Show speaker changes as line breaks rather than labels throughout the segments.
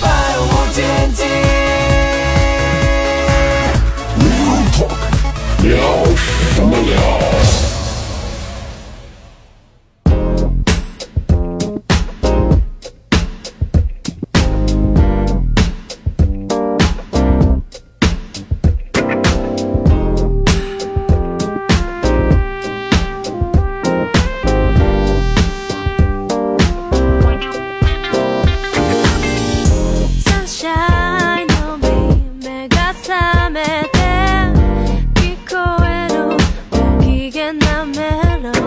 百无禁忌。
Sunshine の目が覚めて聞こえるご機嫌なメロディ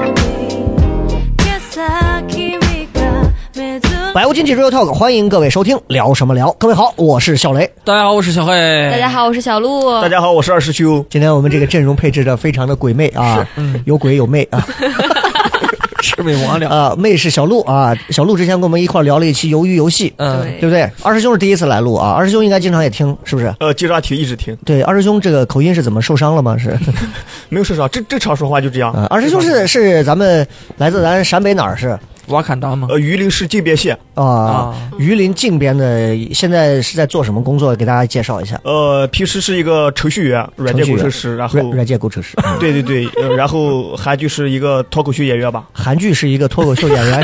ー今朝君が目覚め
百无禁忌 Real Talk，欢迎各位收听，聊什么聊？各位好，我是笑雷。
大家好，我是小慧。
大家好，我是小鹿。
大家好，我是二师兄。
今天我们这个阵容配置的非常的鬼魅啊，
嗯
有鬼有魅 啊
魑魅魍魉。
啊，魅是小鹿啊，小鹿之前跟我们一块儿聊了一期鱿鱼游戏，
嗯，
对不对？二师兄是第一次来录啊，二师兄应该经常也听，是不是？
呃，记住啊，题一直听，
对，二师兄这个口音是怎么受伤了吗？ 是
没有受伤，正正常说话就这样。
啊，二师兄是是咱们来自咱陕北哪儿是
瓦坎达嘛。
呃，榆林市靖边县，
啊
啊？
榆林靖边的，现在是在做什么工作？给大家介绍一下。
呃，平时是一个程序员，软件工程师，然后
软软件工程师，嗯
对对对，呃然后还就是一个脱口秀演员 吧，
韩剧是一个脱口秀演 员，
还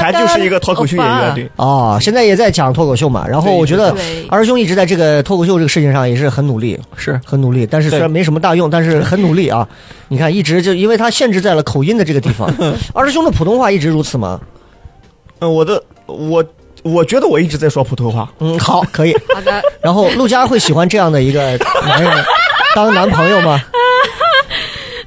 韩
就是一个脱口秀演
欧
员，
巴
对，
哦，现在也在讲脱口秀嘛。然后
对
我觉得
对
二师兄一直在这个脱口秀这个事情上也是很努力，
是
很努力。但是虽然没什么大用，但是很努力啊。你看，一直就因为他限制在了口音的这个地 方。二师兄的普通话一直如此吗？
嗯，我的我我觉得我一直在说普通话，
嗯，好，可以。
好的，
然后陆佳会喜欢这样的一个男人当男朋友吗？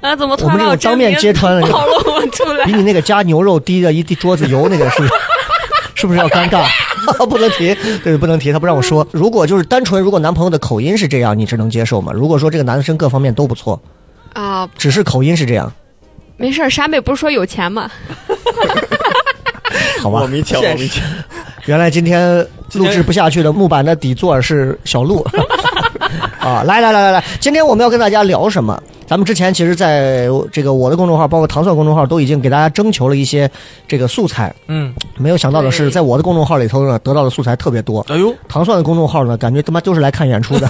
啊，怎么突
我
然
们这
把
种
真
当面
名
揭穿了
暴露我出来
比？你那个加牛肉滴的一地桌子油那个是不是 是不是要尴尬？ 不能提，对，不能提，他不让我说。如果就是单纯，如果男朋友的口音是这样，你是能接受吗？如果说这个男生各方面都不错，
啊，
只是口音是这样，
没事儿，沙妹不是说有钱吗？
好
我
吧？
没钱，我没钱，
原来今天
今
录
天
制不下去的木板的底座是小鹿。啊，来来来来来，今天我们要跟大家聊什么？咱们之前其实在这个我的公众号，包括糖蒜公众号，都已经给大家征求了一些这个素材。
嗯，
没有想到的是，
对
在我的公众号里头呢，得到的素材特别多。
哎呦，
糖蒜的公众号呢，感觉他妈就是来看演出的，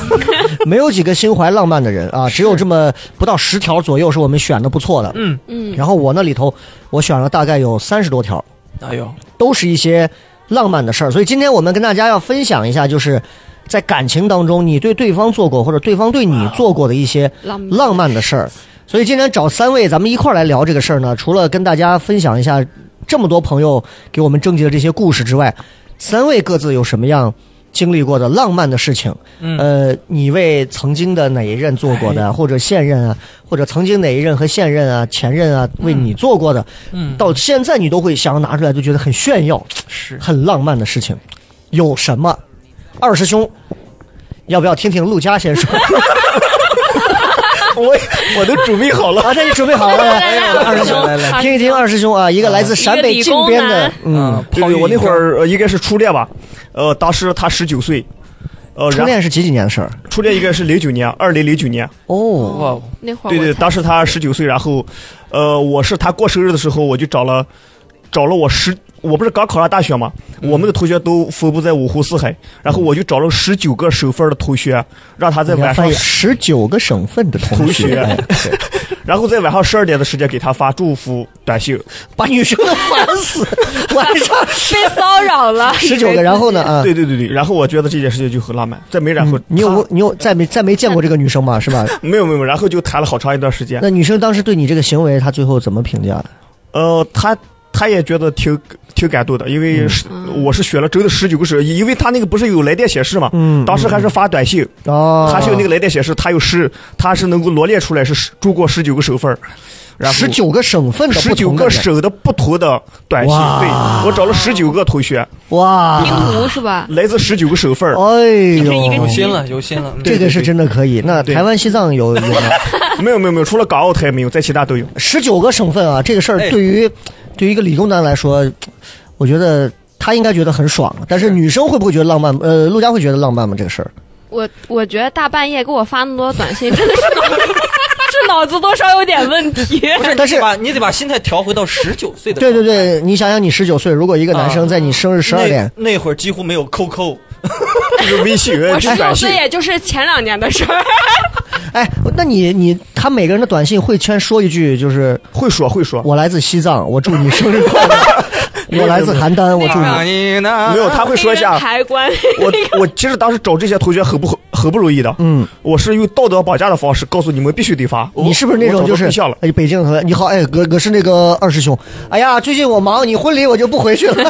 没有几个心怀浪漫的人啊，只有这么不到十条左右是我们选的不错的。
嗯，
嗯，
然后我那里头，我选了大概有三十多条，
哎呦，
都是一些浪漫的事儿。所以今天我们跟大家要分享一下，就是在感情当中，你对对方做过或者对方对你做过的一些
浪漫
浪漫的事儿。所以今天找三位，咱们一块儿来聊这个事儿呢。除了跟大家分享一下这么多朋友给我们征集的这些故事之外，三位各自有什么样经历过的浪漫的事情？
嗯哎
呃，你为曾经的哪一任做过的，或者现任啊，或者曾经哪一任和现任啊、前任啊为你做过的，
嗯，
到现在你都会想要拿出来，就觉得很炫耀、
是
很浪漫的事情，有什么？二师兄，要不要听听陆家先 说？
我我都准备 好了，
啊，那你准备好了？
来来
二师兄，
来来
来
听一听二师兄啊，一个来自陕北靖边的，嗯，
嗯，
对
抛
对
玉
我那
引
会儿呃应该是初恋吧，呃，当时他十九岁，呃，
初
然
恋是几几年的事儿？
初恋应该是零九年，二零零九年。
哦，
哇，
那会儿
对对，
我才
当时他十九岁，然后，呃，我是他过生日的时候，我就找了，找了我十，我不是刚考上大学嘛，我们的同学都分布在五湖四海，然后我就找了十九个省份的同学，让他在晚上，
十九个省份的同学，
同学
哎对
然后在晚上十二点的时间给他发祝福短信，
把女生都烦死，晚上
被骚扰了，
十九个，然后呢啊？嗯
对对对对，然后我觉得这件事情就很浪漫，再没然后，
你有你有再没再没见过这个女生吧？是吧？
没有没有，然后就谈了好长一段时间，
那女生当时对你这个行为，她最后怎么评价的？
呃，他他也觉得挺挺感动的，因为是、我是选了真的十九个省，因为他那个不是有来电显示嘛，
嗯
当时还是发短信。
哦，
它是有那个来电显示，它有十，它是能够罗列出来是十住过十九个省份儿然后
十九个省份的不
十九
同的
个
人
省的不同的短信，
哇
对我找了十九个同学，
哇，
拼图是吧？
来自十九个省份儿。
哎
有
呦，
心了，有心了。嗯
这个是真的可以。那
对
台湾、西藏有有吗？
没有没有没有，除了港澳台没有，在其他 都有。
十九个省份啊，这个事儿
哎
对于、对于一个理工男来说，我觉得他应该觉得很爽。但是女生会不会觉得浪漫？呃，陆佳会觉得浪漫吗？这个事儿，
我我觉得大半夜给我发那么多短信，真的是脑 子这脑子多少有点问题。
不是，
但
你
是
得把你得把心态调回到十九岁的。
对对，对，你想想，你十九岁，如果一个男生在你
啊
生日十二点，
那那会儿几乎没有 QQ，
就是微信、
呃
我十九
短信
岁，也就是前两年的事儿，
哎，那你你他每个人的短信会先说一句，就是
会说会说。
我来自西藏，我祝你生日快乐；我来自邯郸，我祝你。
啊你呢
没有，他会说一下
黑人。抬棺。
我我其实当时找这些同学很不很不容易的，
嗯，
我是用道德绑架的方式告诉你们必须得发。
你是不是那种
我
就
找到
是
对象了？
哎，北京和你好，哎，哥哥是那个二师兄。哎呀，最近我忙，你婚礼我就不回去了。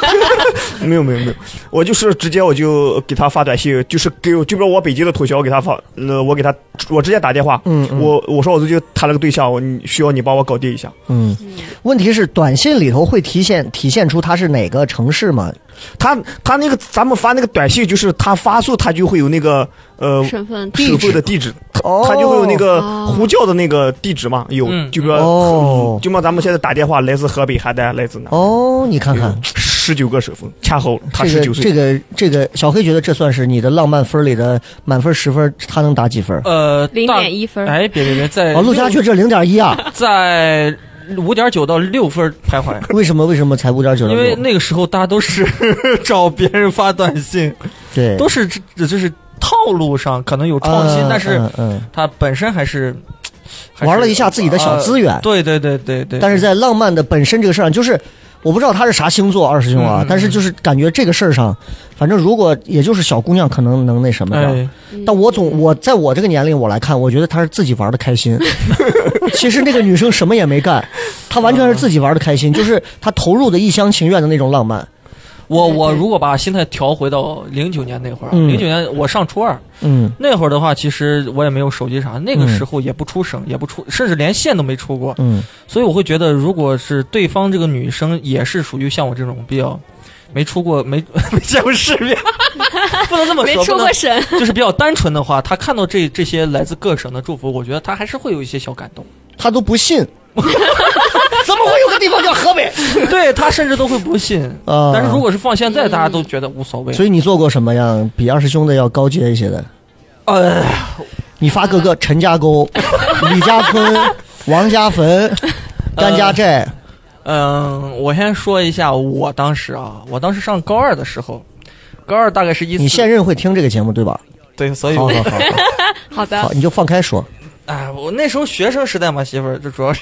没有没有没有，我就是直接我就给他发短信，就是给我就比如我北京的同学，我给他发，呃，我给他我直接打电话，
嗯嗯
我我说我最近谈了个对象，我你需要你帮我搞定一下。
嗯，问题是短信里头会体现体现出他是哪个城市吗？
他他那个咱们发那个短信，就是他发送他就会有那个呃
身份
首付的地址，他
哦
他就会有那个
哦
呼叫的那个地址嘛，有
嗯，
就比如说
哦
就嘛咱们现在打电话，来自河北邯郸，来自哪？
哦，你看看
十九个省份，恰好他
哎
这
十
个
九
这
岁，
个这个，小黑觉得这算是你的浪漫分里的满分十分，他能打几分？
呃，
零
大
点一分，
哎，别别别，在
哦，陆家觉
六
得这零点一 啊？
在五点九到六分徘徊，
为什么为什么才五点九
因为
六？
那个时候大家都是 找别人发短信，
对，
都是这就是套路上可能有创新，
嗯
但是
嗯嗯
它本身还是还是
玩了一下自己的小资源
呃对对对对对，
但
是
是在浪漫的本身这个事儿上，就是我不知道他是啥星座二师兄啊，
嗯嗯
但是就是感觉这个事儿上，反正如果也就是小姑娘可能能那什么的，
哎，
嗯
嗯
但我总我在我这个年龄我来看，我觉得她是自己玩的开心。 其实那个女生什么也没干，她完全是自己玩的开心，就是她投入的一厢情愿的那种浪漫。
我
对
我
对
如果把心态调回到零九年那会儿，
嗯
零九年我上初二
嗯
那会儿的话，其实我也没有手机啥，那个时候也不出省，也不出，甚至连县都没出过，
嗯
所以我会觉得，如果是对方这个女生也是属于像我这种比较。没出过没 没见过世 面，不能这么
没
说，
出
不能
过神。
就是比较单纯的话，他看到这这些来自各省的祝福，我觉得他还是会有一些小感动。
她都不信，怎么会有个地方叫河北？
对他甚至都会不信。
啊
但是如果是放现在，大家都觉得无所谓。
所以你做过什么样比二师兄的要高阶一些的？
呃，
你发各个陈家沟、李家村、王家坟、甘家寨，
嗯、我先说一下我当时啊，我当时上高二的时候，高二大概是一
你现任会听这个节目对吧？
对，所以
好
我
好好
好
好，好
的，
你就放开说。
哎，我那时候学生时代嘛，媳妇儿，这主 要是。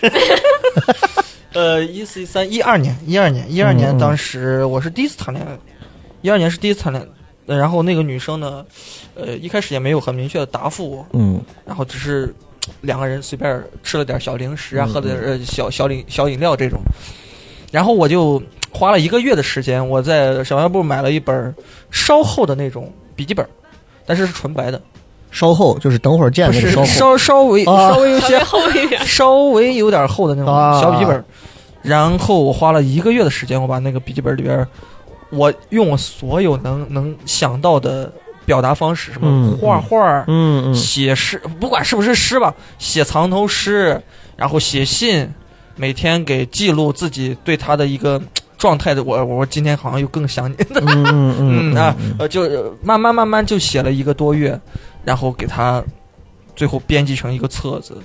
呃，一四一三一二年，一二年，一二
嗯
年，
嗯
当时我是第一次谈恋爱，一二年是第一次谈恋爱。呃然后那个女生呢，呃，一开始也没有很明确的答复我，
嗯
然后只是两个人随便吃了点小零食
嗯
啊，喝了点呃小小饮小饮料这种。然后我就花了一个月的时间，我在小卖部买了一本稍厚的那种笔记本，但是是纯白的，
稍后就是等会儿见
不
哎那个
是
稍后。
稍稍微
啊
稍微有
稍
些
微厚一点。
稍微有点厚的那种
啊
小笔记本。然后我花了一个月的时间，我把那个笔记本里边，我用我所有能能想到的表达方式，什么
嗯
画画儿，
嗯嗯，
写诗，不管是不是诗吧，写藏头诗，然后写信，每天给记录自己对他的一个状态的。我我今天好像又更想你，
嗯嗯
嗯
嗯
啊
嗯，
呃，就呃慢慢慢慢就写了一个多月，然后给他最后编辑成一个册子，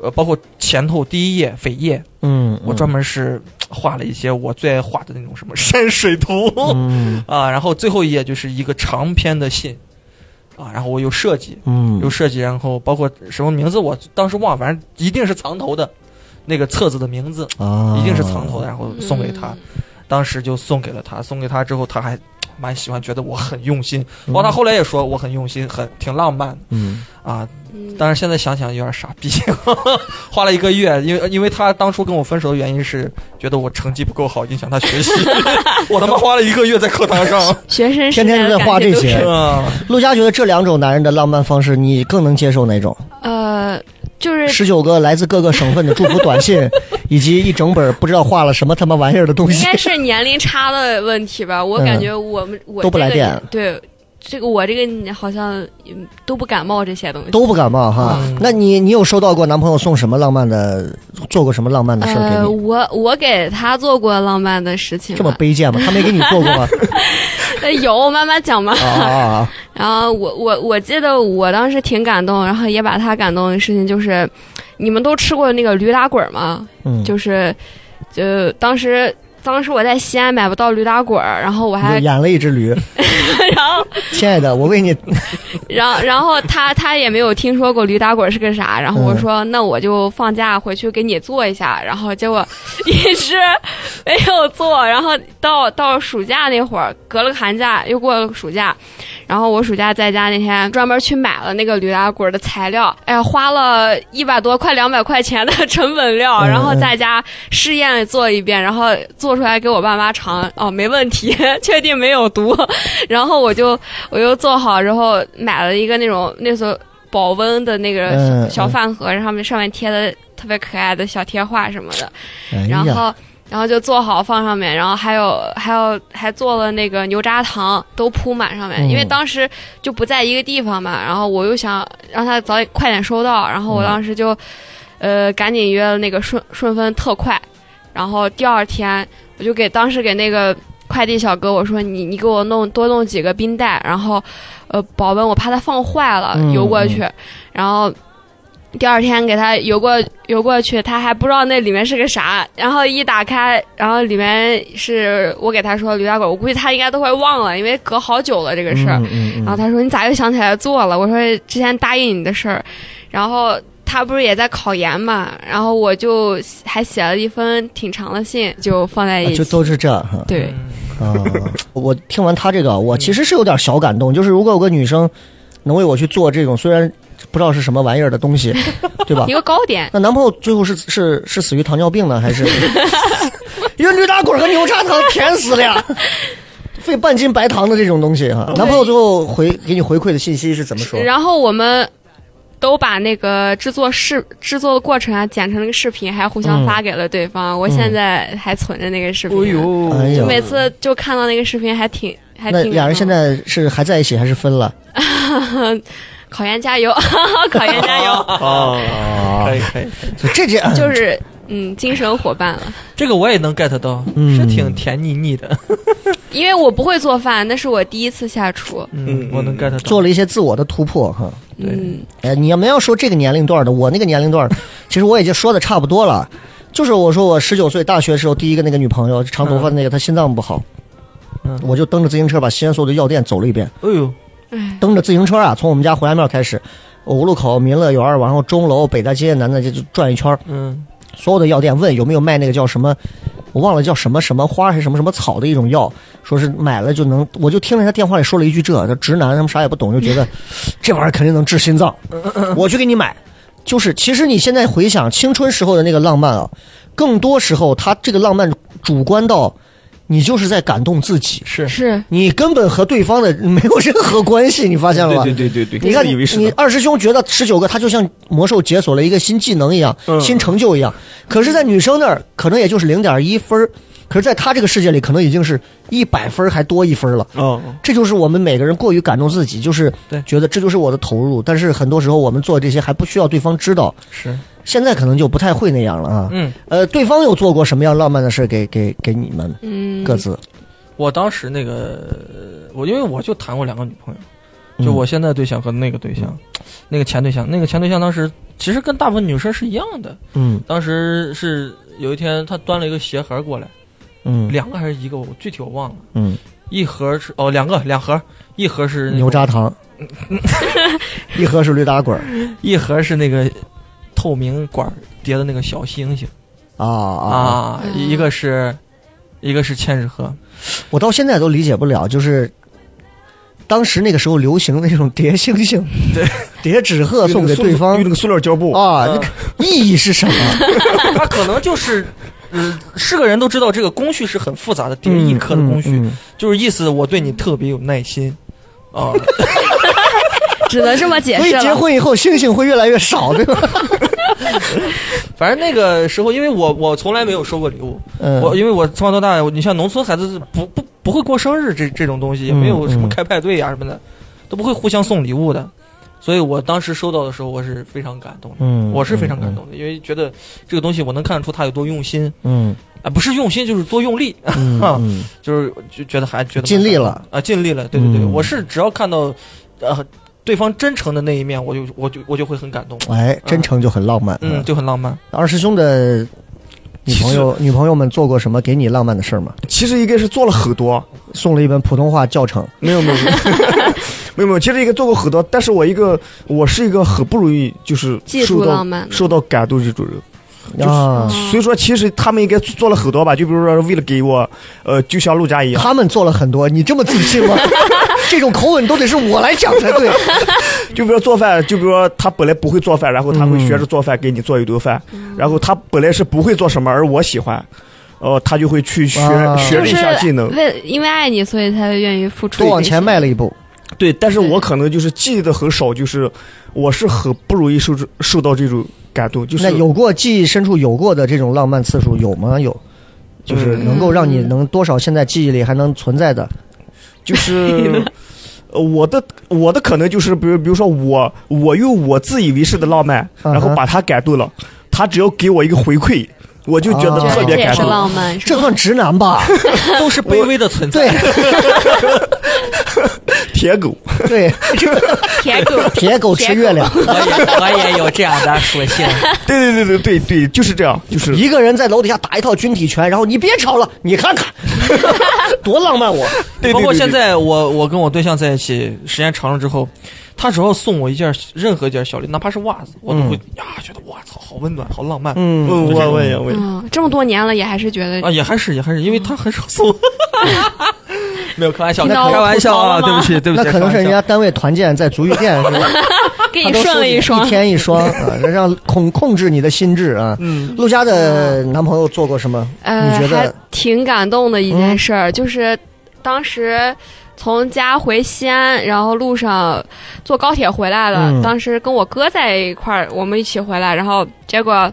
呃，包括前头第一页扉页，
嗯，
我专门是画了一些我最爱画的那种什么山水图，
哦
嗯
啊，然后最后一页就是一个长篇的信，啊，然后我有设计。
嗯
有设计，然后包括什么名字，我当时忘了，反正一定是藏头的，那个册子的名字
啊，
一定是藏头的，然后送给他
嗯。
当时就送给了他，送给他之后，他还蛮喜欢，觉得我很用心。包括他后来也说我很用心，很挺浪漫
嗯
啊。
嗯
但是现在想想有点傻逼， 花了一个月，因为因为他当初跟我分手的原因是觉得我成绩不够好，影响他学习。 我他妈花了一个月在课堂上，
学生时
天天
代
就
的
在
感
画
觉
这
都是啊
些
嗯，
陆佳觉得这两种男人的浪漫方式，你更能接受哪种？
呃，就是
十九个来自各个省份的祝福 短信，以及一整本不知道画了什么他妈玩意儿的东
应
西
该。是年龄差的问题吧。我感觉我们、我
嗯都不来
这个
电
对这个我这个好像嗯都不感冒这些东西。
都不感冒哈，
嗯
那你你有收到过男朋友送什么浪漫的，做过什么浪漫的事儿给
呃，
你？
我我给他做过浪漫的事情
这么
吗，
卑贱吗？他没给你做过 吗？
呃有慢慢讲嘛。
啊啊啊！
然后我我我记得我当时挺感动，然后也把他感动的事情就是，你们都吃过那个驴打滚儿吗？
嗯，
就是，就当时当时我在西安买不到驴打滚儿，然后我还
你演了一只驴，
然后
亲爱的，我为你
然后然后他他也没有听说过驴打滚儿是个啥，然后
嗯
我说、那我就放假回去给你做一下，然后结果一直没有做，然后到到暑假那会儿隔了个寒假又过了个暑假，然后我暑假在家那天专门去买了那个驴打滚儿的材料，哎呀花了一百多快两百块钱的成本料，
嗯
然后在家试验做一遍，然后做出来给我爸妈尝，哦没问题， 确定没有毒，然后我就我就做好，然后买了一个那种那时候保温的那个
嗯
小
嗯
饭盒，然后上面上面贴的特别可爱的小贴画什么的，
哎
然
呀，
后。然后就做好放上面，然后还有还有还做了那个牛轧糖，都铺满上面，因为
嗯
当时就不在一个地方嘛，然后我又想让他早点快点收到，然后
嗯
我当时就，呃，赶紧约了那个顺顺丰特快，然后第二天我就给当时给那个快递小哥我说你你给我弄多弄几个冰袋，然后，呃，保温我怕它放坏了
嗯
邮过去，然后第二天给他邮过邮过去，他还不知道那里面是个啥，然后一打开，然后里面是我给他说驴打滚，我估计他应该都会忘了，因为隔好久了这个事儿。
嗯嗯
然后
嗯，
他说你咋又想起来做了？我说之前答应你的事儿，然后他不是也在考研嘛，然后我就还写了一封挺长的信，就放在
啊
一起。
就都是这样哈。
对，
嗯
啊，
嗯
我听完他这个，我其实是有点小感动，就是如果有个女生能为我去做这种虽然不知道是什么玩意儿的 东西，对吧
一？个糕点，
那男朋友最后是是是死于糖尿病呢，还是 因为驴打滚和牛轧糖甜死 了呀？费半斤白糖的这种东西哈、男朋友最后回给你回馈的信息是怎么说？
然后我们。都把那个制作视制作的过程啊剪成那个视频，还互相发给了对方。我现在还存着那个视频，
哎呦，
哎
就
呦，
每次就看到那个视频还挺还
那
挺。嗯
俩人现在是还在一起还是分了？
考研加 油，考研加油，
啊，
啊
可，以可以，
就这这
就是嗯精神伙伴了。
这个我也能 get 到，
嗯
是挺甜腻腻的。
因为我不会做饭，那是我第一次下厨。
嗯， 我能 get 到。
做了一些自我的突破哈。
对
嗯，
哎，你要没要说这个年龄段的，我那个年龄段，其实我已经说的差不多了。就是我说我十九岁大学时候第一个那个女朋友，长头发那个，她心脏不好，
嗯
我就蹬着自行车把西安所有的药店走了一遍。
哎呦，
哎，
蹬着自行车啊，从我们家胡家庙开始，五路口、民乐园，然后钟楼、北大街、南大街就转一圈儿，
嗯
所有的药店问有没有卖那个叫什么，我忘了叫什么什么花还是什么什么草的一种药，说是买了就能，我就听了他电话里说了一句这，他直男他们啥也不懂，就觉 得这玩意儿肯定能治心脏，
嗯
我去给你买。就是，其实你现在回想青春时候的那个浪漫啊，更多时候他这个浪漫主观到，你就是在感动自己，
是
是
你根本和对方的没有任何关系，你发现了吧？
对对对对对，
你看，
自以为是
你
的，
二师兄觉得十九个他就像魔兽解锁了一个新技能一样，
嗯
新成就一样。可是，在女生那儿可能也就是零点一分儿可是在他这个世界里，可能已经是一百分儿还多一分儿了。
嗯，
这就是我们每个人过于感动自己，就是
对
觉得这就是我的投入。但是很多时候我们做这些还不需要对方知道，
是，
现在可能就不太会那样了啊。
嗯，
呃，对方有做过什么样浪漫的事给给给你们
嗯，
各自？
我当时那个，我因为我就谈过两个女朋友，
嗯
就我现在对象和那个对象，那个前对象，那个前对象当时其实跟大部分女生是一样的，
嗯
当时是有一天他端了一个鞋盒过来，
嗯
两个还是一个，我具体我忘了，
嗯，
一盒是哦两个两盒，一盒是那个
牛轧 糖，一盒是驴打滚儿
一盒是那个透明管儿叠的那个小星星
啊啊啊！
啊，一个是一个是千纸鹤，
我到现在都理解不了，就是当时那个时候流行那种叠星星，对，叠纸鹤送给对
用
方
那个塑料胶布，
啊，
嗯
那意义是 什么？
他可能就是，呃，是个人都知道这个工序是很复杂的，叠
嗯
一克的工序，
嗯嗯嗯嗯
就是意思我对你特别有耐心，啊、
只能这么解
所以
释
结
了。
婚以后星星会越来越少，对 吧？
反正那个时候，因为我我从来没有收过礼物，
嗯，
我因为我从小到大，我你像农村孩子是不不不会过生日这这种
嗯
东西，也没有什么开派对呀、啊什么的，都不会互相送礼物的。所以我当时收到的时候，我是非常感动的，
嗯
我是非常感，动的，因为觉得这个东西我能看出他有多用心
嗯
啊，不是用心就是多用力，
嗯
啊
嗯，
就是就觉得还觉得
尽力了
啊，尽力了，对对对，
嗯
我是只要看到呃对方真诚的那一面，我就我就我就会很感动，
哎，真诚就很浪漫。
嗯，，就很浪漫。
二师兄的女朋友女朋友们做过什么给你浪漫的事儿吗？
其实应该是做了很多，
送了一本普通话教程，
没有没有没有 没有没有，其实应该做过很多，但是我一个我是一个很不容易就是
技术
受到
浪漫
受到感动这种人。就是
啊，
所以说，其实他们应该做了很多吧，就比如说为了给我，呃，就像陆家一样，
他们做了很多，你这么自信 吗？这种口吻都得是我来讲才对。
就比如说做饭，就比如说他本来不会做饭，然后他会学着做饭给你做一顿饭，
嗯
然后他本来是不会做什么，而我喜欢，呃，他就会去学
哇
学
就
了一
是
下技能。
为因为爱你，所以才愿意付出。
多往前迈了一步，
对，但是我可能就是记得很少，就是我是很不容易受这受到这种感动，就
那
是
有过记忆深处有过的这种浪漫次数有吗？有，就是
嗯
能够让你能多少现在记忆里还能存在的，
就是呃我的我的可能就是，比如比如说我我用我自以为是的浪漫，
嗯哼
然后把他感动了，他只要给我一个回馈，我就觉得
啊
特别
这也
感
是
动。
浪漫，是
这
吧？
算直男吧？
都是卑微的存在。
对
舔狗，
对，
舔狗。
铁狗吃月亮，
我也我也有这样的属 性。
对对对对对对，就是这样，就是
一个人在楼底下打一套军体拳，然后你别吵了，你看看，多浪漫我！
对对对
包括
对
现在我我跟我对象在一起时间长了之后，他只要送我一件任何一件小礼，哪怕是袜子，我都会呀、觉得哇操，好温暖，好浪漫。
嗯
嗯，我我也我也
嗯，这么多年了，也还是觉得
啊，也还是也还是，因为他很少送。 没有开玩笑，
听到
开玩笑啊！
我吐槽了
对不
吗
起，对不
那
起，
可能是
开玩
人
笑
家单位团建在足浴店是吧？
给
他
你
都
顺
收
了
集
一双
一。天一双啊，让控控制你的心智啊。
嗯，
陆佳的男朋友做过什么？
呃，
你觉
还
得？嗯
挺感动的一件事儿，就是当时从家回西安，然后路上坐高铁回来了。
嗯
当时跟我哥在一块儿，我们一起回来，然后结果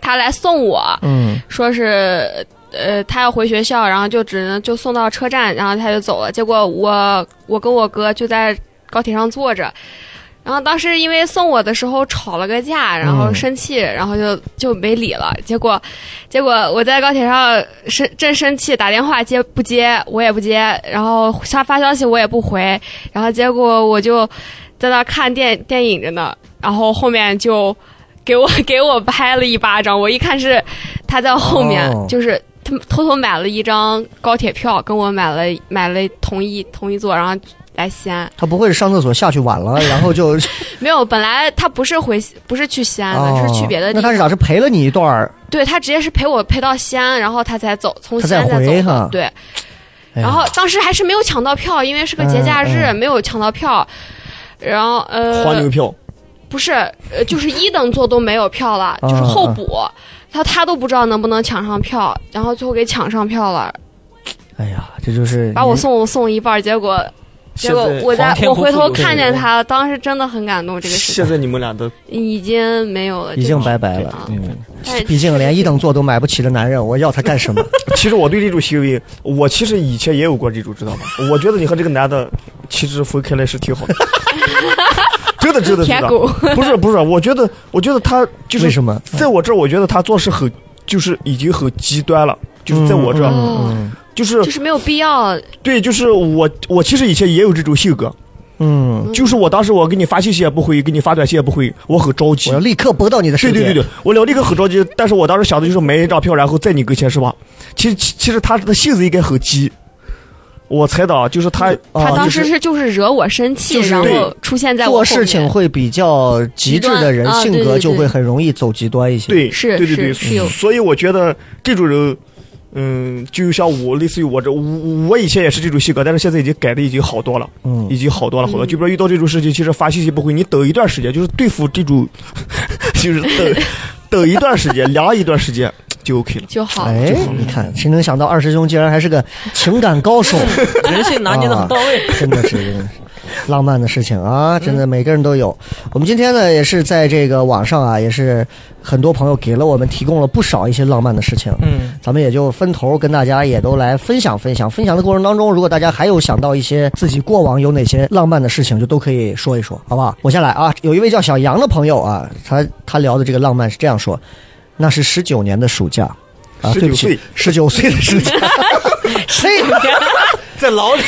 他来送我，
嗯
说是呃他要回学校，然后就只能就送到车站，然后他就走了。结果我我跟我哥就在高铁上坐着。然后当时因为送我的时候吵了个架，然后
嗯
生气，然后就就没理了。结果，结果我在高铁上生正生气，打电话接不接我也不接，然后发发消息我也不回，然后结果我就在那看电电影着呢，然后后面就给我 给我拍了一巴掌，我一看是他在后面，
哦
就是 他偷偷买了一张高铁票，跟我买了买了同一同一座，然后来西安。
他不会是上厕所下去晚了，然后就
没有，本来他不是回不是去西安的，
哦
啊是去别的地
那
方。
他是咋是陪了你一段儿？
对他直接是陪我陪到西安，然后他才走，从
他
西
再
安再走
回
的。
哈
对，
哎呀
然后当时还是没有抢到票，因为是个节假日，
嗯嗯
没有抢到票。然后呃，
黄牛票，
不是，呃，就是一等座都没有票了，
啊
就是候补，他他都不知道能不能抢上票，然后最后给抢上票了，
哎呀，这就是
把我送送一半儿，结果结果我在
皇天
我
不
回头
负有
看
心
见
人
他，当时真的很感动，这个事情
现在你们俩的
已经没有了，
已
这
经
个
拜拜了
啊。
嗯，
但
毕竟连一等座都买不起的男人，我要他干什么？
其实我对这种行为，我其实以前也有过这种，知道 吗？我觉得你和这个男的其实分开来是挺 好的，真的真的真
舔
的，
狗，
不是不是，我觉得我觉得他 就
为
是
什么？
在我这儿，我觉得他做事很就是已经很极端了，就是在我这儿，
哦
嗯
就是
就是没有必要，
对，就是我我其实以前也有这种性格，
嗯，嗯
就是我当时我给你发信息也不回，给你发短信也不回，我很着急
我要。立刻搏到你的
对
身
对
边。
对对，我聊这个很着急，但是我当时想的就是买一张票，然后在你跟前是吧？其实其其实他的性子应该很急，我猜的啊，就是他
他
啊
当
就是
时是就是惹我生气，
就是
然后
对
出现在我
做
后
事情
面
会比较极致的人
极，端啊
性
对
格
对
就
对
会很容易走极端一些。
对
是
对对
是
对，
是有
所以我觉得这种人，嗯，就像我类似于我这，我我以前也是这种性格，但是现在已经改的已经好多了，
嗯
已经好多了好多。就比如遇到这种事情，其实发信息不回，你等一 段 时间，就是对付这种，就是等等一段时间，凉一段时间，就 OK 了。
就好。
哎，你看，谁能想到二师兄竟然还是个情感高手？
人性拿捏的很到位。
真的是真的是浪漫的事情啊！真的每个人都有。我们今天呢，也是在这个网上啊，也是很多朋友给了我们提供了不少一些浪漫的事情。
嗯，
咱们也就分头跟大家也都来分享分享。分享的过程当中，如果大家还有想到一些自己过往有哪些浪漫的事情，就都可以说一说，好不好？我先来啊，有一位叫小杨的朋友啊，他他聊的这个浪漫是这样说：那是十九年的暑假啊，
19
对不起
岁，
十九岁的暑假，谁？
在牢 里，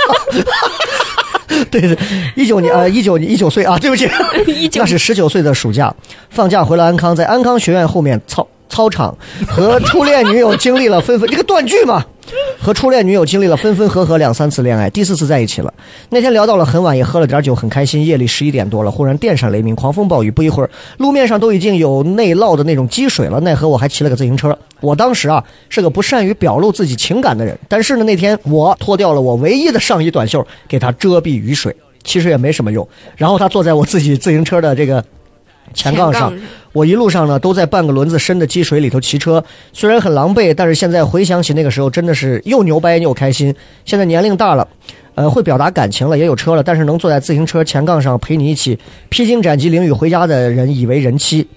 对对，一九年呃一九一九岁啊，对不起，那是十九岁的暑假，放假回了安康，在安康学院后面操操场和初恋女友经历了分分这个断句嘛，和初恋女友经历了分分合合两三次恋爱，第四次在一起了。那天聊到了很晚，也喝了点酒，很开心。夜里十一点多了，忽然电闪雷鸣，狂风暴雨。不一会儿，路面上都已经有内涝的那种积水了。奈何我还骑了个自行车。我当时啊是个不善于表露自己情感的人，但是呢，那天我脱掉了我唯一的上衣短袖，给它遮蔽雨水，其实也没什么用。然后他坐在我自己自行车的这个前杠上，我一路上呢都在半个轮子深的积水里头骑车，虽然很狼狈，但是现在回想起那个时候，真的是又牛掰又开心。现在年龄大了，呃，会表达感情了，也有车了，但是能坐在自行车前杠上陪你一起披荆斩棘、淋雨回家的人，以为人妻。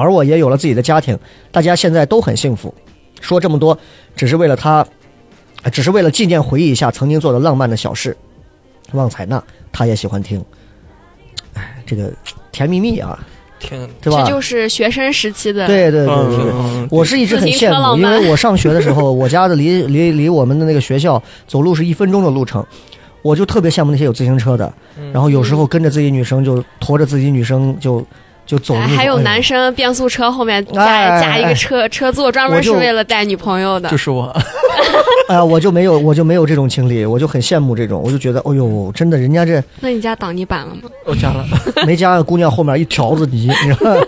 而我也有了自己的家庭，大家现在都很幸福。说这么多，只是为了他，呃只是为了纪念回忆一下曾经做的浪漫的小事。旺采纳，他也喜欢听。哎，这个甜蜜蜜啊，
挺
对吧？
这就是学生时期的
对对对对对。
嗯，
我是一直很羡
自行车
慕，
浪
因
漫
为我上学的时候， 我家的离离离我们的那个学校走路是一分钟的路程，我就特别羡慕那些有自行车的，
嗯
然后有时候跟着自己女生就驮着自己女生就就走路，
哎，还有
哎呦
男生变速车后面加、
哎哎
加一
哎
个车、车座，专
我
门
就是
为了带女朋友的
就。是我，
哎呀，我就没有我就没有这种经历，我就很羡慕这种，我就觉得，哎呦，真的，人 家这
那你加挡泥板了吗？
我加了。
没家的姑娘后面一条子泥，你知道吗，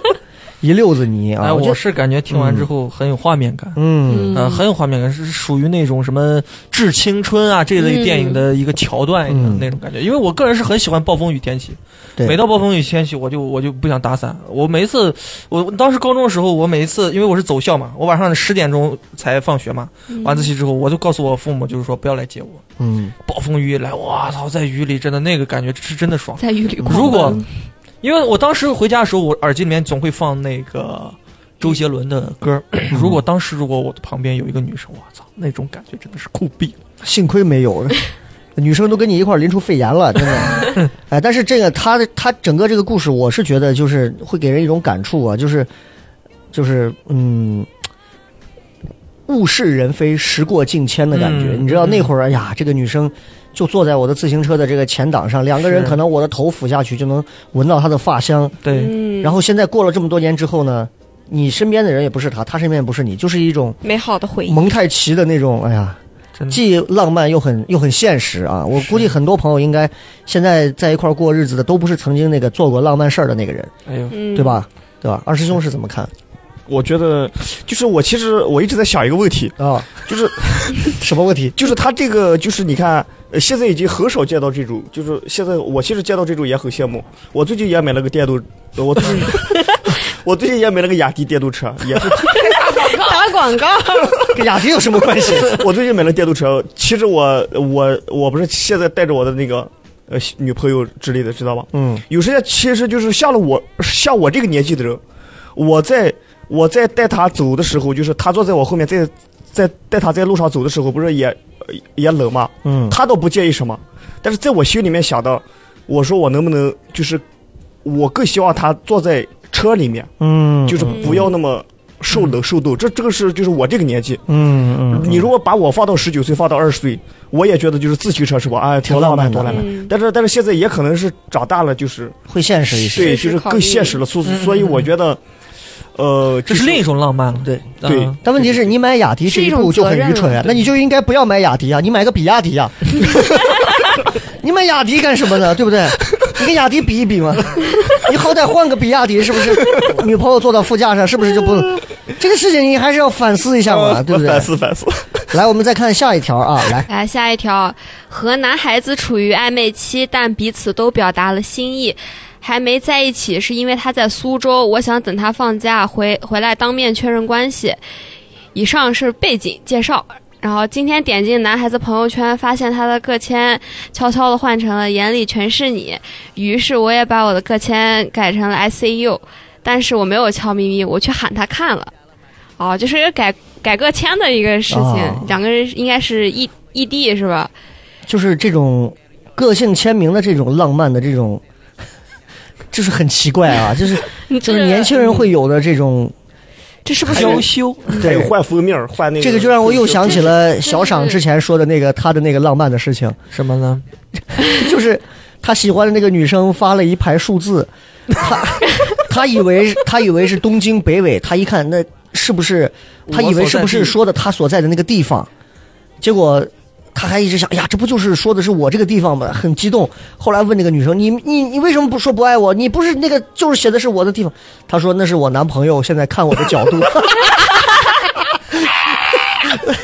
一溜子泥啊，
哎，
我就
我是感觉听完之后很有画面感。
嗯，
嗯，很有画面感，是属于那种什么《致青春啊》这类电影的一个桥段一样
嗯
那种感觉。因为我个人是很喜欢暴风雨天气，
对，
每到暴风雨天气，我就我就不想打伞。我每一次，我我当时高中的时候，我每一次，因为我是走校嘛，我晚上十点钟才放学嘛，
嗯
晚自习之后，我就告诉我父母，就是说不要来接我。
嗯
暴风雨一来，哇操，在雨里真的那个感觉是真的爽。
在雨
嗯
里狂奔
如果因为我当时回家的时候，我耳机里面总会放那个周杰伦的歌儿。如果当时如果我的旁边有一个女生，我操，那种感觉真的是酷毙了。
幸亏没 有，女生都跟你一块儿淋出肺炎了，真的。哎，但是这个他的他整个这个故事，我是觉得就是会给人一种感触啊，就是就是嗯。物是人非，时过境迁的感觉。
嗯
你知道
嗯
那会儿，哎呀，这个女生就坐在我的自行车的这个前挡上，两个人
是
可能我的头俯下去就能闻到她的发香。
对，
嗯，
然后现在过了这么多年之后呢，你身边的人也不是她，她身边也不是你，就是一种
美好的回忆。
蒙太奇的那种，哎呀，
真的
既浪漫又很又很现实啊！我估计很多朋友应该现在在一块儿过日子的，都不是曾经那个做过浪漫事儿的那个人，
哎呦，
嗯，
对？吧？对吧？二师兄是怎么看
我觉得，就是我其实我一直在想一个问题，
啊？
就是
什么问 题？
就是他这个，就是你看，呃现在已经很少见到这种，就是现在我其实见到这种也很羡慕。我最近也买了个电动，呃我最近 我最近也买了个雅迪电动车，也是
打广告，
跟雅迪有什么关 系？
我最近买了电动车。其实我我我不是现在带着我的那个呃女朋友之类的，知道吗？
嗯
有时间其实就是像了我像我这个年纪的人，我在我在带他走的时候，就是他坐在我后面，在在带他在路上走的时候，不是也呃也冷吗？
嗯
他倒不介意什么，但是在我心里面想到，我说我能不能就是，我更希望他坐在车里面，
嗯，
就是不要那么受冷受冻。这这个是就是我这个年纪，
嗯嗯，
你如果把我放到十九岁，放到二十岁，我也觉得就是自行车是吧？哎，
挺
多
浪
浪
漫
漫，
的
多浪漫
嗯。
但是但是现在也可能是长大了，就是
会现实一些。
对，
是
就是
考
更
虑
现实了，所
嗯
所以我觉得，呃，
这
就是
另一种浪漫了。
对
对
嗯
但问题是你买雅迪这一步就很愚蠢啊，那你就应该不要买雅迪啊，你买个比亚迪啊。你买雅迪干什么呢？对不对？你跟雅迪比一比嘛，你好歹换个比亚迪，是不是？女朋友坐到副驾上，是不是就不？这个事情你还是要反思一下嘛，
呃
对不对
反？思反思。
来，我们再看下一条啊，来，
来下一条，和男孩子处于暧昧期，但彼此都表达了心意。还没在一起，是因为他在苏州，我想等他放假回回来当面确认关系。以上是背景介绍。然后今天点进男孩子朋友圈，发现他的个签悄悄的换成了“眼里全是你”，于是我也把我的个签改成了 “I see you”，但是我没有悄咪咪，我去喊他看了。哦，就是一个改改个签的一个事情，
哦
两个人应该是异异地是吧？
就是这种个性签名的这种浪漫的这种， 就是很奇怪啊，就是就是年轻人会有的这种，
这是不是
娇羞，
还有
对，
换封面儿，换那个
这个就让我又想起了小赏之前说的那个他的那个浪漫的事情，
什么呢？
就是他喜欢的那个女生发了一排数字，他他以为他以为是东京北纬，他一看那是不是他以为是不是说的他所在的那个地方，结果。他还一直想，哎呀，这不就是说的是我这个地方吗？很激动。后来问那个女生，你你你为什么不说不爱我？你不是那个就是写的是我的地方？她说那是我男朋友现在看我的角度。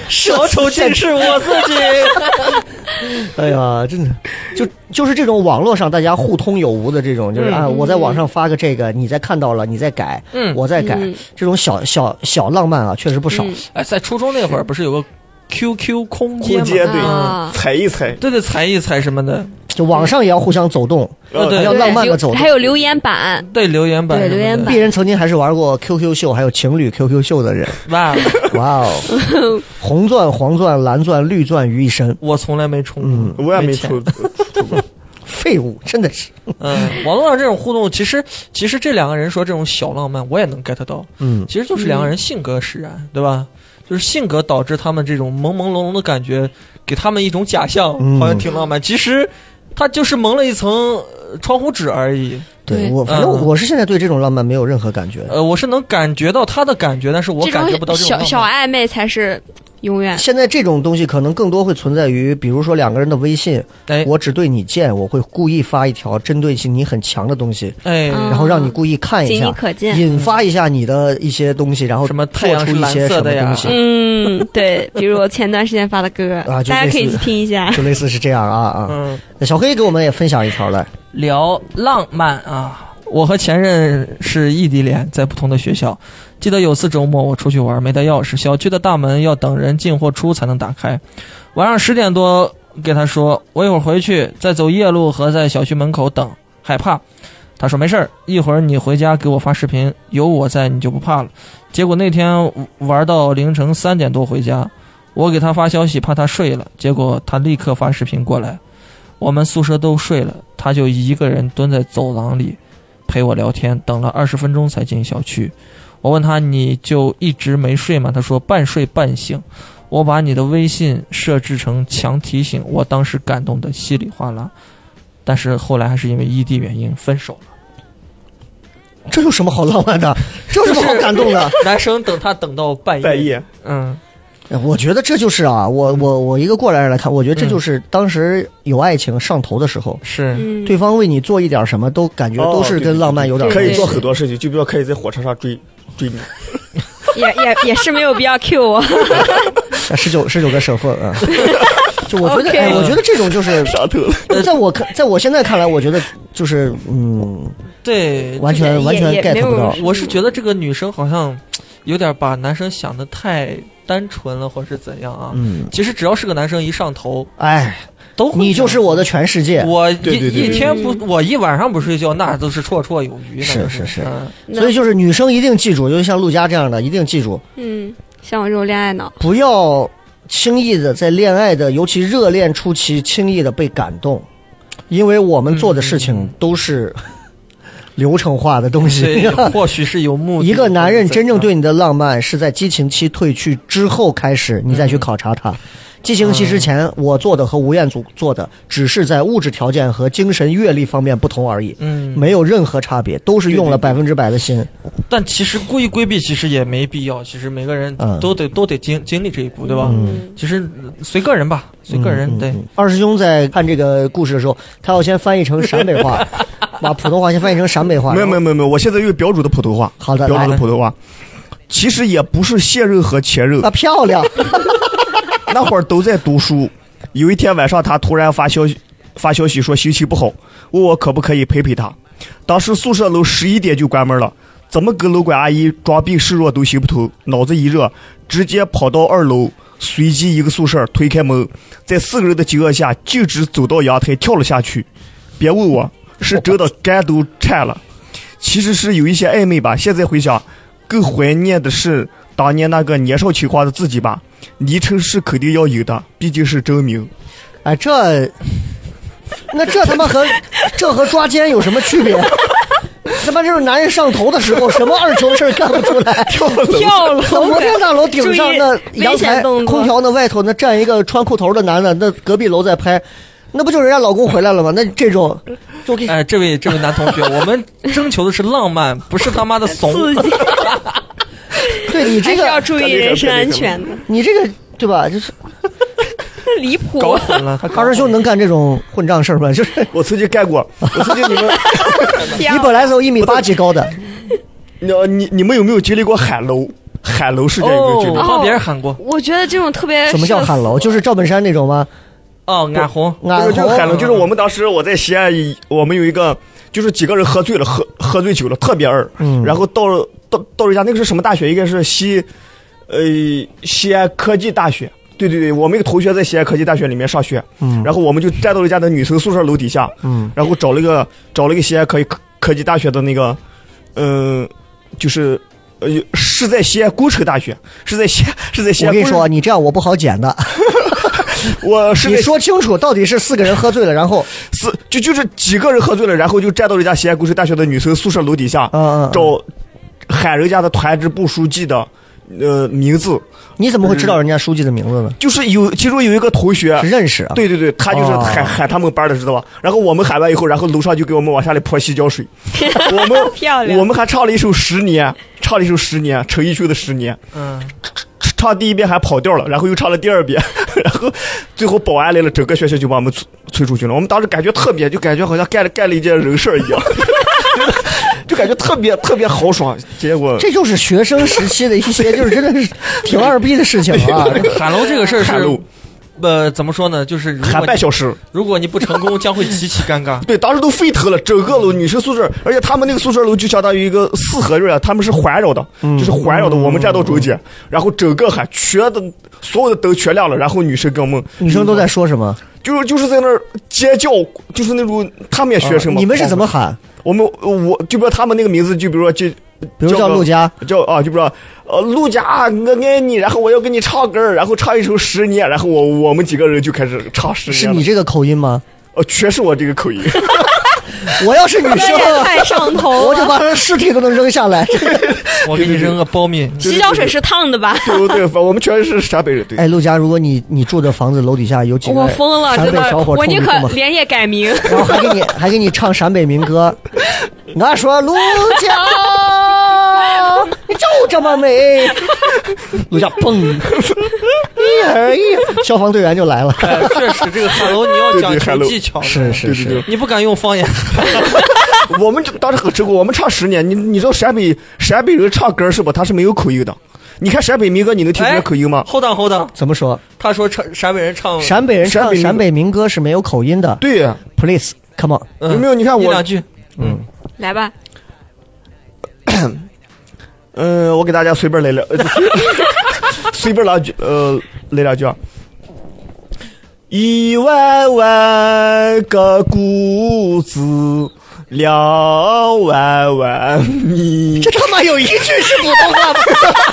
小丑竟是我自己。
哎呀，真的，就就是这种网络上大家互通有无的这种，就是啊，我在网上发个这个，你再看到了，你再改，
嗯
我再改
嗯，
这种小小小浪漫啊，确实不少。
哎，在初中那会儿不是有个 QQ 空间
空
吗？
间对嗯
啊
踩一踩，
对对，踩一踩什么的，
就网上也要互相走动，
呃
对
要浪漫的
留
走动
还。有留言板，
对留言板
对
什么的，
留言板
鄙人曾经还是玩过 QQ 秀，还有情侣 QQ 秀的人，
哇，
哇哦，红钻、黄钻、蓝钻、绿钻于一身，
我从来没充过，
嗯
我也没
钱
出。
废物，真的是，
嗯，网络上这种互动，其实其实这两个人说这种小浪漫，我也能 get 到，
嗯，
其实就是两个人性格使然，对吧？就是性格导致他们这种朦朦胧胧的感觉，给他们一种假象，
嗯
好像挺浪漫，其实他就是蒙了一层呃窗户纸而已。
对
对
我反正
嗯
我是现在对这种浪漫没有任何感觉，
呃，我是能感觉到他的感觉，但是我感觉不到
种
这种
小
浪
小
漫
暧昧才是永远。
现在这种东西可能更多会存在于，比如说两个人的微信，
哎
我只对你见，我会故意发一条针对性你很强的东西，
哎，
嗯
然后让你故意看一
仅你
下，
可见
引发一下你的一些东西，然后
什么
做
太阳
出
是
一
蓝
些什
色
么
的呀
东西，
嗯，对，比如我前段时间发的歌，
啊就
大家可以
类似
去听一下。
就类似是这样啊啊。
嗯，
那小黑给我们也分享一条来，
聊浪漫啊。我和前任是异地恋，在不同的学校。记得有次周末我出去玩，没带钥匙，小区的大门要等人进或出才能打开。晚上十点多给他说，我一会儿回去，再走夜路和在小区门口等，害怕。他说没事儿，一会儿你回家给我发视频，有我在你就不怕了。结果那天玩到凌晨三点多回家，我给他发消息怕他睡了，结果他立刻发视频过来，我们宿舍都睡了，他就一个人蹲在走廊里陪我聊天，等了二十分钟才进小区。我问他：“你就一直没睡吗？”他说：“半睡半醒。”我把你的微信设置成强提醒，我当时感动的稀里哗啦，但是后来还是因为异地原因分手了。
这有什么好浪漫的？这有什么好感动的？
男生等他等到半夜，
半夜，
嗯，
哎我觉得这就是啊，我我我一个过来人来看，我觉得这就是当时有爱情上头的时候，
是，
嗯，
对方为你做一点什么，都感觉
哦
都是
对
跟
对
浪漫有点
可
关
以
系
做很多事情，就比如说可以在火车上追追 你。
也也也是没有必要 Q 我。
十九十九个省份 啊。就我觉得
OK
哎，我觉得这种就 是，
上头了，
在我看，在我现在看来，我觉得就是，嗯，
对，
完全
也
完全
也
get
没有
不到。
我是觉得这个女生好像有点把男生想的太单纯了，或是怎样啊？
嗯，
其实只要是个男生一上头，
哎，
都会
你就是
这样
我的全世界。
我一
对对对
一
对
天不，我一晚上不睡觉，那都是绰绰有余。
是
那都
是是
嗯
所以就是女生一定记住，尤其像陆佳这样的，一定记住，
嗯，像我这种恋爱脑，
不要轻易的在恋爱的，尤其热恋初期，轻易的被感动，因为我们做的事
嗯
情都是 流程化的东西。
对，或许是有目的。
一个男人真
啊
正
或者
对你的浪漫，是在激情期褪去之后开始，你再去考察
嗯
他。激情期之前，我做的和吴彦祖做的，只是在物质条件和精神阅历方面不同而已，
怎样，嗯，
没有任何差别，都是用了百分之百的心。
但其实故意规避，其实也没必要。其实每个人
嗯
都得都得经经历这一步，对
哦
吧？
嗯
其实呃随个人吧，随个人。对，
二师兄在看这个故事的时候，他要先翻译成陕北 话，把普通话先翻译成陕北话。
没有没有
有，
没有没有，我现在用标准的普通话，
好的，
标准
来
的普通话。其实也不是现任和前任
啊，，漂亮，
那会儿都在读书。有一天晚上，他突然发消息，发消息说心情不好，问我可不可以陪陪他。当时宿舍楼十一点就关门了，怎么跟楼管阿姨装病示弱都行不通，脑子一热，直接跑到二楼，随机一个宿舍推开门，在四个人的惊愕下，径直走到阳台跳了下去。别问我是真的肝都颤了，其实是有一些暧昧吧。现在回想，更怀念的是当年那个年少轻狂的自己吧。昵称是肯定要有的，毕竟是真名。
哎，这，那这他妈和这和抓奸有什么区别？他妈这种男人上头的时候，什么二球事儿干不出来？跳楼，
跳楼
那摩天大楼顶
注
上
意
那
危
阳
险
台
动作
空调那外头那站一个穿裤头的男的，那隔壁楼在拍，那不就是人家老公回来了吗？那这种，就给
哎，这位这位男同学，我们征求的是浪漫，不是他妈的怂。
刺激，
对哦 你
还
这
是要
个，
注意人身安全的，
你这个对吧？就是
离谱。
啊
搞混了，哦他搞混
二
了
师兄能干这种混账事儿吗？就是
我曾经干 过，我曾经你们，
天
你本来都一米八几 高的，
你你你们有没有经历过喊楼？喊楼事件有没有经历
我
哦
过？
帮别人哦喊过
我觉得这种特别
怎么叫
社死
喊楼？就是赵本山那种吗？
哦，眼红。
俺
就是
红
喊楼，就是我们当时我在西安，我们有一个就是几个人喝醉了，喝喝醉酒了，特别二，
嗯
然后到了到到人家那个是什么大学？应该是西，呃，西安科技大学。对对对，我们一个同学在西安科技大学里面上学，
嗯
然后我们就站到了人家的女生宿舍楼底下，
嗯
然后找了一个找了一个西安科科科技大学的那个，嗯、就是呃是在西安工程大学，是在西安是在西
我
安
跟
工
你
程。
说啊，你这样我不好剪的。
我是
你
在
说清楚，到底是四个人喝醉了，然 后
四就就是几个人喝醉了，然后就站到人家西安工程大学的女生宿舍楼底下，
嗯嗯嗯，
找喊人家的团支部书记的呃名字，
你怎么会知道人家书记的名字呢？
就是有其中有一个同学
是。认识啊？，
嗯对对对，他就是
哦
喊、喊他们班的，知道吧？然后我们喊完以后，然后楼上就给我们往下来泼洗 脚水。我们
漂亮
我们还唱了一首《十年》，唱了一首《十年》，陈奕迅的《十年》。
嗯，
唱第一遍还跑调了，然后又唱了第二遍， 然后最后保安来了，整个学校就把我们催催出去了。我们当时感觉特别，就感觉好像干了干了一件人事儿一样， 就感觉特别特别豪爽。结果
这就是学生时期的一些，就是真的是挺二逼的事情 啊。
喊楼这个事儿
喊楼
是，呃，怎么说呢？就是如
喊
果
半小时，
如果你不成功，将会极其尴 尬。
对，当时都沸腾了，整个楼女生宿舍，而且他们那个宿舍楼就相当于一个四合院，他们是环绕的，就是环绕的，我们站到中间，然后整个喊全的所有的灯全亮了，然后女生跟我们
女生都在说什么？
就是就是在那儿尖叫，就是那种他们也学生嘛。
啊你们是怎么喊？
我们我就比如他们那个名字，就比如说就
比如叫陆佳，
叫啊，就比如说呃陆佳，我爱你，然后我要给你唱歌儿，然后唱一首《十年》，然后我我们几个人就开始唱《十
是
年》
你
了，
这个口音 吗？
呃，全是我这个 口音，
我要是女
这
生，
也哎太上头了。
我就把她的尸体都能扔下来。
我给你嗯扔个苞米，
洗脚水是烫的吧？
对不对？反我们全是陕北人，对。
哎，陆佳，如果你你住的房子楼底下有几个
我疯了，
陕
真
北
的，
小伙
我
冲你
宁
这么
可连夜改名。
然后还给你还给你唱陕北民歌，俺说陆家，你就这么美，陆家蹦，一儿一，消防队员就来了，
哎确实这个喊楼你要讲
对对喊
求
楼
技巧的，
是
对
是
对
是
对，
你不敢用方言。
我们这当时很吃苦，我们唱十年，你你知道陕北陕北人唱歌是吧？他是没有口音的。你看陕北民歌，你能听出来
哎
口音吗？
后当后当，
怎么说？
他说唱陕北人唱，
陕北人
陕
唱陕
北民歌
北民歌是没有口音的
对呀，
，Please come on，
嗯
有没有你看我
一两句，
来吧，
嗯，我给大家随便来两， 呃随便两句，呃，来两句啊。一万万个谷子，两万万 米。
这他妈有一句是普通话吗？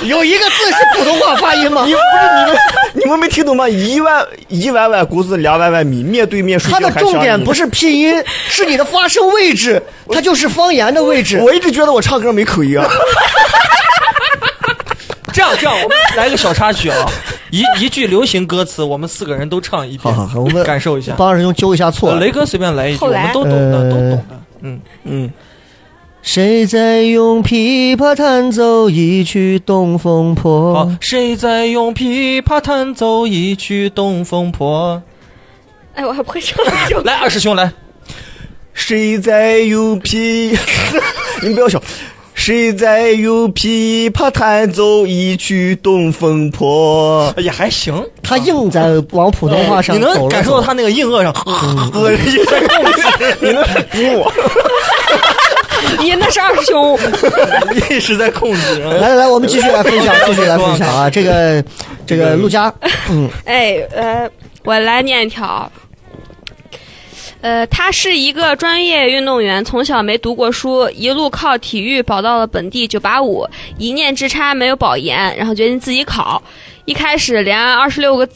有一个字是普通话发音吗
你？不是你们，你们没听懂吗？一万一万万谷子，两万万米，面对面睡
它
觉
的
还
重点
想你
不。是拼音，是你的发声位置，它就是方言的位置。
我一直觉得我唱歌没口音啊，
这样这样，我们来个小插曲啊， 一一句流行歌词，我们四个人都唱一
好
遍，
好好，我们
感受一下。
帮二师兄纠一下错
呃。雷哥随便来一句，
后
我
来
们都懂的，
呃
都懂的。嗯嗯，
谁在用琵琶弹奏一曲《东风破
好，谁在用琵琶弹奏一曲《东风破
哎，我还不会唱这》？ 种。
来，二师兄来，
谁在用屁？你们不要笑。谁在用琵琶弹奏一曲《东风破》？
哎也还行，
他硬在往普通话上
哎你
走了
能感受
走
到他那个硬腭上，嗯
呃
呵，你能服我？
你那是二师兄，
一直在控制。然后
来来来，我们继
哎
续来分享，继续来分享啊！这个这个陆 佳，
哎，呃，我来念一条。呃，他是一个专业运动员，从小没读过书，一路靠体育保到了本地九八五，一念之差没有保研，然后决定自己考。一开始连二十六个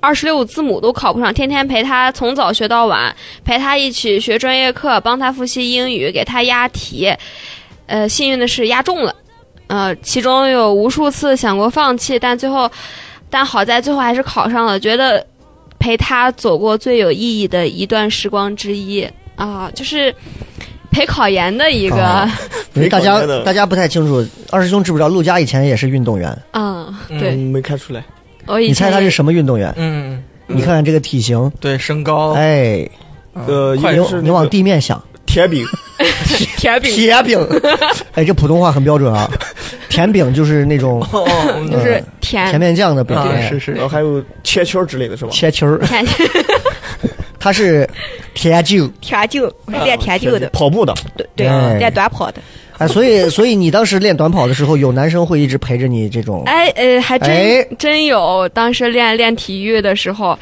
二十六字母都考不上，天天陪他从早学到晚，陪他一起学专业课，帮他复习英语，给他押题。呃，幸运的是押中了，呃，其中有无数次想过放弃，但最后但好在最后还是考上了，觉得陪他走过最有意义的一段时光之一啊，就是陪考研的一个，
啊因为大
没
家
考虑的
大家不太清楚，二师兄知不知道陆佳以前也是运动员？
嗯，
嗯
对，
没看出来。
我以
你猜
前
他是什么运动员？
嗯，
你看看这个体型，
对，身高，
哎，
呃，
快
也
你
手
是
你往地面想，
甜 饼，
铁饼，
铁 饼，哎，这普通话很标准啊，甜饼就是那种
哦，嗯
就是
甜
甜
面酱的饼，
啊，
哎
是是
然，后还有切圈之类的是吧？
切球儿，
甜
他是铁酒，
铁酒，我
啊
是练铁酒的，
跑步的，
对对
哎，
练短跑的。
哎，所以所以你当时练短跑的时候，有男生会一直陪着你这种，
哎呃，还真、
哎
真有，当时练练体育的时候。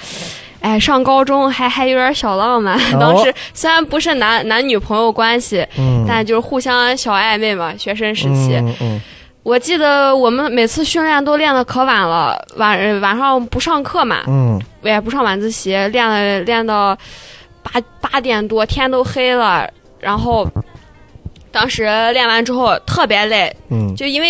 哎，上高中还还有点小浪漫。
哦
当时虽然不是男男女朋友关系，
嗯，
但就是互相小暧昧嘛，学生时期。
嗯嗯
我记得我们每次训练都练的可晚了，晚呃晚上不上课嘛，
嗯，
也不上晚自习，练了练到八八点多，天都黑了。然后当时练完之后特别累，
嗯
就因为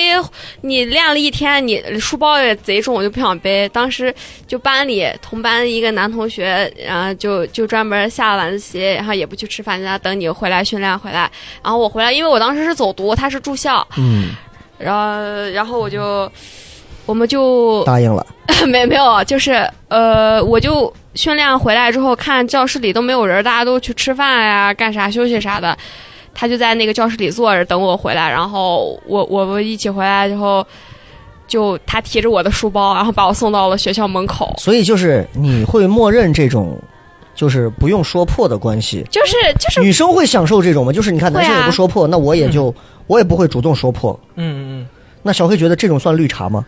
你练了一天，你书包也贼重，我就不想背。当时就班里同班一个男同学，然后就就专门下了晚自习，然后也不去吃饭，在家等你回来训练回来。然后我回来，因为我当时是走读，他是住校，
嗯，
然后然后我就我们就
答应了。
没没有，啊就是呃，我就训练回来之后，看教室里都没有人，大家都去吃饭呀、干啥、休息啥的。他就在那个教室里坐着等我回来，然后我我们一起回来之后，就他提着我的书包，然后把我送到了学校门口。
所以就是你会默认这种，就是不用说破的关系。
就是就是
女生会享受这种吗？就是你看
会啊嗯
男生也不说破，那我也就、我也不会主动说破。
嗯嗯
那小黑觉得这种算绿茶吗？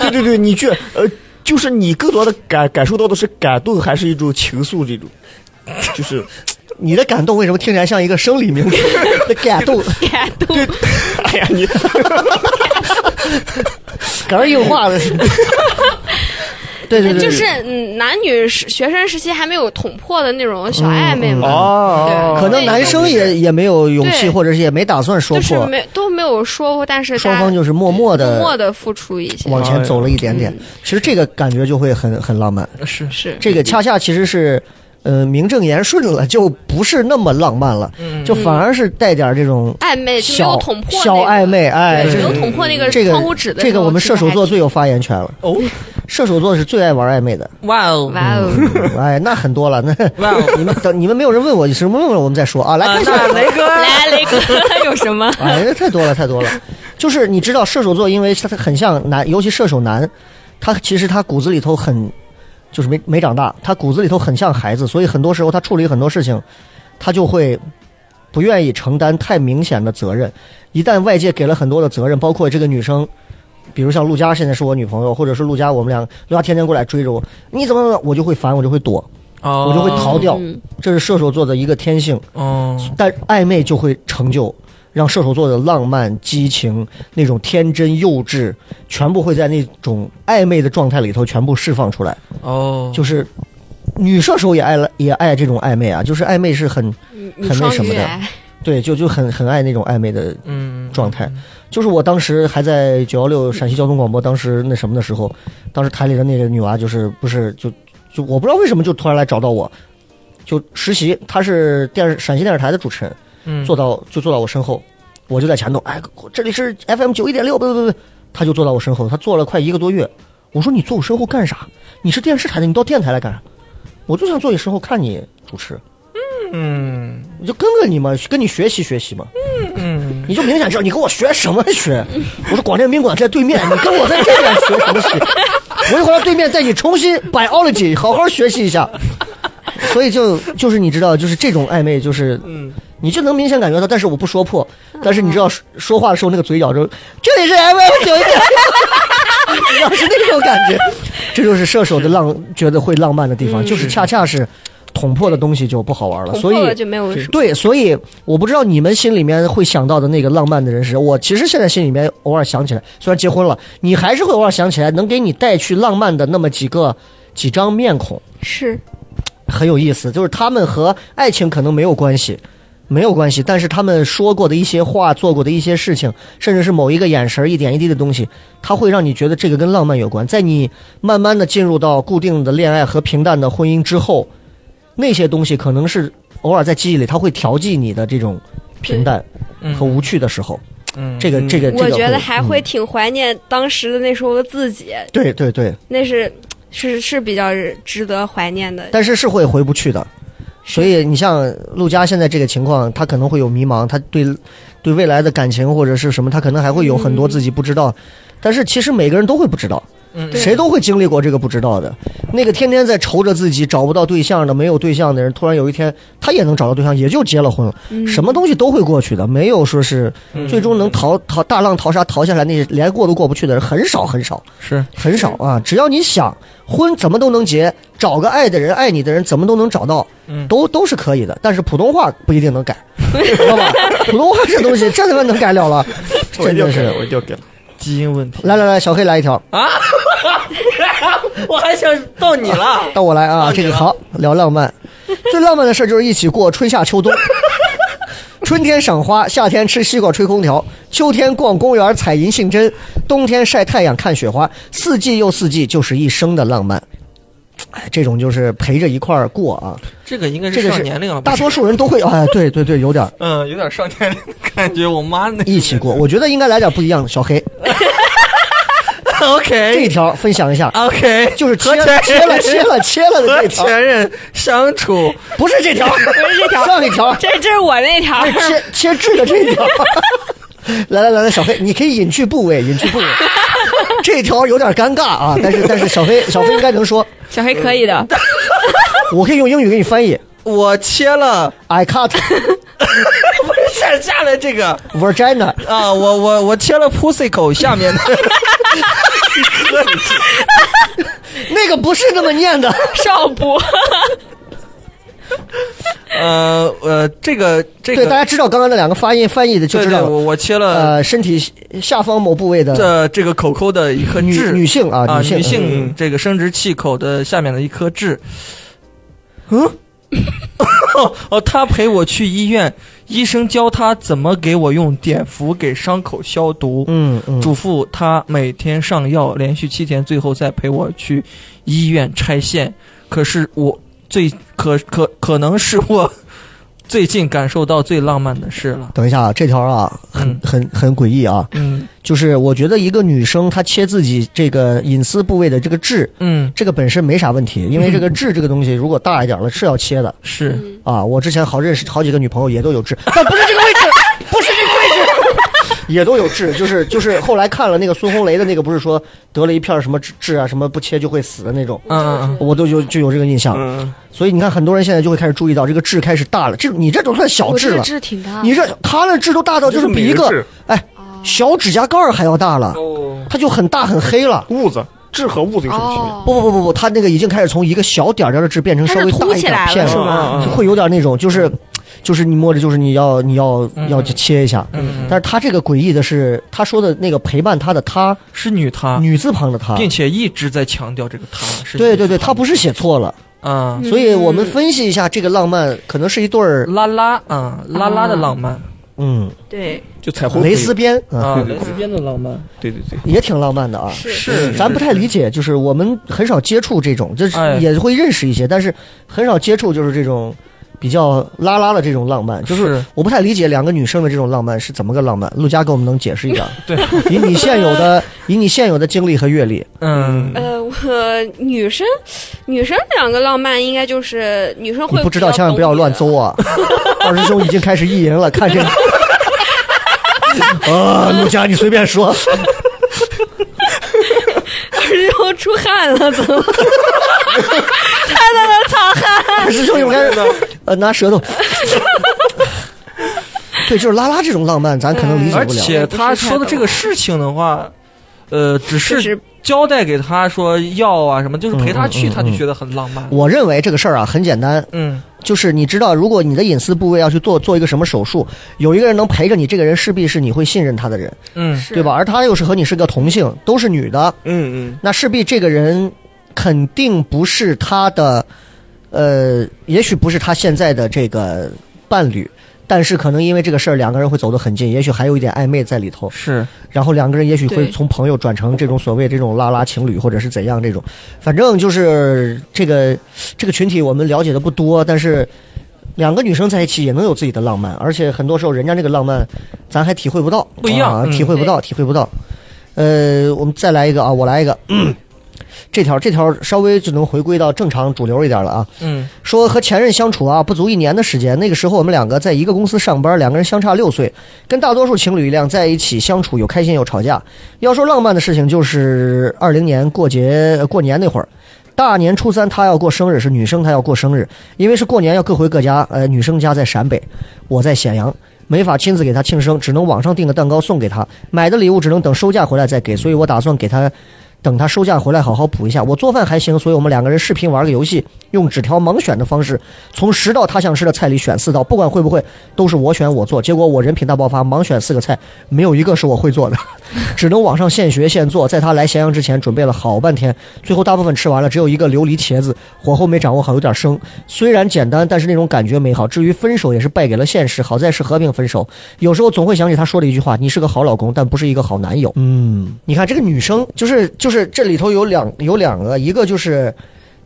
对对对，你去，呃，就是你更多的感感受到的是感动，还是一种情愫这种，就是
你的感动为什么听起来像一个生 理名词？那感动，
感 动，
哎呀 你，
杆儿硬化了。 对对对，
就
对
是嗯，男女时学生时期还没有捅破的那种
嗯
小暧昧嘛。
哦
对
可能男生也也没有勇气，
哦哎对
或者是也没打算说
就是
破，
没都没有说过，但是大
双
家
方就是默默
默默嗯
的
的付出一些，
往前走了一点点。其实这个感觉就会很很浪漫。
嗯，是
是
这个恰恰其实是，呃，名正言顺了，就不是那么浪漫了，
嗯
就反而是带点这种
暧昧，就没
小
有捅破、那个、
小暧昧，哎，
对，
这
没有
个
捅破那个
这
窗户纸
个
的
这
时
个
候
我们
其实
射手座
还
最有发言权了。
哦，
射手座是最爱玩暧昧的，
哇哦
哇哦，
嗯哎，那很多了。那
哇哦，
你们等你们没有人问我，什么问我们再说啊？来
呃
啊
开始。
那雷哥，
来雷哥 有什么？
哎，那太多了，太多了。就是你知道，射手座，因为他很像男，尤其射手男，他其实他骨子里头很，就是没没长大，他骨子里头很像孩子，所以很多时候他处理很多事情，他就会不愿意承担太明显的责任。一旦外界给了很多的责任，包括这个女生。比如像陆佳现在是我女朋友，或者是陆佳我们俩，陆佳天天过来追着我，你怎么怎么，我就会烦，我就会躲，
我
我就会逃掉，
嗯
这是射手座的一个天性。
哦，
但暧昧就会成就，让射手座的浪漫、激情、那种天真、幼稚，全部会在那种暧昧的状态里头全部释放出来。
哦，
就是女射手也爱了，也爱这种暧昧啊，就是暧昧是很
你你
很那
双
什么
鱼
的
哎，
对，就就很很爱那种暧昧的
嗯，
状态。就是我当时还在九幺六陕西交通广播，当时那什么的时候，当时台里的那个女娃就是不是就就我不知道为什么就突然来找到我，就实习，她是电视陕西电视台的主持人。
嗯
坐到就坐到我身后，我就在前头，哎，这里是 FM 九一点六，不不不，他就坐到我身后，他坐了快一个多月。我说你坐我身后干啥？你是电视台的，你到电台来干啥？我就想坐你身后看你主持。
嗯
我就跟跟你嘛，跟你学习学习嘛。
嗯，
你就明显知道你跟我学什么学。我说广电宾馆在对面，你跟我在这边学什么学？我一会儿到对面带你重新 biology 好好学习一下。所以就就是你知道，就是这种暧昧，就是
嗯
你就能明显感觉到，但是我不说破。但是你知道说说话的时候那个嘴咬着，这里是 M M 九一点，你知道是那种感觉，这就是射手的浪觉得会浪漫的地
嗯
方，就是恰恰是捅破的东西就不好玩了。
捅
所以
破了就没有什么
对，所以我不知道你们心里面会想到的那个浪漫的人是谁。我其实现在心里面偶尔想起来，虽然结婚了，你还是会偶尔想起来能给你带去浪漫的那么几个几张面孔，
是
很有意思。就是他们和爱情可能没有关系，没有关系，但是他们说过的一些话、做过的一些事情，甚至是某一个眼神、一点一滴的东西，它会让你觉得这个跟浪漫有关。在你慢慢的进入到固定的恋爱和平淡的婚姻之后，那些东西可能是偶尔在记忆里，它会调剂你的这种平淡
嗯
和无趣的时候。
嗯
这个这个，这
我
个
觉得还会
嗯
挺怀念当时的那时候的自己，
对对对，
那是是是比较值得怀念的。
但是是会回不去的。所以你像陆佳现在这个情况，他可能会有迷茫，他对对未来的感情或者是什么，他可能还会有很多自己不知道。但是其实每个人都会不知道，
嗯
谁都会经历过这个不知道的。那个天天在愁着自己找不到对象的、没有对象的人，突然有一天他也能找到对象，也就结了婚了。什么东西都会过去的，没有说是最终能逃逃大浪淘沙逃下来那些连过都过不去的人很少很少。
是
很少啊。只要你想，婚怎么都能结，找个爱的人、爱你的人，怎么都能找到，
嗯
都都是可以的。但是普通话不一定能改，知道 吧？普通话这东西，这他妈能改了了，
我一
真
定
的
要给
是
了，。我一定要给了。
基因问题。
来来来，小黑来一条，
啊，我还想到你了。
到我来啊！
到你
这个
了
好聊浪 漫，最浪漫的事就是一起过春夏秋冬。春天赏花，夏天吃西瓜吹空调，秋天逛公园采银杏针，冬天晒太阳看雪花，四季又四季，就是一生的浪漫。哎，这种就是陪着一块儿过啊。
这个应该
这
是
个
上
是
年龄了，
大
不是
多数人都会，哎，对对对，有点儿
嗯，有点上年龄的感觉。我妈那
一起过。我觉得应该来点不一样的。小黑这
OK
一条分享一下，
OK，
就是切
哎啊和前
切了切了切了的
和
这条，
前任相处，
不是这条，不是这条，上一条
这这是我那条，
切切痣的这一条。 来来来来，小黑，你可以隐去部位，隐去 部位。这条有点尴尬啊，但是但是小黑小黑应该能 说，
小黑可以的，
嗯我可以用英语给你翻译。
我切了，
I cut
不是下下来这个
vagina，
啊，我我我切了 pussy 口下面的，
那个不是那么念的。
少补。
呃呃，这个 这
对，大
个，
家知道刚刚那两个发音翻译的就
对
知
对，
道了。
我我切了
呃，身体下方某部位的
这这个口口的一颗
女
痣，
女性啊，
啊，
性
女性
嗯
这个生殖器口的下面的一颗痣，嗯， 哦，他陪我去医院，医生教他怎么给我用碘伏给伤口消毒，
嗯嗯，
嘱咐他每天上药，连续七天，最后再陪我去医院拆线。可是我最可可可能是我最近感受到最浪漫的事了，
等一下啊，这条啊，很
嗯
很很诡异啊，
嗯
就是我觉得一个女生她切自己这个隐私部位的这个痣，
嗯，
这个本身没啥问题，因为这个痣这个东西如果大一点了是要切的
是
啊。我之前好认识好几个女朋友也都有痣，但 不是这个位置，不是这个位置。 也都有痣，就是就是后来看了那个孙红雷的那个，不是说得了一片什么痣痣啊，什么不切就会死的那种，
嗯
我都有就有这个印象。
嗯，
所以你看，很多人现在就会开始注意到这个痣开始大了，这你这都算小痣了，
挺大
你这他那痣都大到就是比一
这是
个
美
哎小指甲盖儿还要大了，
哦，
它就很大很黑了。
痦子，痣和痦子有什么区别？
哦，
不不不不不，它那个已经开始从一个小点儿点儿的痣变成稍微大
它是凸
一
起
点
来
儿
了
片
是
了，
哦吗
嗯
就会有点那种就是就是你摸着就是你要你要
嗯
要去切一下。
嗯，
但是他这个诡异的是，他说的那个陪伴他的他，
是女她，
女字旁的他，
并且一直在强调这个他是
对对对，他不是写错了，
啊，
所以我们分析一下这个浪漫，可能是一对儿，
拉拉啊，拉拉的浪漫
嗯，
对，
就彩虹
蕾丝边啊，
啊，
对对对
蕾丝边的浪漫
对对对，
也挺浪漫的啊。
是
咱不太理解，就是我们很少接触这种，就是
哎
也会认识一些，但是很少接触就是这种比较拉拉的这种浪漫，就是
是
我不太理解两个女生的这种浪漫是怎么个浪漫。陆佳给我们能解释一下？
对，
以你现有的以你现有的经历和阅历，
嗯，
呃，我女生，女生两个浪漫应该就是女生
你
会
不知道千万不要乱
搜
搜啊！二师兄已经开始意淫了，看这个。啊，陆佳，你随便说，
二师兄出汗了，怎么？他在那擦汗。
二师兄一会儿开始呃拿舌头。 对，就是拉拉这种浪漫，咱可能理解
而
不了。
且他说的这个事情的话，呃，只
就是是
交代给他说要啊什么，就是陪他
嗯
去，
嗯嗯
他就觉得很浪漫。
我认为这个事儿啊很简单，
嗯，
就是你知道，如果你的隐私部位要去做做一个什么手术，有一个人能陪着你，这个人势必是你会信任他的人，
嗯，
对吧？而他又是和你是个同性，都是女的，
嗯
那势必这个人肯定不是他的，呃，也许不是他现在的这个伴侣，但是可能因为这个事儿，两个人会走得很近，也许还有一点暧昧在里头，
是
然后两个人也许会
对
从朋友转成这种所谓这种拉拉情侣，或者是怎样这种，反正就是这个这个群体我们了解的不多，但是。两个女生在一起也能有自己的浪漫，而且很多时候人家这个浪漫，咱还体会不到，
不一样
啊
嗯
体会不到，体会不到。呃，我们再来一个啊，我来一个，这条这条稍微就能回归到正常主流一点了啊。
嗯
说和前任相处啊，不足一年的时间，那个时候我们两个在一个公司上班，两个人相差六岁，跟大多数情侣一样，在一起相处有开心有吵架。要说浪漫的事情，就是二零年过节呃过年那会儿。大年初三，他要过生日，是女生她要过生日，因为是过年要各回各家，呃，女生家在陕北，我在咸阳，没法亲自给她庆生，只能网上订个蛋糕送给她，买的礼物只能等收假回来再给，所以我打算给她等他收假回来好好补一下。我做饭还行，所以我们两个人视频玩个游戏，用纸条盲选的方式，从十道他想吃的菜里选四道，不管会不会都是我选我做。结果我人品大爆发，盲选四个菜，没有一个是我会做的， 只能网上现学现做。在他来咸阳之前，准备了好半天，最后大部分吃完了，只有一个琉璃茄子，火候没掌握好，有点生。虽然简单，但是那种感觉美好。至于分手，也是败给了现实。好在是和平分手。有时候总会想起他说的一句话：“你是个好老公，但不是一个好男友。”嗯，你看这个女生，就是就是这里头有两有两个，一个就是，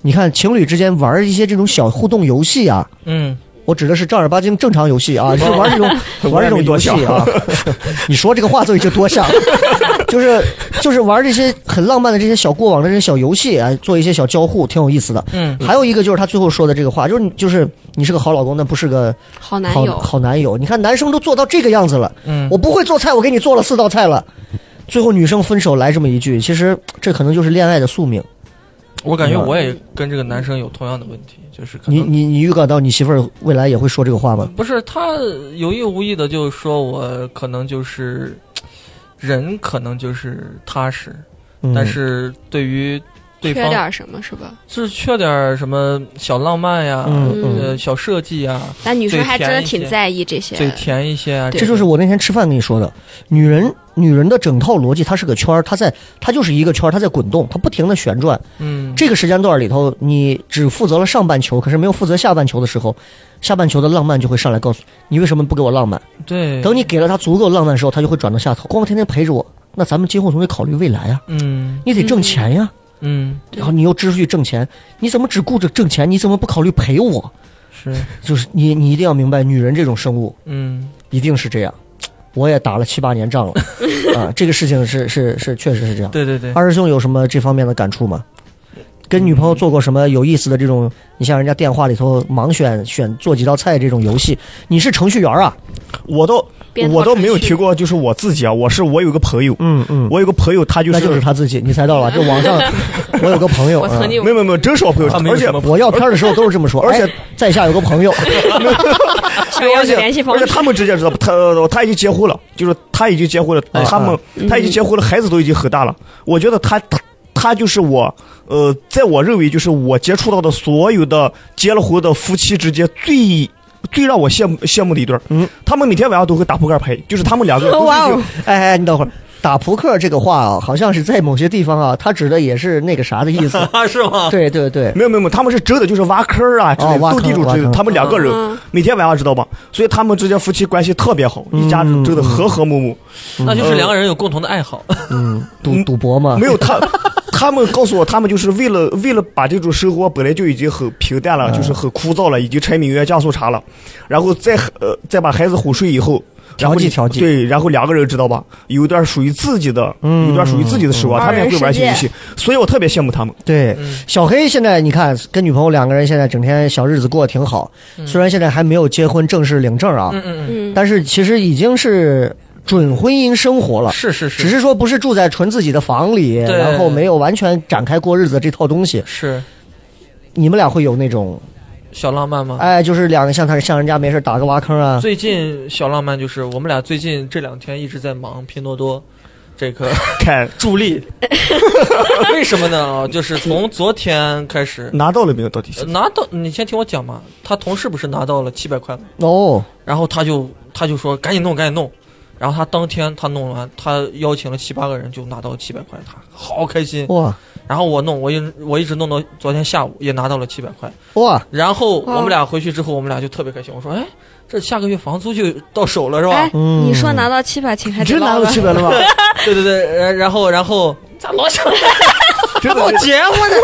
你看情侣之间玩一些这种小互动游戏啊，
嗯，
我指的是正儿八经正常游戏啊，是玩这种
嗯，
玩这
我也
种
没多
游戏
想
啊， 你说这个话都已经多像了， 就是就是玩这些很浪漫的这些小过往的这些小游戏啊，做一些小交互，挺有意思的。
嗯，
还有一个就是他最后说的这个话，就是你就是你是个好老公，但不是个
好男
好
友，
好男友。你看男生都做到这个样子了，
嗯
我不会做菜，我给你做了四道菜了。最后女生分手来这么一句，其实这可能就是恋爱的宿命。
我感觉我也跟这个男生有同样的问题，就是可
你
能
你你预感到你媳妇儿未来也会说这个话吗？
不是他有意无意的就说我可能就是人可能就是踏实，
嗯、
但是对于对
缺
方
点什么是吧？
就是缺点儿什么小浪漫呀，
嗯
嗯
呃，小设计呀，
但女生还真的
嘴甜一
挺
些
在意这些。
嘴甜一些啊，
对
这就是我那天吃饭跟你说的，女人女人的整套逻辑，它是个圈儿，它在它就是一个圈儿，它在滚动，它不停的旋转。
嗯，
这个时间段里头，你只负责了上半球，可是没有负责下半球的时候，下半球的浪漫就会上来告诉你你为什么不给我浪漫。
对，
等你给了他足够浪漫的时候，他就会转到下头，光天天陪着我，那咱们今后总得考虑未来呀、
嗯
你得挣钱呀、
嗯
然后你又支出去挣钱，你怎么只顾着挣钱？你怎么不考虑陪我？
是
就是你，你一定要明白，女人这种生物，
嗯
一定是这样。我也打了七八年仗了啊，这个事情是是是，确实是这样。
对对对，
二师兄有什么这方面的感触吗？跟女朋友做过什么有意思的这种？你像人家电话里头盲选选做几道菜这种游戏，你是程序员啊？
嗯，我倒
编
我
套
倒没有
程序
提过，就是我自己啊，我是我有个朋友，
嗯嗯，
我有个朋友他就
那
是
就是他自己，你猜到了吧？就网上我有个朋友，嗯
我曾经
没有没有没有，真是我朋友，
他没有
而且
什么。
我要片儿的时候都是这么说，
而且
哎在下有个朋友，
想要
而且
个联系方
而且
式，
他们之间知道不？他呃他已经结婚了，就是他已经结婚了，
啊
他们他已经结婚了，孩子都已经很大了。我觉得他他他就是我，呃，在我认为就是我接触到的所有的结了婚的夫妻之间最。最让我羡慕羡慕的一对儿，
嗯，
他们每天晚上都会打扑克牌，就是他们两个人都是
哇
一个
哦，
哎哎，你等会儿，打扑克这个话啊，好像是在某些地方啊，它指的也是那个啥的意思
啊，是吗？
对对对，
没有没有，没有，他们是真的就是挖坑儿啊之类
哦挖
的，
坑
斗地主之类
挖坑
的。他们两个人
嗯
每天晚上知道吧？所以他们之间夫妻关系特别好，一家人真的和和睦睦。
那
呃
就是两个人有共同的爱好，
嗯，赌赌博嘛
没，有他， 他们告诉我，他们就是为了为了把这种生活本来就已经很平淡
嗯
了，就是很枯燥了，已经柴米油盐酱醋茶了，然后再呃再把孩子哄睡以后。然后
调剂
你
调剂
对，然后两个人知道吧，有一段属于自己的，有一段属于自己的时光，
嗯
他们也会玩一些游戏，所以我特别羡慕他们。
对
嗯，
小黑现在你看跟女朋友两个人现在整天小日子过得挺好，虽然现在还没有结婚正式领证啊，
嗯
嗯，
但是其实已经是准婚姻生活了
嗯，。是是
只
是
是说不是住在纯自己的房里，
对
然后没有完全展开过日子这套东西，
是，
你们俩会有那种，
小浪漫吗？
哎，就是两个像他像人家没事打个挖坑啊，
最近小浪漫就是我们俩最近这两天一直在忙拼多多，这个
看
助力，为什么呢？啊，就是从昨天开始
嗯
呃
拿到了没有？到底是
拿到，你先听我讲嘛。他同事不是拿到了七百块吗？
哦，
然后他就他就说赶紧弄赶紧弄，然后他当天他弄完，他邀请了七八个人就拿到七百块，他好开心。
哇
然后我弄我一我一直弄到昨天下午也拿到了七百块，
哇，
然后我们俩回去之后我们俩就特别开心，我说哎这下个月房租就到手了是吧
哎？，
嗯
你说拿到七百，请还
你
得
真拿
唠
到
吧
七百了吗？
对对对，然然后然后咋老想
真的
结婚呢？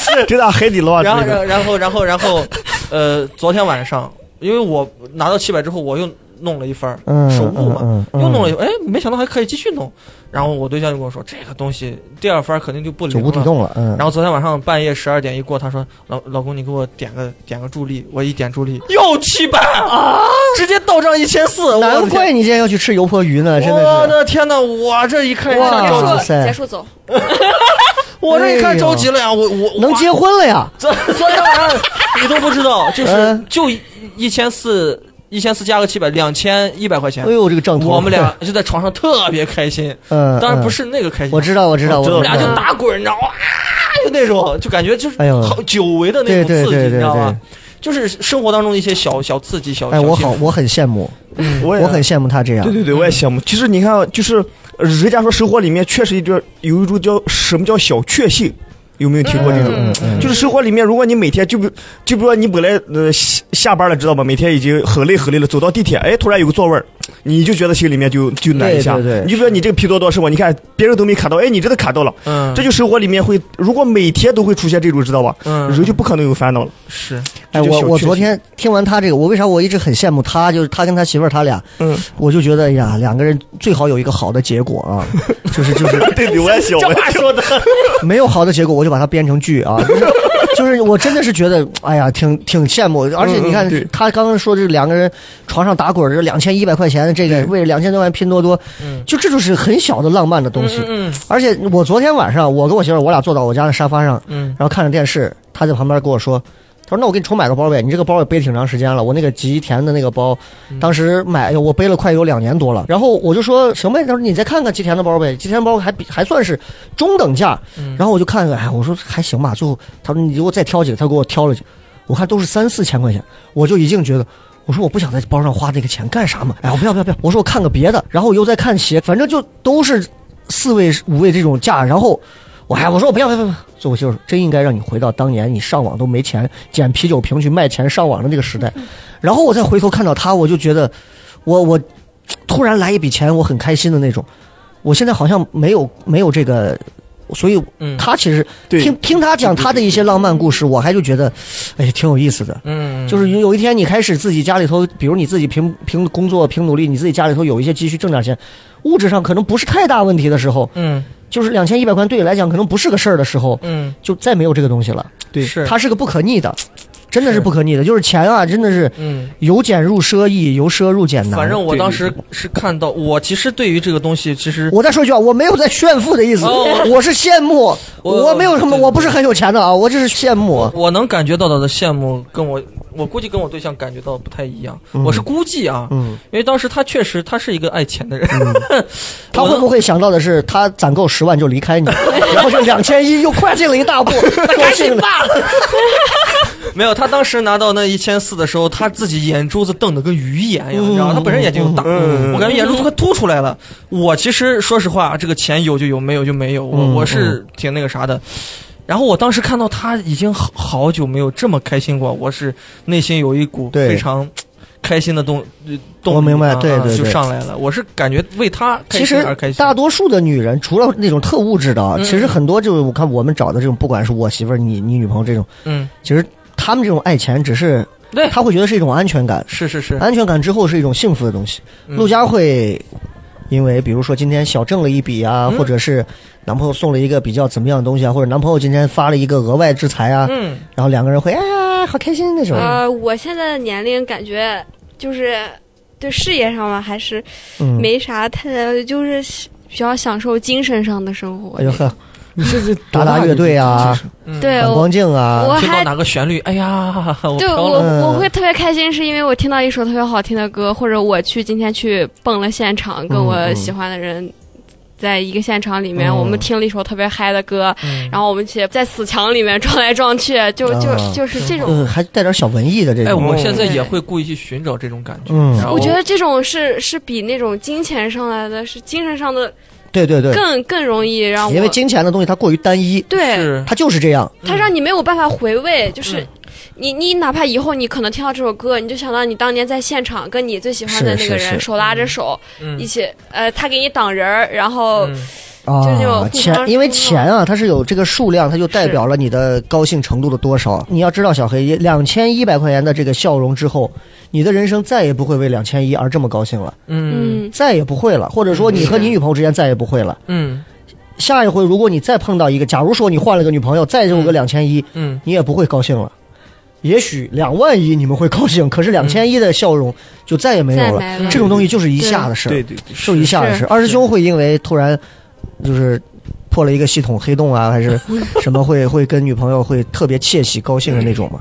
是真的海底捞啊 之
然后
类的，
然后然后然后呃昨天晚上因为我拿到七百之后我又弄了一番儿
嗯，
手误嘛，
嗯
又弄了，一，哎，没想到还可以继续弄。然后我对象就跟我说，这个东西第二番肯定就不
就
灵
无底
了。
洞了，嗯，
然后昨天晚上半夜十二点一过，他说：“老老公，你给我点个点个助力。”我一点助力，又七百啊，直接到账一千四。
难怪你今天要去吃油泼鱼呢，真
我
的是，
的天呐，我这一看，
哇
着
哇
急，
塞
结束结束走，
我这一看着急了呀！我我
能结
我
婚了呀，
昨昨天 晚上你都不知道，就是
嗯
就一千四，一千四加个七百，两千一百块钱
哎。呦，这个账头，
我们俩就在床上特别开心，
嗯，嗯，
当然不是那个开心啊
我，知道，我知道，
哦知道
我
我
知
们
道
俩就打滚，你知道吗？啊，就那种，就感觉就是
哎呦
好久违的那
对
种
对
刺激，
对
你
对
知道
对
吗，？就是生活当中的一些小小刺激，小
哎，我好
小，幸福
我很羡慕，
嗯我也啊
我很羡慕他这样
对，对对，我也羡慕。其实你看，就是呃人家说生活里面确实一种有一种叫什么叫小确幸，有没有听过这种？
嗯嗯
就是生活里面，如果你每天就比就比如说你本来呃下下班了，知道吧？每天已经很累很累了，走到地铁，哎，突然有个座位儿，你就觉得心里面就就难一下。
对对对
你就说你这个拼多多是吧？你看别人都没卡到，哎，你真的卡到了。
嗯，
这就生活里面会，如果每天都会出现这种，知道吧？
嗯
人就不可能有烦恼了。
是
哎，
这就
我
小
我
确
昨
幸
天听完他这个，我为啥我一直很羡慕他？就是他跟他媳妇儿，他俩，
嗯，
我就觉得哎呀，两个人最好有一个好的结果 啊，就是就是
对对，我也想，我也说的。
没有好的结果，我就把它编成剧 啊。就是就是我真的是觉得，哎呀，挺挺羡慕。而且你看
嗯嗯对，
他刚刚说这两个人床上打滚儿，这两千一百块钱，这个
嗯
为两千多块钱拼多多，就这就是很小的浪漫的东西。
嗯
而且我昨天晚上，我跟我媳妇儿，我俩坐到我家的沙发上，
嗯
然后看着电视，她在旁边跟我说。她说：“那我给你重买个包呗，你这个包也背挺长时间了。我那个吉田的那个包，
嗯
当时买我背了快有两年多了。然后我就说行呗，她说你再看看吉田的包呗，吉田包还比还算是中等价。
嗯
然后我就看，哎，我说还行吧。最后她说你哎给我哎再挑几个，她给我挑了几个，我看都是三四千块钱，我就已经觉得。我说我不想在包上花那个钱干啥嘛？哎，我不要不要不要！我说我看个别的，然后我又在看鞋，反正就都是四位五位这种价，然后我还我说我不要不要不要！所以我媳妇说真应该让你回到当年你上网都没钱捡啤酒瓶去卖钱上网的那个时代。然后我再回头看到他，我就觉得我我突然来一笔钱，我很开心的那种。我现在好像没有没有这个，所以
嗯
他其实
对
听听他讲他的一些浪漫故事，我还就觉得哎挺有意思的。
嗯，
就是有一天你开始自己家里头，比如你自己凭凭工作凭努力，你自己家里头有一些积蓄挣点钱，物质上可能不是太大问题的时候，
嗯
就是两千一百块对你来讲可能不是个事儿的时候，
嗯
就再没有这个东西了。
对是
它是个不可逆的，真的是不可逆的。就是钱啊，真的是
嗯。
由俭入奢易，由奢入俭难。
反正我
对
当时是看到，我其实对于这个东西，其实
我再说一句啊，我没有在炫富的意思，
哦
我是羡慕，
我
我没有什么，
对
我不是很有钱的啊，我只是羡慕。
我能感觉到的羡慕，跟我我估计跟我对象感觉到不太一样。我是估计啊，
嗯，
因为当时他确实他是一个爱钱的人，
他
我
会
能
不会想到的是，他攒够十万就 离开你，然后这两千一又跨进了一大步，高兴的。
没有，他当时拿到那一千四的时候，他自己眼珠子瞪得跟鱼一样一样，你知道吗？他本身眼睛就大，
嗯嗯嗯
我感觉眼珠子快凸出来了。我其实说实话，这个钱有就有，没有就没有，我
嗯
我是挺那个啥的。然后我当时看到他已经好好久没有这么开心过，我是内心有一股
对
非常开心的动呃动力啊，
我明白对对对
就上来了。我是感觉为他
其
开心
实
而开心。
大多数的女人，除了那种特物质的啊，
嗯
其实很多就是我看我们找的这种，不管是我媳妇儿、你、你女朋友这种，
嗯，
其实她们这种爱钱只是，
对
她会觉得是一种安全感，
是是是，
安全感之后是一种幸福的东西。
嗯
陆家会因为比如说今天小挣了一笔啊，
嗯
或者是男朋友送了一个比较怎么样的东西啊，或者男朋友今天发了一个额外制裁啊，
嗯，啊
然后两个人会哎呀好开心那种，
呃，我现在的年龄感觉就是对事业上嘛，还是
嗯，
没啥太，就是比较享受精神上的生活
哎。呦呵，
你这是
打打乐队啊，
嗯
对，
反
我
光镜
哎我
啊，
听到
还
哪个旋律，哎呀，我
对
飘
我
了。
嗯
我会特别开心，是因为我听到一首特别好听的歌，或者我去今天去蹦了现场，跟我喜欢的人。在一个现场里面，
嗯
我们听了一首特别嗨的歌，
嗯
然后我们去在死墙里面撞来撞去，就就
啊
就是这种。
嗯，还带点小文艺的这
哎，
哦
种，
我现在也会故意去寻找这种感觉。
嗯
然后
我觉得这种是是比那种金钱上来的，是精神上的
对对对，
更更容易让我
因为金钱的东西它过于单一，
对
是嗯
它就是这样。
它让你没有办法回味，就是。你你哪怕以后你可能听到这首歌，你就想到你当年在现场跟你最喜欢的
是
那个
是
人
是
手拉着手、
嗯
一起，哦呃，他给你挡人儿，然后、
嗯
就是那种
啊，
互
钱
相，
因为
冲
钱啊，它是有这个数量，它就代表了你的高兴程度的多少。你要知道，小黑两千一百块钱的这个笑容之后，你的人生再也不会为两千一而这么高兴了，
嗯
嗯，
再也不会了，或者说你和你女朋友之间再也不会了。
嗯
下一回如果你再碰到一个，假如说你换了个女朋友，再有个两千一，
嗯，
你也不会高兴了。也许两万一你们会高兴，可是两千一的笑容就嗯再也没
再
有了。
没了
这种东西就是一下的事儿，
对对对，
就一下子
是
是二师兄会因为突然就是破了一个系统黑洞啊，还 是什么会会跟女朋友会特别窃喜高兴的那种吗？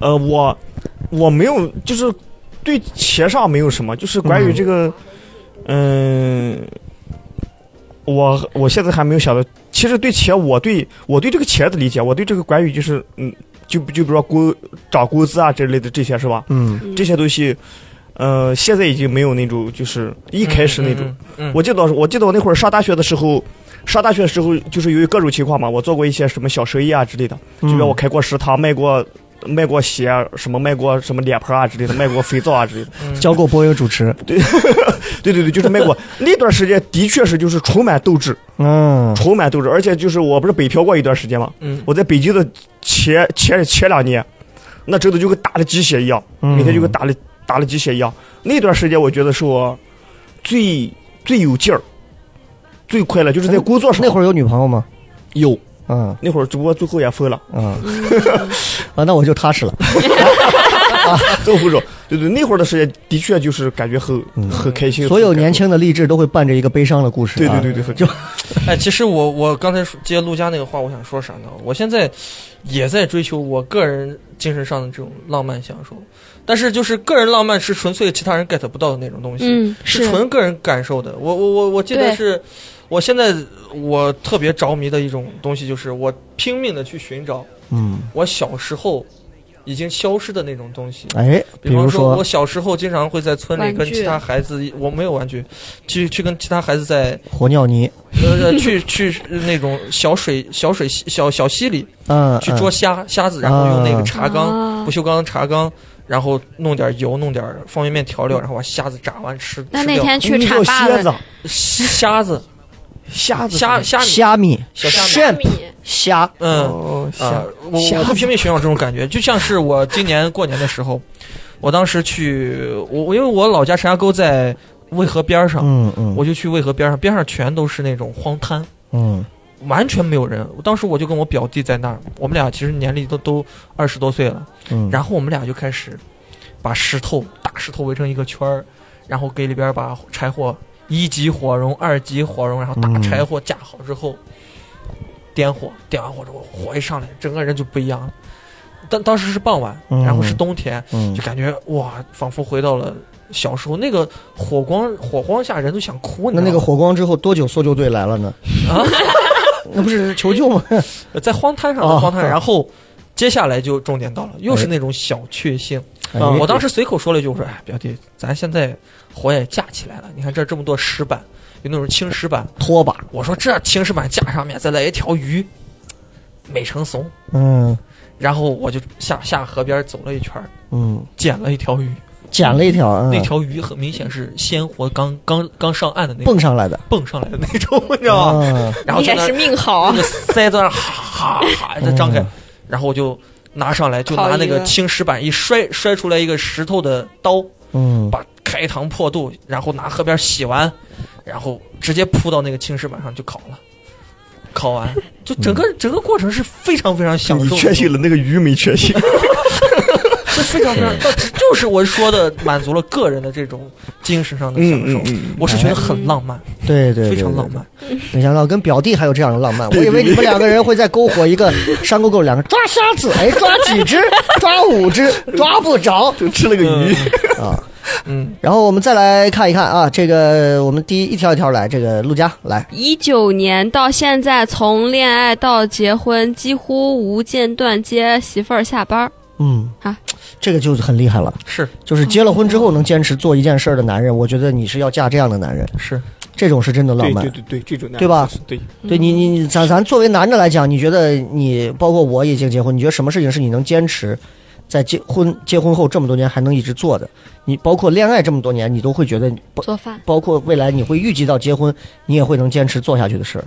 呃，我我没有，就是对钱上没有什么，就是关于这个，嗯，我我现在还没有想到。其实对钱，我对我对这个钱的理解，我对这个关于就是嗯，就就比如说工涨工资啊之类的这些是吧？
嗯
这些东西，呃，现在已经没有那种就是一开始那种。
嗯，嗯
我记得我记得我那会儿上大学的时候，上大学的时候就是由于各种情况嘛，我做过一些什么小生意啊之类的，
嗯
就比如我开过食堂，卖过卖过鞋，什么卖过什么脸盆啊之类的，卖过肥皂啊之类的。
教过播音主持，
对对对，就是卖过。那段时间的确是就是充满斗志，
嗯
充满斗志，而且就是我不是北漂过一段时间嘛，
嗯
我在北京的前前前两年，那真的就跟打了鸡血一样。
嗯
每天就跟打了打了鸡血一样。那段时间，我觉得是我最最有劲儿、最快乐，就是在工作上。
哎那会儿有女朋友吗？
有，
嗯
那会儿只不过最后也分了，
嗯，啊，那我就踏实了。
最后分手。对对，那会儿的时间的确就是感觉很
嗯
很开心。
所有
很感
年
动，
轻的励志都会伴着一个悲伤的故事
对
啊。
对对对，很
就
哎，其实我我刚才说接陆家那个话，我想说啥呢？我现在也在追求我个人精神上的这种浪漫享受，但是就是个人浪漫是纯粹其他人 get 不到的那种东西。
嗯
是
是
纯个人感受的。我我我我记得
对
是，我现在我特别着迷的一种东西，就是我拼命的去寻找
嗯，
我小时候已经消失的那种东西。
哎，比
方
如
我小时候经常会在村里
玩
跟
具
其他孩子一，我没有玩具，去去跟其他孩子在
火尿泥，
呃去去那种小水小水溪小小溪里
嗯，
去
嗯
捉虾虾子，然后用那个
啊
茶缸
啊
不锈钢茶缸，然后弄点油，弄点方便面调料，然后把虾子炸完吃。
那
吃
那
掉
天去
你
产
叫
坝的
蝎子，
虾子，
虾子，
虾虾米，
虾米
小虾
虾
米
shrimp
米，
虾，
嗯
哦，
啊
虾，
我我会拼命寻找这种感觉，就像是我今年过年的时候，我当时去我我因为我老家陈家沟在渭河边上，
嗯嗯
我就去渭河边上，边上全都是那种荒滩，
嗯
完全没有人。当时我就跟我表弟在那儿，我们俩其实年龄都都二十多岁了，
嗯，
然后我们俩就开始把石头大石头围成一个圈儿，然后给里边把柴火一级火绒、二级火绒，然后大
嗯
柴火架好之后，点火，点完火之后火一上来，整个人就不一样了。当当时是傍晚，
嗯
然后是冬天，
嗯
就感觉哇，仿佛回到了小时候那个火光火光下，人都想哭。你
那
知
那个
道吗
火光之后多久搜救队来了呢？
啊，
那不是求救吗？
在荒滩上，
哦
在荒滩上，然后接下来就重点到了，又是那种小确幸。
哎
啊我当时随口说了一句，我说：“哎，表弟，咱现在火也架起来了，你看这儿这么多石板，有那种青石板。
哎拖把，”
我说：“这青石板架上面再来一条鱼，美成怂。
嗯”
然后我就下下河边走了一圈儿，
嗯，
捡了一条鱼。
捡了一条，嗯
那条鱼很明显是鲜活刚刚刚上岸的那种
蹦上来的，
蹦上来的那种，你知道吗？
嗯
然后
你
在
也
那
是
儿
命好
那，个腮在那儿哈哈哈在张开，
嗯
然后我就拿上来，就
烤
拿那
一
个
个
青石板一摔，摔出来一个石头的刀，
嗯，
把开膛破肚，然后拿河边洗完，然后直接扑到那个青石板上就烤了，烤完就整个整个过程是非常非常享
嗯你
受的，
确信了那个鱼没确信？
是非常非常，就是我说的满足了个人的这种精神上的享受，
嗯，
我是觉得很浪漫，
对对，对
非常浪。漫。
对没想到跟表弟还有这样的浪 漫，我
对
以
对
为你们两个人会再篝火一个山沟沟，两个抓虾子，哎，抓几只，抓五只，抓不着
就吃了个鱼，
啊。
嗯，
然后我们再来看一看啊，这个我们第一一条一条来，这个陆佳来，
一九年到现在，从恋爱到结婚，几乎无间断接媳妇儿下班儿。
嗯
啊，
这个就是很厉害了，
是
就是结了婚之后能坚持做一件事儿的男人，我觉得你是要嫁这样的男人，
是，
这种是真的浪
对对。
漫
对对，这种男
对吧
就是？对，
对
嗯
你你你，咱咱作为男的来讲，你觉得你包括我已经结婚，你觉得什么事情是你能坚持在结婚结婚后这么多年还能一直做的？你包括恋爱这么多年，你都会觉得包
做饭，
包括未来你会预计到结婚，你也会能坚持做下去的事儿。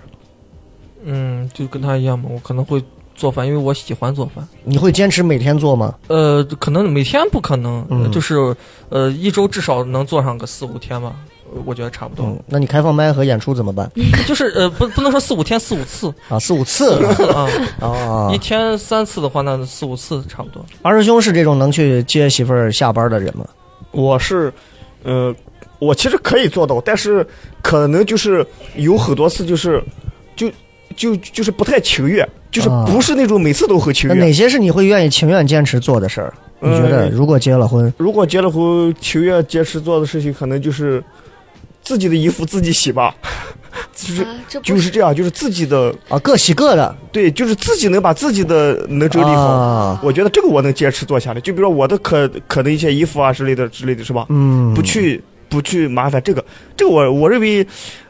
嗯，就跟他一样嘛，我可能会做饭，因为我喜欢做饭。
你会坚持每天做吗？
呃，可能每天不可能，
嗯
就是呃，一周至少能做上个四五天吧，呃我觉得差不多。
嗯，那你开放麦和演出怎么
嗯
办
就是呃，不不能说四五天四五次
啊？四五次 了
啊，
啊
一！天三次的话，那四五次差不多。
二师兄是这种能去接媳妇儿下班的人吗？
我是，呃，我其实可以做到，但是可能就是有很多次就是，就就就是不太情愿，就是
啊
不是那种每次都很情
那
愿。
哪些是你会愿意情愿坚持做的事儿？你觉得
嗯
如果结了婚，
如果结了婚，情愿坚持做的事情，可能就是自己的衣服自己洗吧， 就是
啊、这
就
不
是这样，就是自己的
啊，各洗各的，
对，就是自己能把自己的能整理好。
啊
我觉得这个我能坚持做下来，就比如说我的可可能一些衣服啊之类的之类的是吧？
嗯，
不去不去麻烦这个，这个我我认为，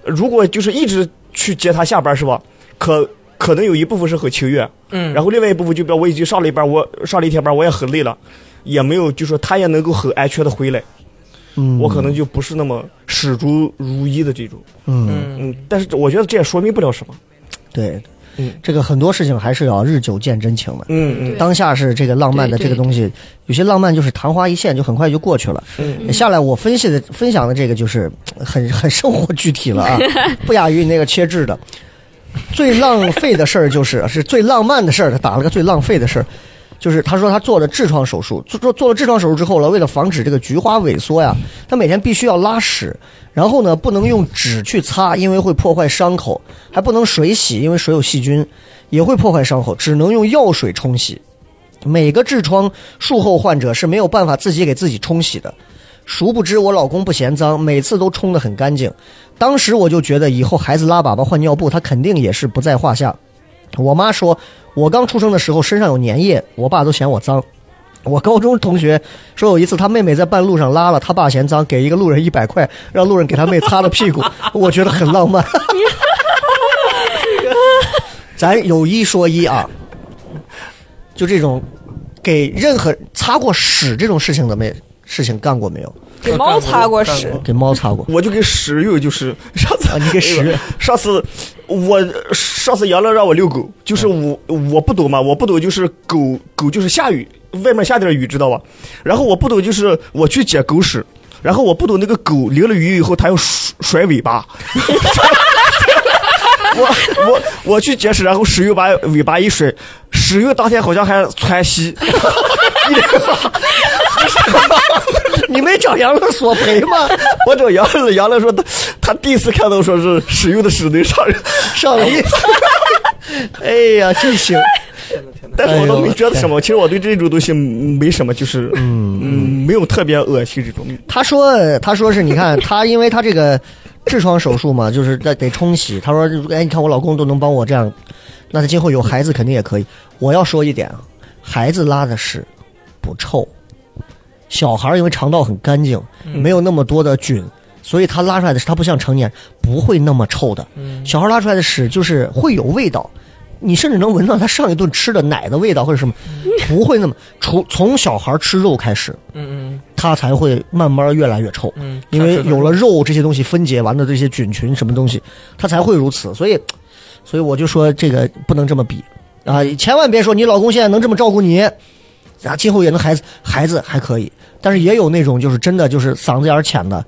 呃如果就是一直去接他下班是吧？可可能有一部分是很情愿，
嗯，
然
后
后另外一部分就比如我已经上了一班，我上了一天班，我也很累了，也没有就说他也能够很安全的回来，
嗯，
我可能就不是那么始终如一的这种，
嗯，
嗯
嗯，但是我觉得这也说明不了什么，
对，
嗯
这个很多事情还是要日久见真情的。
嗯
当下是这个浪漫的这个东西，有些浪漫就是昙花一现，就很快就过去了。呃
嗯
下来我分析的分享的这个就是呃很很生活具体了啊，不亚于你那个切制的。最浪费的事儿就是 是最浪漫的事儿，他打了个最浪费的事儿，就是他说他做了痔疮手术，做做做了痔疮手术之后了，为了防止这个菊花萎缩呀，他每天必须要拉屎，然后呢不能用纸去擦，因为会破坏伤口，还不能水洗，因为水有细菌，也会破坏伤口，只能用药水冲洗。每个痔疮术后患者是没有办法自己给自己冲洗的。殊不知我老公不嫌脏，每次都冲得很干净。当时我就觉得以后孩子拉粑粑换尿布，他肯定也是不在话下。我妈说，我刚出生的时候身上有粘液，我爸都嫌我脏。我高中同学说有一次他妹妹在半路上拉了，他爸嫌脏，给一个路人一百块，让路人给他妹擦了屁股，我觉得很浪漫。咱有一说一啊，就这种给任何擦过屎这种事情的没事情干过没有？
给猫擦过屎
干过
给猫擦过
我就给屎友就是上次
啊？ 你给屎？
上次我上次杨乐让我遛狗，就是我我不懂嘛，我不懂就是狗狗就是下雨，外面下点雨知道吧？然后我不懂就是我去捡狗屎，然后我不懂那个狗淋了雨以后它要甩甩尾巴。 我我我去捡屎，然后屎又把尾巴一甩，屎又当天好像还窜稀，
你没找杨乐索赔吗？
我找杨乐，杨乐说他他第一次看到说是屎油的屎能上人，
上了一， 哎呀，真行！
但是我都没觉得什
哎呦
么。其实我对这种东西没什么，就是嗯没有特别恶心这种。
他说，呃他说是，你看他，因为他这个痔疮手术嘛，就是得得冲洗。他说，哎，你看我老公都能帮我这样，那他今后有孩子肯定也可以。我要说一点啊，孩子拉的屎不臭，小孩儿因为肠道很干净，
嗯
没有那么多的菌，所以他拉出来的屎，他不像成年人不会那么臭的。
嗯
小孩拉出来的屎就是会有味道，你甚至能闻到他上一顿吃的奶的味道或者什么，不会那么除从小孩吃肉开始，
嗯
他才会慢慢越来越臭
嗯，嗯，
因为有了
了
肉这些东西分解完的这些菌群什么东西，他才会如此。所以，所以我就说这个不能这么比啊，千万别说你老公现在能这么照顾你。啊，今后也能孩子孩子还可以，但是也有那种就是真的就是嗓子眼儿浅的，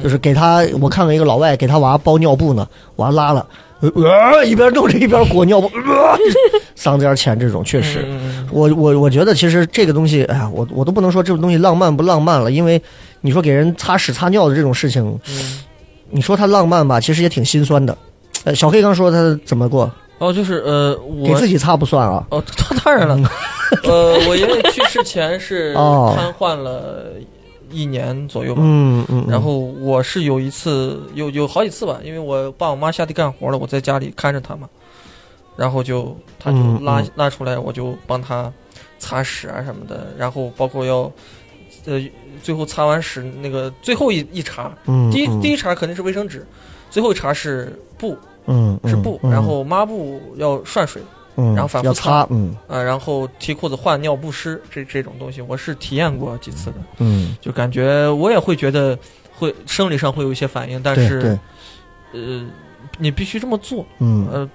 就是给他，我看到一个老外给他娃包尿布呢，娃拉了，呃，一边弄着一边裹尿布，呃、 嗓子眼儿浅这种确
嗯
实，我我我觉得其实这个东西，哎呀，我我都不能说这个东西浪漫不浪漫了，因为你说给人擦屎擦尿的这种事情，你说它浪漫吧，其实也挺心酸的。呃，小黑刚说他怎么过，
哦，就是呃，
给
我
自己擦不算啊。
哦， 当当然了，呃，我爷爷去世前是
哦
瘫痪了一年左右吧，
嗯嗯，
然后我是有一次，有有好几次吧，因为我爸我妈下地干活了，我在家里看着他嘛，然后就他就
嗯
拉、
嗯
拉出来，我就帮他擦屎啊什么的，然后包括要，呃，最后擦完屎那个最后一一茬，
嗯，
第一、
嗯
第一茬肯定是卫生纸，最后一茬是布
嗯
是布，
嗯
然后抹布要涮水
嗯
然后反复
要擦，嗯
啊、呃然后提裤子换尿不湿这这种东西，我是体验过几次的，
嗯，
就感觉我也会觉得会生理上会有一些反应，但
对
是。
对，
呃，你必须这么做，
嗯
呃，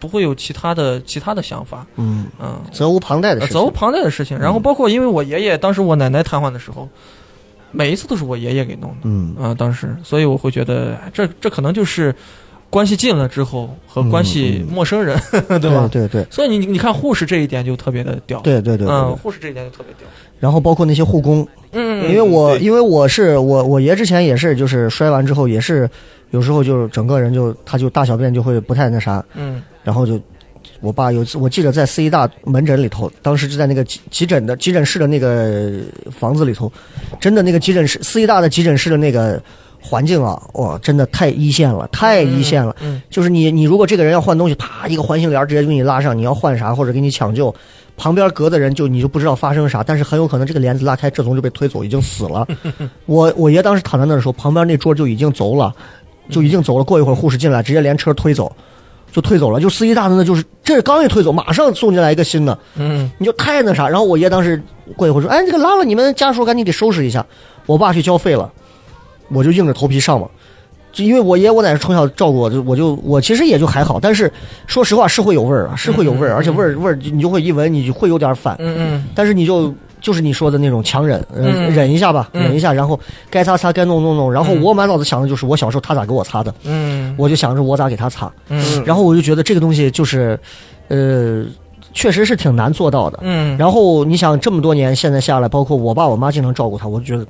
不会有其他的其他的想法，
嗯，
嗯，
责无旁贷的
呃
事情。
责无旁贷的事情。
嗯
然后包括因为我爷爷当时我奶奶瘫痪的时候，每一次都是我爷爷给弄的，
嗯
啊、当时，所以我会觉得哎这这可能就是关系近了之后和关系
嗯嗯
陌生人， 对吧？
对对
所以你你看护士这一点就特别的屌，
对对对对
嗯，
对。
护士这一点就特别屌，
然后包括那些护工，
嗯，
因为我
对
因为我是我我爷之前也是就是摔完之后也是有时候就是整个人就他就大小便就会不太那啥，
嗯
然后就我爸有一次我记得在四医大门诊里头，当时就在那个急急诊的急诊室的那个房子里头，真的那个急诊室四医大的急诊室的那个环境啊，哇，真的太一线了，太一线了。
嗯
就是你你如果这个人要换东西，啪一个环形帘儿直接就给你拉上，你要换啥或者给你抢救，旁边隔的人就你就不知道发生啥，但是很有可能这个帘子拉开，这从就被推走，已经死了。我我爷当时躺在那儿的时候，旁边那桌就已经走了，就已经走了。过一会儿护士进来，直接连车推走。就推走了，就司机大的那就是这刚一推走，马上送进来一个新的，
嗯
你就太那啥。然后我爷当时过一会儿说：“哎，这个拉了，你们家属赶紧给收拾一下。”我爸去交费了，我就硬着头皮上嘛。就因为我爷我奶奶从小照顾我，就我就我其实也就还好，但是说实话是会有味儿啊，是会有味儿，而且味儿味儿你就会一闻你就会有点反，
嗯嗯
但是你就就是你说的那种强忍，呃
嗯
忍一下吧，
嗯
忍一下，然后该擦擦该弄弄弄，然后
嗯
我满脑子想的就是我小时候他咋给我擦的，
嗯
我就想着我咋给他擦，
嗯
然后我就觉得这个东西就是，呃，确实是挺难做到的。
嗯，
然后你想这么多年现在下来，包括我爸我妈经常照顾他，我就觉得，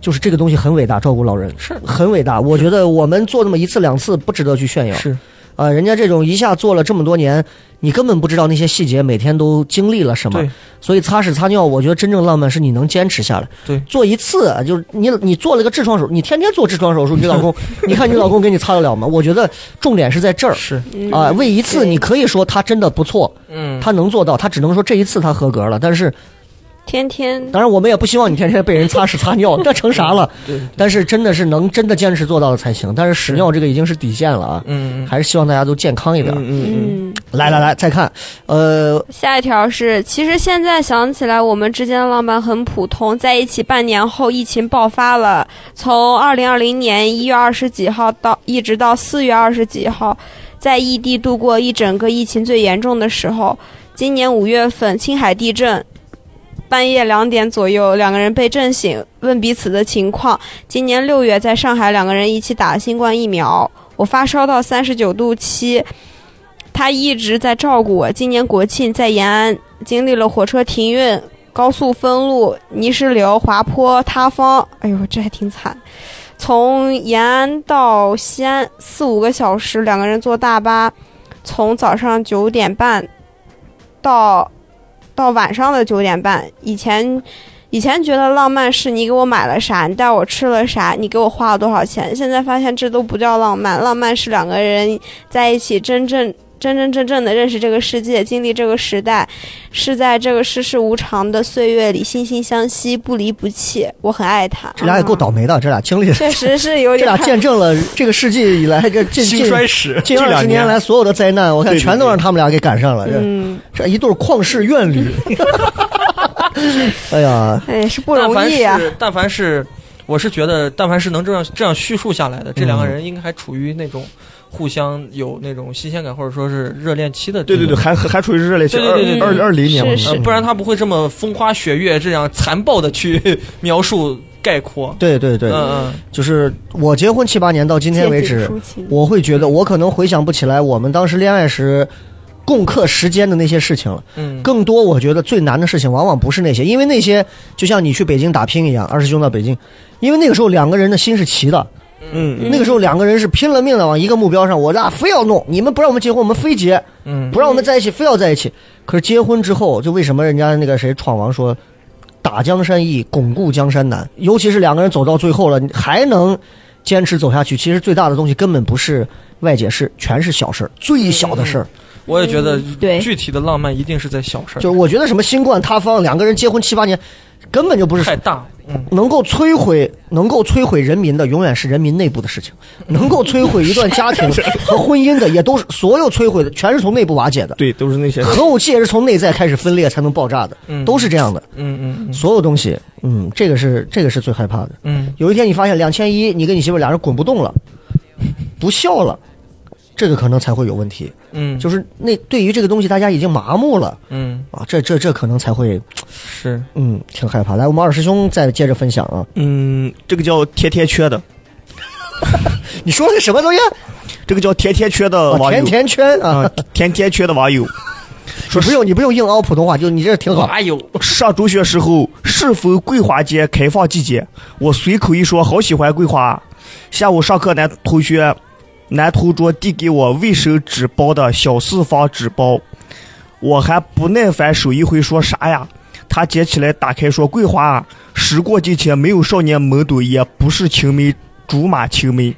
就是这个东西很伟大，照顾老人
是
很伟大。我觉得我们做那么一次两次不值得去炫耀
是
啊、人家这种一下做了这么多年，你根本不知道那些细节每天都经历了什么
对。
所以擦屎擦尿，我觉得真正浪漫是你能坚持下来。
对
做一次就是你你做了个痔疮手术，你天天做痔疮手术，你老 公，你看你老公给你擦得了吗？我觉得重点是在这儿。
是
啊，为一次你可以说他真的不错，
嗯
他能做到，他只能说这一次他合格了。但是，
天天
当然我们也不希望你天天被人擦屎擦尿，那成啥了？
对
但是真的是能真的坚持做到了才行。但是屎尿这个已经是底线了啊，
嗯嗯
还是希望大家都健康一点。
嗯嗯
嗯。
来来来，再看，呃，
下一条是，其实现在想起来，我们之间的浪漫很普通。在一起半年后，疫情爆发了，从二零二零年一月二十几号到一直到四月二十几号，在异地度过一整个疫情最严重的时候。今年五月份，青海地震，半夜两点左右，两个人被震醒，问彼此的情况。今年六月，在上海，两个人一起打新冠疫苗，我发烧到三十九度七。他一直在照顾我。今年国庆在延安经历了火车停运、高速封路、泥石流、滑坡、塌方，哎呦，这还挺惨。从延安到西安四五个小时，两个人坐大巴，从早上九点半到到晚上的九点半。以前以前觉得浪漫是你给我买了啥，你带我吃了啥，你给我花了多少钱。现在发现这都不叫浪漫，浪漫是两个人在一起真正
真真正正的认识这个世界，经历这个时代，是在这个世事无常的岁月里惺惺相惜，不离不弃。我很爱他。
这俩也够倒霉的，这俩 经历，
确实是有
这
点
俩见证了这个世纪以来这近
兴
近
衰史
近
这
二
两
十年来所有的灾难，我看
对对
全都让他们俩给赶上了。这
嗯，
这一对旷世怨侣，哎呀，
哎，是不
但
容
凡
易啊。
是，但凡是，我是觉得，但凡是能这样这样叙述下来的，这两
嗯
个人应该还处于那种互相有那种新鲜感，或者说是热恋期的。
对对对，。还还还处于热恋期，
对
二
对对对
二二零年嘛，
是
呃，不然他不会这么风花雪月、这样残暴的去 描述概括。
对对对，
嗯
就是我结婚七八年到今天为止， 我会觉得我可能回想不起来我们当时恋爱时共克时间的那些事情了。
嗯嗯，
更多我觉得最难的事情往往不是那些，因为那些就像你去北京打拼一样，二师兄到北京，因为那个时候两个人的心是齐的，
嗯，
那个时候两个人是拼了命的往一个目标上，我俩啊非要弄，你们不让我们结婚，我们非结，
嗯
不让我们在一起，非要在一起。可是结婚之后，就为什么人家那个谁闯王说，打江山易，巩固江山难。尤其是两个人走到最后了，你还能坚持走下去，其实最大的东西根本不是外界事，全是小事儿，最小的事
嗯
儿。
我也觉得
嗯
对
具体的浪漫一定是在小事儿，
就是我觉得什么新冠塌方，两个人结婚七八年，根本就不是
太大。嗯，
能够摧毁能够摧毁人民的，永远是人民内部的事情；能够摧毁一段家庭 和婚姻的，也都是所有摧毁的，全是从内部瓦解的。
对，都是那些
核武器也是从内在开始分裂才能爆炸的，
嗯
都是这样的。
嗯嗯嗯
所有东西，嗯，这个是这个是最害怕的。
嗯，
有一天你发现两千一，你跟你媳妇俩人滚不 动了，不笑了，这个可能才会有问题。
嗯，
就是那对于这个东西，大家已经麻木了
嗯
啊，这这这可能才会
是
嗯挺害怕。来，我们二师兄再接着分享啊，
嗯，这个叫贴贴圈的，
你说的什么东西？
这个叫贴贴圈
呃
的
啊
网
甜
友
甜圈啊
啊。，贴贴圈的 网友。
你不用，你不用硬凹普通话，就你这挺 好。
哪有？
上中学时候是否桂花节开放季节？我随口一说，好喜欢桂花。下午上课，男同学男同桌递给我卫生纸包的小四方纸包，我还不耐烦手一挥说啥呀？他捡起来打开说桂花啊，时过境迁，没有少年懵懂，也不是青梅竹马青梅，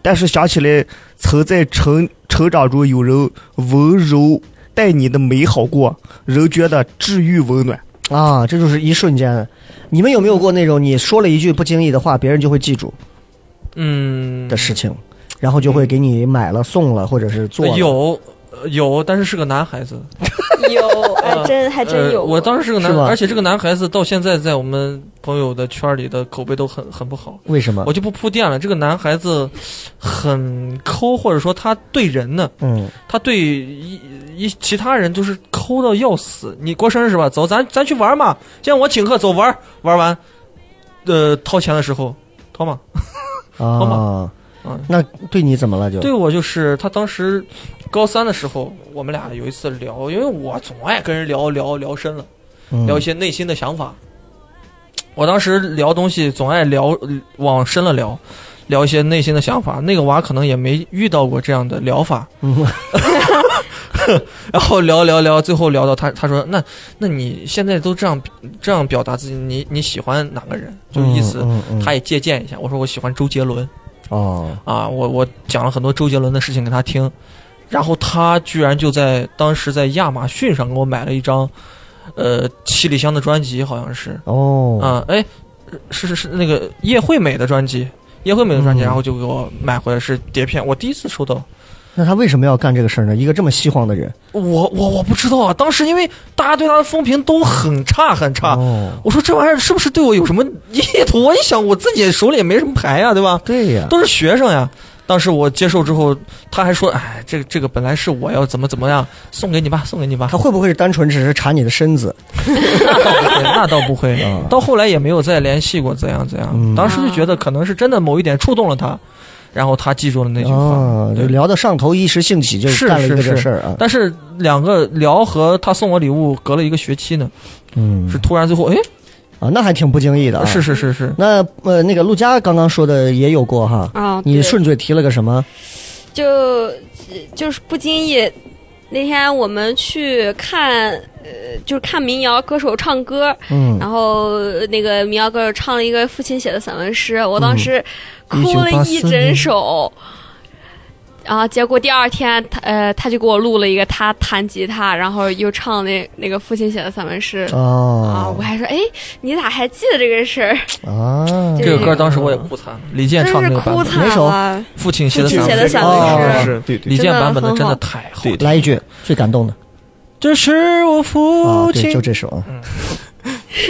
但是想起来曾在成成长中有人温柔待你的美好过，仍觉得治愈温暖。
啊，这就是一瞬间。你们有没有过那种你说了一句不经意的话，别人就会记住
嗯
的，事情，然后就会给你买了、送了，或者是做了？
有呃有，但是是个男孩子。
有，
呃
还真还真有
呃
过。
我当时是个男
是，吧
而且这个男孩子到现在在我们朋友的圈里的口碑都很很不好，
为什么
我？就不铺垫了。这个男孩子很抠，或者说他对人呢，
嗯，
他对一一其他人就是抠到要死。你过生日是吧？走，咱咱去玩嘛。今天我请客，走玩儿玩完，呃，掏钱的时候掏嘛。
啊
吗，嗯
那对你怎么了就？
对我就是他当时高三的时候，我们俩有一次聊，因为我总爱跟人聊聊聊深了。
嗯，
聊一些内心的想法。我当时聊东西总爱聊呃往深了聊，聊一些内心的想法。那个娃可能也没遇到过这样的疗法，
嗯
然后聊聊聊，最后聊到他，他说：“那那你现在都这样这样表达自己，你你喜欢哪个人？”就意思、
嗯嗯嗯
他也借鉴一下。我说我喜欢周杰伦
哦，
啊，我我讲了很多周杰伦的事情给他听，然后他居然就在当时在亚马逊上给我买了一张，呃，七里香的专辑，好像是，
哦，
啊，哎，是是是那个叶惠美的专辑，叶惠美的专辑，
嗯
然后就给我买回来是碟片，我第一次收到。
那他为什么要干这个事儿呢？一个这么西荒的人，
我我我不知道啊，当时因为大家对他的风评都很差很差，
哦，
我说这玩意儿是不是对我有什么意图？我一想我自己手里也没什么牌啊呀、对吧？
对呀，
都是学生呀。当时我接受之后，他还说：“哎，这个这个本来是我要怎么怎么样，送给你吧，送给你吧。
他会不会是单纯只是查你的身子？
那倒不会，那倒不会。
啊
到后来也没有再联系过，怎样怎样。
嗯
当时就觉得可能是真的某一点触动了他，然后他记住了那句话。
啊，就
对
聊到上头，一时兴起就是干了一个
是
这
是
事儿啊。
但是两个聊和他送我礼物隔了一个学期呢，
嗯
是突然最后哎，
啊，那还挺不经意的啊。
是是是是，
那呃，那个陆佳刚刚说的也有过哈，
啊，
你
对
顺嘴提了个什么？
就就是不经意。那天我们去看，呃，就是看民谣歌手唱歌，
嗯，
然后呃那个民谣歌手唱了一个父亲写的散文诗，我当时
嗯
哭了一整首。然后结果第二天，他呃，他就给我录了一个他弹吉他，然后又唱那那个父亲写的散文诗。啊！
哦
我还说，哎，你咋还记得这个事儿？
啊，
就
这
是
个歌当时我也哭惨了，李健
嗯真
唱
是
那个版
哭
本，
惨
哪首
了。
父亲写
父
的
亲
散
写
文
的散文
哦
诗，
是对对
李健版本的
真的很
真
好
的太好了。
来一句最感动的
这是我
啊
父，
对，
哦亲
就这首。啊。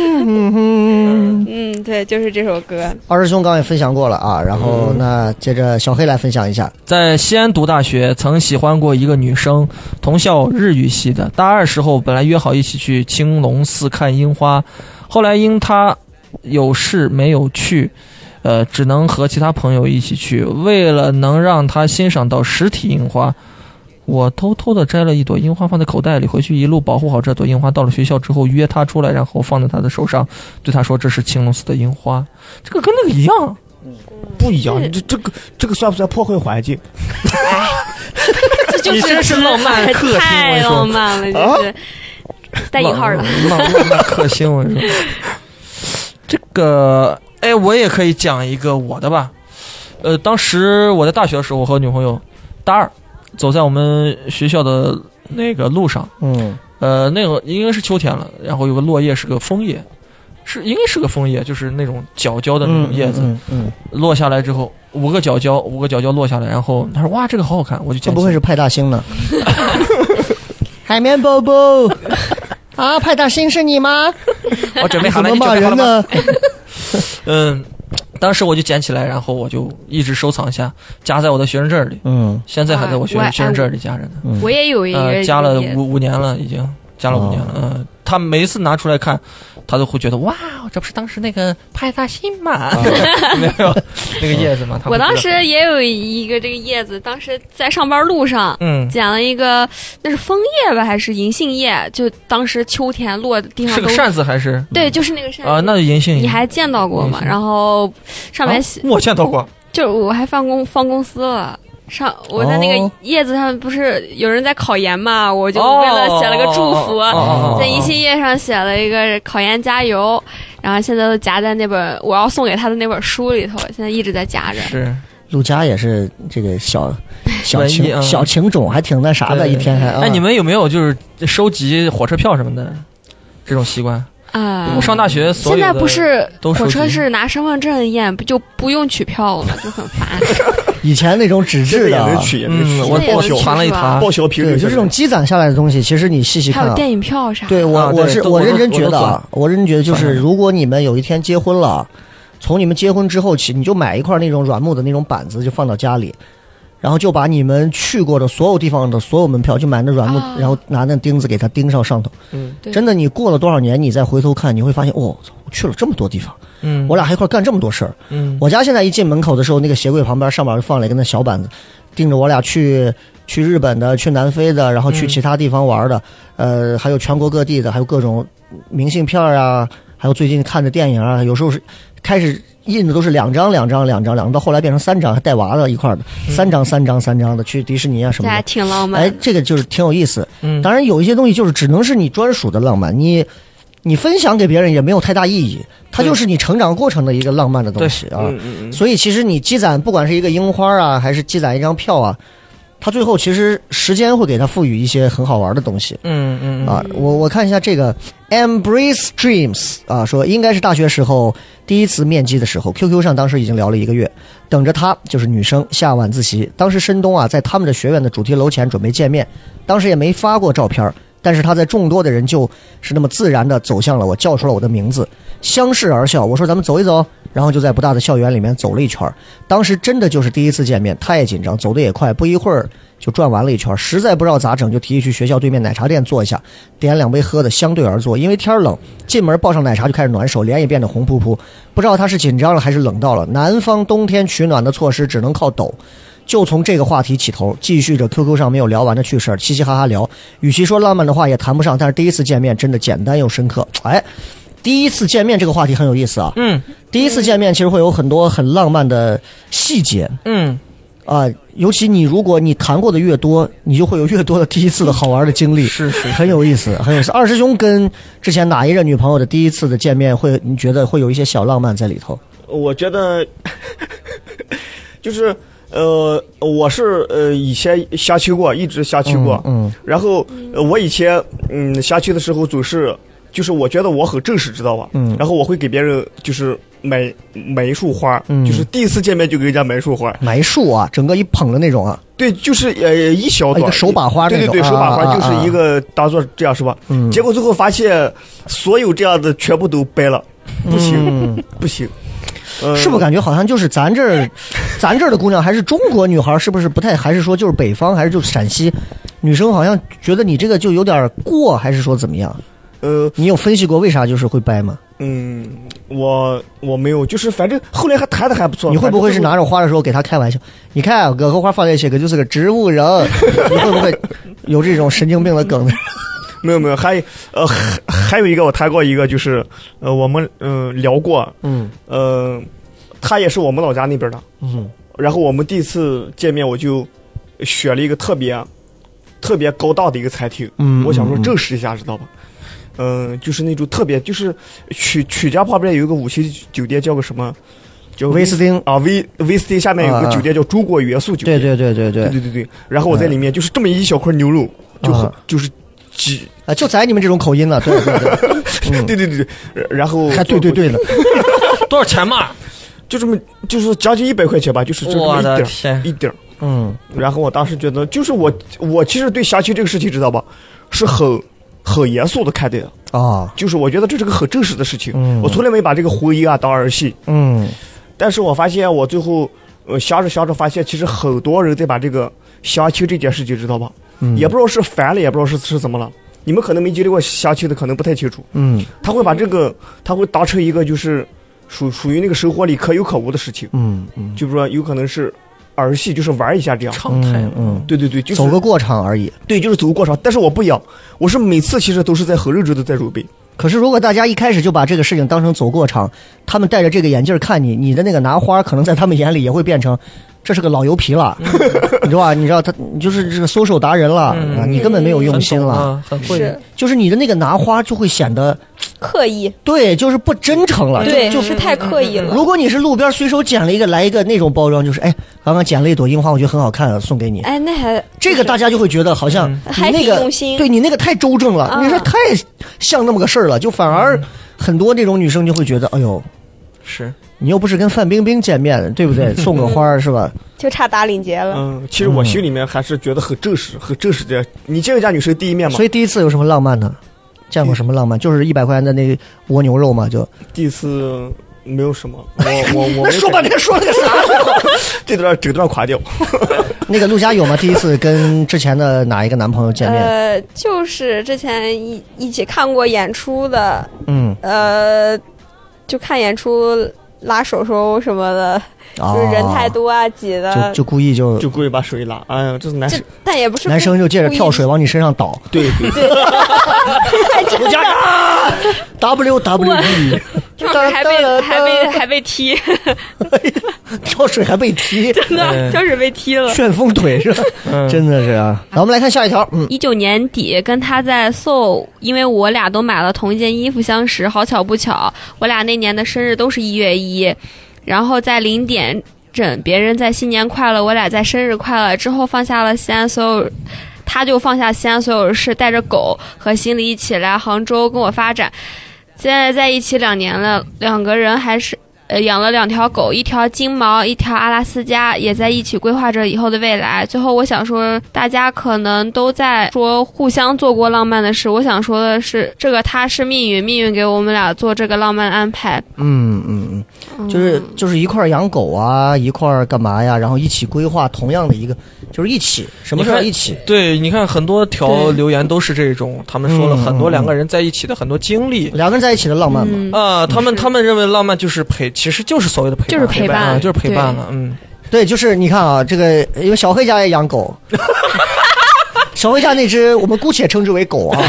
嗯，对，就是这首歌。
二师兄刚刚也分享过了啊，然后那接着小黑来分享一下。
在西安读大学，曾喜欢过一个女生，同校日语系的。大二时候本来约好一起去青龙寺看樱花，后来因她有事没有去，呃，只能和其他朋友一起去。为了能让她欣赏到实体樱花，我偷偷的摘了一朵樱花放在口袋里，回去一路保护好这朵樱花。到了学校之后约她出来，然后放在她的手上，对她说这是青龙寺的樱花。这个跟那个一样，
不一样，这这个这个算不算破坏环境？
这就
你真是浪漫克星我跟你说啊
太浪漫了，就是带引号的。
浪浪浪漫克星，我跟你说，这个，哎，我也可以讲一个我的吧。呃，当时我在大学的时候，我和女朋友大二走在我们学校的那个路上，
嗯，
呃，那个应该是秋天了，然后有个落叶是个枫叶，是应该是个枫叶，就是那种角角的那种叶子，
嗯嗯，
落下来之后，五个角角，五个角角落下来，然后他说哇，这个好好看，我就
这
捡
不
起
会
来。
是派大星呢？ 海绵宝 宝啊，派大星是你吗？
我准备好
怎
了，
么骂
你准备好
人
了吗？
呢？
嗯，当时我就捡起来，然后我就一直收藏下，夹在我的学生证里，
嗯
现在还在我学
啊我
学生证里夹着呢。
嗯，
我也有一个
呃，夹了
也
五五年了，已经夹了五年了。嗯、他每一次拿出来看，他都会觉得哇，这不是当时那个派大星吗？没有那个叶子吗？他会
我当
觉得
时也有一个这个叶子，当时在上班路上。
嗯，
捡了一个，那是枫叶吧，还是银杏叶？就当时秋天落的地
是
上
个
都
扇子还是
对，就是那个扇子。
啊？那就银杏
你还见到过吗
银？杏
然后上面写，
啊我见到过，
就是我还放工放公司了。上我在那
哦
个叶子上不是有人在考研嘛，我就
哦
为了写了个祝福，
哦哦哦
在银杏叶上写了一个考研加油，然后现在都夹在那本我要送给他的那本书里头，现在一直在夹着。
是
陆佳也是这个小小
文艺
情
啊
小情种，还挺那啥的，
对
一天还啊
哎，你们有没有就是收集火车票什么的这种习惯？
啊、
我上大学所
现
有
在
的
不是
都
火
收
车
集
是拿身份证验，不就不用取票了，就很 烦。
以前那种纸质
也
的
能
啊，
取，也能
嗯，
取。
我
现在也能
报
啊
销
去
传了一
是吧
沓
报，销频
对，
率
就这种积攒下来的东西，其实你细细
还
看
有
啊。
电影票啥的。
对我，
啊对
我是
都
我
我
认
都
真
我
觉
都
得，
攒
啊
了，
我认真觉得，就
攒
是
了
如果你们有一天结婚了，从你们结婚之后起，你就买一块那种软木的那种板子，就放到家里，然后就把你们去过的所有地方的所有门票，就买那软木
啊，
然后拿那钉子给它钉上上头。
嗯
对
真的，你过了多少年，你再回头看，你会发现，哦，我去了这么多地方，
嗯，
我俩还一块干这么多事儿。
嗯，
我家现在一进门口的时候，那个鞋柜旁边上面放了一个那小板子，盯着我俩去去日本的、去南非的，然后去
嗯
其他地方玩的，呃，还有全国各地的，还有各种明信片啊，还有最近看的电影啊，有时候是开始。印的都是两张、两张、两张、两张，到后来变成三张，还带娃的一块儿的，
嗯
三张、三张、三张的去迪士尼啊什
这
么
还
的。
挺浪漫
哎，这个就是挺有意思。
嗯
当然有一些东西就是只能是你专属的浪漫，你你分享给别人也没有太大意义，它
对
就是你成长过程的一个浪漫的东
对
西啊。
嗯嗯
所以其实你积攒，不管是一个樱花啊，还是积攒一张票啊，它最后其实时间会给它赋予一些很好玩的东西
嗯嗯
啊。我我看一下这个 Embrace Dreams 啊，说应该是大学时候第一次面基的时候，QQ 上当时已经聊了一个月，等着她就是女生下晚自习。当时申东啊在他们的学院的主题楼前准备见面，当时也没发过照片儿，但是他在众多的人就是那么自然的走向了我，叫出了我的名字，相视而笑。我说咱们走一走，然后就在不大的校园里面走了一圈儿。当时真的就是第一次见面，他也紧张，走的也快，不一会儿就转完了一圈儿，实在不知道咋整，就提议去学校对面奶茶店坐一下，点两杯喝的，相对而坐。因为天儿冷，进门抱上奶茶就开始暖手，脸也变得红扑扑。不知道他是紧张了还是冷到了。南方冬天取暖的措施只能靠抖。就从这个话题起头，继续着 QQ 上没有聊完的趣事儿，嘻嘻哈哈聊。与其说浪漫的话也谈不上，但是第一次见面真的简单又深刻。哎，第一次见面这个话题很有意思啊。
嗯
第一次见面其实会有很多很浪漫的细节
嗯，
啊、尤其你如果你谈过的越多，你就会有越多的第一次的好玩的经历，
是是
很有意思，很有意思。二师兄跟之前哪一任女朋友的第一次的见面会，你觉得会有一些小浪漫在里头？
我觉得 就是呃，我是呃以前下棋过，一直下棋过。
嗯，
然后、呃我以前嗯下棋的时候总是就是我觉得我很正式，知道吧？
嗯
然后我会给别人就是买买一束花，
嗯
就是第一次见面就给人家买一束花。
买一束啊，整个一捧的那种啊，
对，就是呃一小
一
朵
个手把花那
对
种，
对对，手把花
啊
就是一，
啊
个当做这样是吧？
嗯，
结果最后发现所有这样的全部都掰了，不行、
嗯
不行，呃、
是不是感觉好像就是咱这儿，咱这儿的姑娘还是中国女孩，是不是不太？还是说就是北方，还是就是陕西女生好像觉得你这个就有点过，还是说怎么样？
呃
你有分析过为啥就是会掰吗？
嗯，我我没有，就是反正后来还谈的还不错。
你会不会是拿
着？
着花的时候给她开玩笑？你看，搁和花放在一起，可就是个植物 人。你会不会有这种神经病的梗？
没有没有，还呃还还有一个我谈过一个，就是呃我们嗯、呃聊过，
嗯
呃他也是我们老家那边的，
嗯
然后我们第一次见面我就选了一个特别特别高档的一个餐厅，
嗯
我想说
嗯嗯
证实一下，知道吧？嗯、就是那种特别，就是曲曲家旁边有一个五星酒店，叫个什么？叫
嗯威斯汀
啊，威威斯汀下面有个酒店叫中国元素酒
对对
店。
对对啊对
对对对对然后我在里面就是这么一小块牛肉，就很、
啊
就是几，
啊，就宰你们这种口音了，对对对，嗯
对对对对，然后
还对对对了，
多少钱嘛？
就这么就是将近一百块钱吧，就是就这么
我
一
的
点儿
天！
一点儿。
嗯
然后我当时觉得，就是我我其实对下棋这个事情知道吧，是很很严肃的看待的，
啊
就是我觉得这是个很正式的事情，
嗯
我从来没把这个婚姻啊当儿戏。
嗯
但是我发现我最后呃想着想着发现，其实很多人在把这个相亲这件事情知道吧，
嗯，
也不知道是烦了，也不知道是是怎么了。你们可能没经历过相亲的，可能不太清楚。
嗯
他会把这个，他会当成一个就是属属于那个生活里可有可无的事情，
嗯嗯，
就是说有可能是儿戏，就是玩一下这样。
常态
嗯嗯，
对对对，就是
走个过场而已。
对，就是走个过场。但是我不一样，我是每次其实都是在很认真的在准备。
可是如果大家一开始就把这个事情当成走过场，他们戴着这个眼镜看你，你的那个拿花，可能在他们眼里也会变成。这是个老油皮了，你知道吧？你知道他，你就是这个搜手达人了、
嗯
啊！你根本没有用心
很懂
了，
啊，很会
是
就是你的那个拿花就会显得
刻意，
对，就是不真诚了。
对，
就是嗯
太刻意了。
如果你是路边随手捡了一个来一个那种包装，就是哎，刚刚捡了一朵樱花，我觉得很好看，送给你。
哎，那还
嗯这个大家就会觉得好像
嗯
你
还
那
挺
个
用心
对你那个太周正了，
啊
你说太像那么个事儿了，就反而很多这种女生就会觉得，哎呦，
是
你又不是跟范冰冰见面，对不对？送个花儿是吧？
就差打领结了。
嗯，其实我心里面还是觉得很正式，很正式的。你见人家女生第一面嘛
所，以第一次有什么浪漫呢？见过什么浪漫？就是一百块钱的那个蜗牛肉嘛，就
第一次没有什么。 我我我没
说半
感觉，
天说了个啥？
这段整段垮掉。
那个陆佳有吗？第一次跟之前的哪一个男朋友见面？
呃，就是之前一一起看过演出的，
嗯，
呃，就看演出拉手手什么的，
啊，
就是人太，多啊，挤
就
的，
哦就故意就
就故意把手一拉，哎呀，这是男
这
生。
但也不是
男
故
生就借着
故意
跳水往你身上倒。
对对对，
陆佳，W W E，
跳水还被还被还被踢，
跳水还被踢，
嗯
那跳水被踢 了。
旋风腿是吧？真的是啊。来，我们来看下一条，嗯
一九年底跟他在 SO，因为我俩都买了同一件衣服相识，好巧不巧，我俩那年的生日都是一月一，然后在零点整别人在新年快乐，我俩在生日快乐之后放下了西安所有。他就放下西安所有事，带着狗和行李一起来杭州跟我发展。现在在一起两年了，两个人还是呃养了两条狗，一条金毛，一条阿拉斯加，也在一起规划着以后的未来。最后，我想说，大家可能都在说互相做过浪漫的事，我想说的是，这个他是命运，命运给我们俩做这个浪漫安排。
嗯嗯
哦
嗯，就是就是一块儿养狗啊，一块儿干嘛呀？然后一起规划同样的一个，就是一起什么事儿一起。
对，你看很多条留言都是这种，他们说了很
嗯
多两个人在一起的很多经历。
两个人在一起的浪漫嘛，
嗯，
啊，他们他们认为浪漫就是陪，其实就是所谓的陪伴，
就是陪伴
啊，就是陪伴
对
了。嗯，
对，就是你看啊，这个因为小黑家也养 狗，小黑家那只我们姑且称之为狗 啊。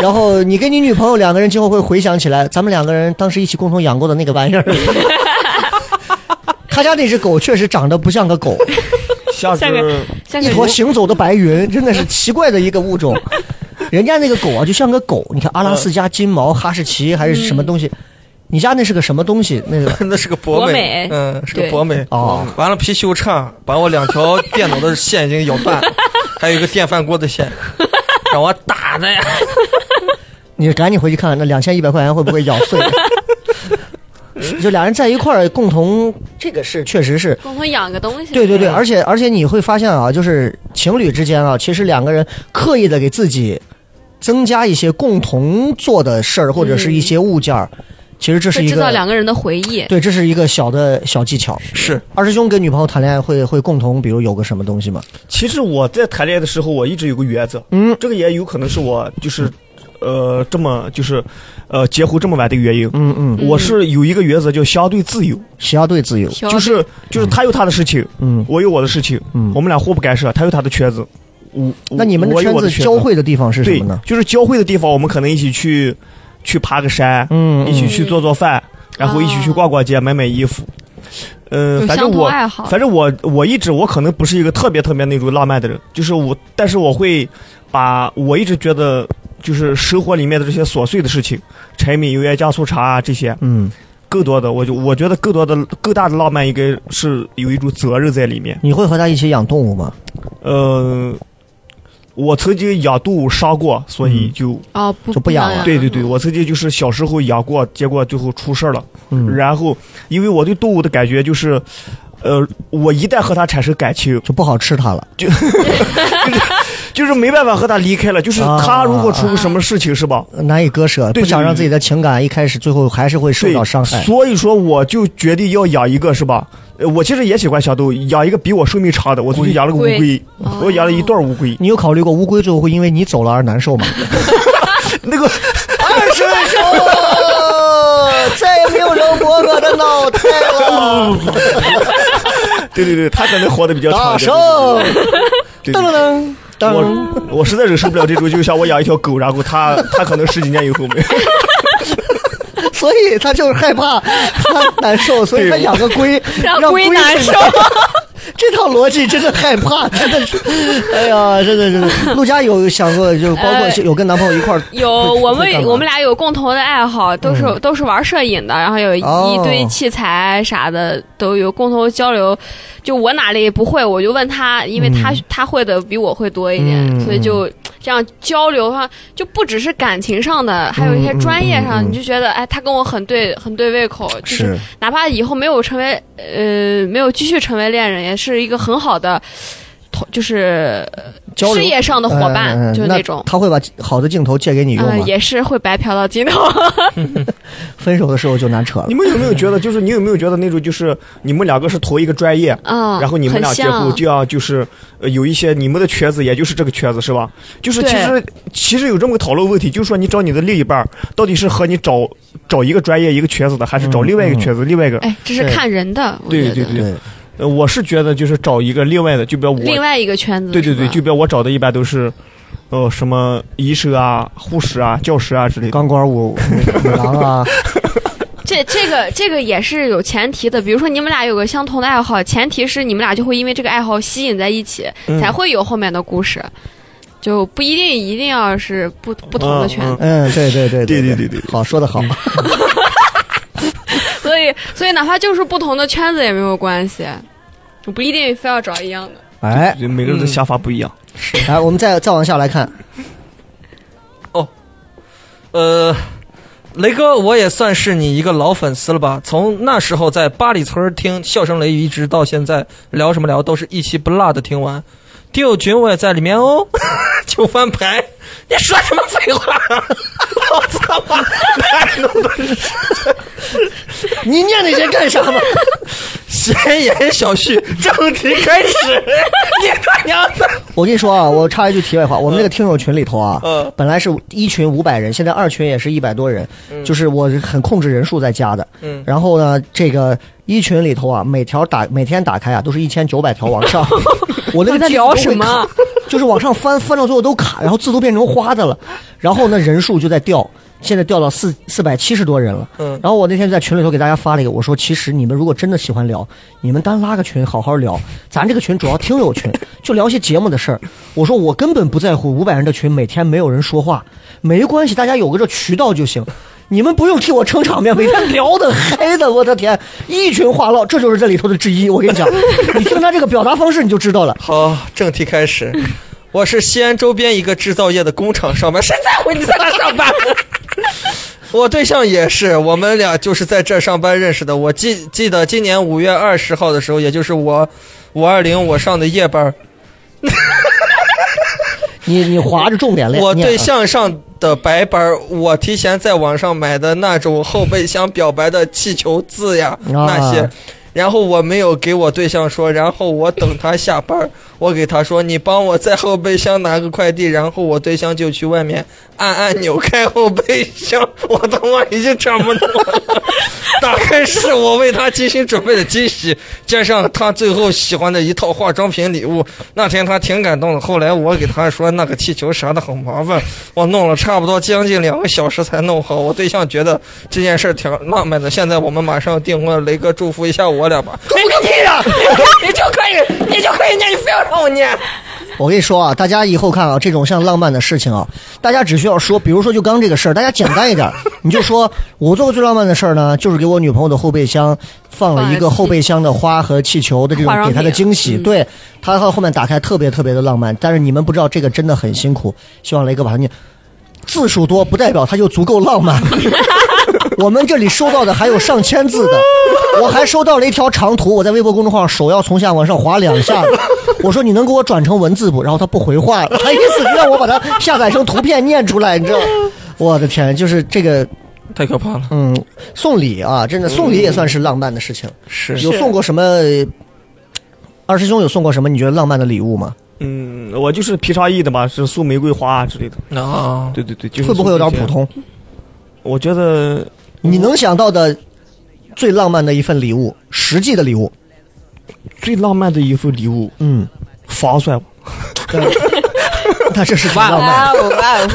然后你跟你女朋友两个人今后会回想起来，咱们两个人当时一起共同养过的那个玩意儿。 他家那只狗确实长得不像个狗，
像
下个
是
像
一
个
坨行走的白云，真的是奇怪的一个物种。
嗯
人家那个狗啊，就像个狗，你看阿拉斯加金毛、哈士奇还是什么东西，你家那是个什么东西？那个
那是个博
博
美
美，
嗯，是个
对
博美。
哦，
完了，貔貅叉把我两条电脑的线已经咬断了， 还有一个电饭锅的线，让我打的呀！
你赶紧回去看看那两千一百块钱会不会咬碎。 就俩人在一块儿共同，这个是确实是
共同养个东西。
对对对，而且而且你会发现啊，就是情侣之间啊，其实两个人刻意的给自己增加一些共同做的事儿或者是一些物件儿，其实这是
会
一
制造两
个
个人的回忆。
对，这是一个小的小技巧。
是
二师兄跟女朋友谈恋爱会会共同，比如有个什么东西吗？
其实我在谈恋爱的时候，我一直有个原则，
嗯，
这个也有可能是我就是，呃，这么就是，呃，结婚这么晚的原因。
嗯嗯，
我是有一个原则叫相对自由，
谁要对自由？
小
就是就是他有他的事情，
嗯
我有我的事情，
嗯
我，们俩互不干涉，他有他的圈子，我
那你们
我有
圈
我的
子
圈
交汇的地方是什
对
么呢？，
就是交汇的地方，我们可能一起去去爬个山，
嗯，
一
嗯
起
啊
去做做饭，然后一起去逛逛街，买买衣服。嗯、
有
反
相
正
同
我
爱好，
反正我我一直我可能不是一个特别特别那种浪漫的人，就是我，但是我会把我一直觉得就是生活里面的这些琐碎的事情，柴米油盐酱醋茶啊这些，
嗯，
更多的我就我觉得更多的更大的浪漫应该是有一种责任在里面。
你会和他一起养动物吗？
呃，我曾经养动物伤过，所
嗯
以就、
哦，不
就不养了
对对对，我曾经就是小时候养过，结果最后出事儿了。
嗯，
然后因为我对动物的感觉就是。呃，我一旦和它产生感情，
就不好吃它了。
就是没办法和它离开了。就是
啊
它如果出个什么事情，是吧？
难以割舍，
对
不想
对
让
对
自己的情感一开始最后还是会受
对
到伤害。
所以说，我就决定要养一个，是吧？呃我其实也喜欢小动物，养一个比我寿命长的。我最近养了个乌
龟
龟，
哦
我养了一段乌 龟。
你有考虑过乌龟最后会因为你走了而难受吗？
那个
二师兄，再也没有人摸我的脑袋了，
对对对，它可能活得比较长
大
一点
圣，。
对对对
噔噔噔噔，
我我实在忍受不了这种，就像我养一条狗，然后它它可能十几年以后没。
所以他就是害怕他难受，所以他养个龟，
让
让
龟难受。
这套逻辑真是害怕，真的是，哎呀，真的真的。陆佳有想过，就是包括
呃
有跟男朋友一块儿
有
会
我
会
们
干嘛嗯
我们俩有共同的爱好，都是、都是玩摄影的，然后有一,、
哦
堆器材啥的都有共同交流。就我哪里不会，我就问他，因为他、他会的比我会多一点，
嗯
所以就这样交流的话，就不只是感情上的，还有一些
嗯嗯
专业上，
嗯嗯
你就觉得哎，他跟我很对很对胃口，就是
是
哪怕以后没有成为呃没有继续成为恋人，也是一个很好的。同就是
交流
事业上的伙伴，
嗯嗯嗯
就是
那
种，
他会把好的镜头借给你用
嗯、
吗？
也是会白嫖到尽 头。
分手的时候就难扯了
你。们有没有觉得，就是你有没有觉得那种，就是你们两个是同一个专业，
啊，
然后你们俩
很
结
像
婚，这样就是呃有一些你们的圈子，也就是这个圈子是吧？就是其实其实有这么个讨论问题，就是说你找你的另一半儿，到底是和你找找一个专业一个圈子的，还是找另外一个圈子、另外一个？
哎，这是
对
看人的，我
对
觉
对
得
对，呃，我是觉得就是找一个另外的，就比如
另
我，
外一个圈子，
对对对，
是
就
吧
比如我找的一般都是，呃，什么医生啊、护士啊、教师啊之类的。
钢管舞、舞郎啊，
这这个这个也是有前提的，比如说你们俩有个相同的爱好，前提是你们俩就会因为这个爱好吸引在一起，
嗯
才会有后面的故事，就不一定一定要是不不同的圈子，
嗯，对对对
对
对
对对对
好说的好，
嗯
所以所以哪怕就是不同的圈子也没有关系，我不一定非要找一样的。
哎
就每个人
嗯
的想法不一样。
来，我们再再往下来看，
呃，雷哥，我也算是你一个老粉丝了吧？从那时候在八里村听《笑声雷雨》，一直到现在，聊什么聊都是一期不落的听完。丢群我也在里面哦， 就翻牌。你说什么废话？ 老子他妈哪弄的
你念那些干啥嘛？
闲言小叙， 正题开始。 你他娘的！
我跟你说啊，我插一句题外话，我们那个听友群里头啊，
嗯
本来是一群五百人，现在二群也是一百多人，
嗯
就是我很控制人数在加的。
嗯
然后呢，这个一群里头啊，每条打每天打开啊，都是一千九百条往上。 我
他
那个
在
记录
聊
都会
什么啊
卡？就是往上翻，翻到最后都卡，然后字都变成花的了，然后呢人数就在掉，现在掉到四四百七十多人了。
嗯
然后我那天在群里头给大家发了一个，我说其实你们如果真的喜欢聊，你们单拉个群好好聊，咱这个群主要听友群，就聊些节目的事儿。我说我根本不在乎五百人的群每天没有人说话，没关系，大家有个这渠道就行。你们不用替我撑场面，每天聊的嗨的，我的天，一群话唠，这就是这里头的之一。我跟你讲，你听他这个表达方式你就知道了。
好，正题开始。我是西安周边一个制造业的工厂上班，谁在乎你在哪上 班？我对象也是，我们俩就是在这上班认识的。我记记得今年五月二十号的时候，也就是我五二零我上的夜班，
你你划着重点来。
我
念啊
对象上的白班，我提前在网上买的那种后备箱表白的气球字呀、那
啊
些，然后我没有给我对象说，然后我等他下班，我给他说你帮我在后备箱拿个快递，然后我对象就去外面按按钮开后备箱，我他妈已经沉不住了， 打开是我为他精心准备的惊喜，加上他最后喜欢的一套化妆品礼物，那天他挺感动的。后来我给他说那个气球啥的很麻烦，我弄了差不多将近两个小时才弄好。我对象觉得这件事儿挺浪漫的。现在我们马上订婚，雷哥祝福一下我俩吧。没问题啊，你就可以，你就可以念，你非要让我念。
我跟你说啊，大家以后看啊，这种像浪漫的事情啊，大家只需要说，比如说就刚这个事儿，大家简单一 点，你就说我做过最浪漫的事儿呢，就是给我女朋友的后备箱放了一个后备箱的花和气球的这种
化妆
给
品
她的惊喜，
嗯
对她到后面打开特别特别的浪漫。但是你们不知道这个真的很辛苦，希望雷哥把它念。字数多不代表它就足够浪漫。 我们这里收到的还有上千字的，我还收到了一条长图，我在微博公众号上手要从下往上滑两下，我说你能给我转成文字不？然后他不回话，他意思是让我把它下载成图片念出来，你知道吗？我的天，就是这个，
太可怕了，
嗯，送礼啊，真的送礼也算是浪漫的事情。
是
有送过什么？二师兄有送过什么你觉得浪漫的礼物吗？
嗯，我就是皮差艺的嘛，是送玫瑰花啊之类的。
啊，
对对对，就是
会不会有点普
送这些？
通？
我觉得
你能想到的最浪漫的一份礼物，实际的礼物，
最浪漫的一份礼物，
嗯，
防晒吧。
那这是挺浪 漫的。
哦哇哦！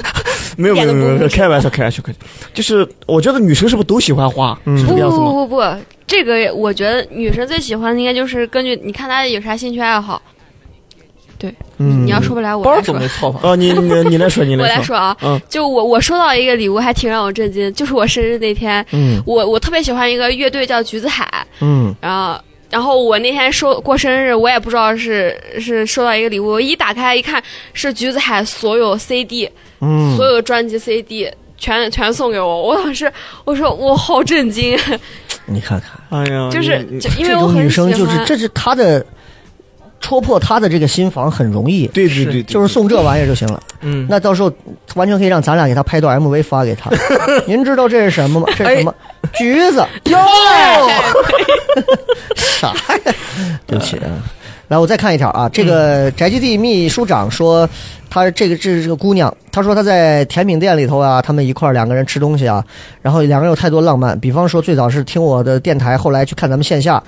没有没
演
有
得
没有
不
没有，开玩笑开玩笑开玩笑，就是我觉得女生是不是都喜欢花，是这
不
个样
不
子吗？
不不不，这个我觉得女生最喜欢的应该就是根据你看她有啥兴趣爱好。
嗯，
你要说不来，我
包
来
总
说
没。错吧？
啊，你你你来说你
我来
来，
说啊，
嗯
就我我收到一个礼物，还挺让我震惊，就是我生日那天，
嗯
我我特别喜欢一个乐队叫橘子海，
嗯
然后然后我那天收过生日，我也不知道是是收到一个礼物，我一打开一看是橘子海所有 CD，、
嗯
所有专辑 CD 全全送给我，我当时我说我好震惊，啊
你看看，
哎呀，
就是
你你
就因
这
为我
种
很
女
喜
生
欢，
就是这是她的戳破她的这个心房很容易，
对对对，对
就是送这玩意儿就行了。
嗯，
那到时候完全可以让咱俩给她拍段 MV 发给她。您知道这是什么吗？这是什么？橘子哟，啥呀？对不起啊。来，我再看一条啊，这个宅基地秘书长说，她这个这是个姑娘，她说她在甜品店里头啊，他们一块儿两个人吃东西啊，然后两个人有太多浪漫，比方说最早是听我的电台，后来去看咱们线下，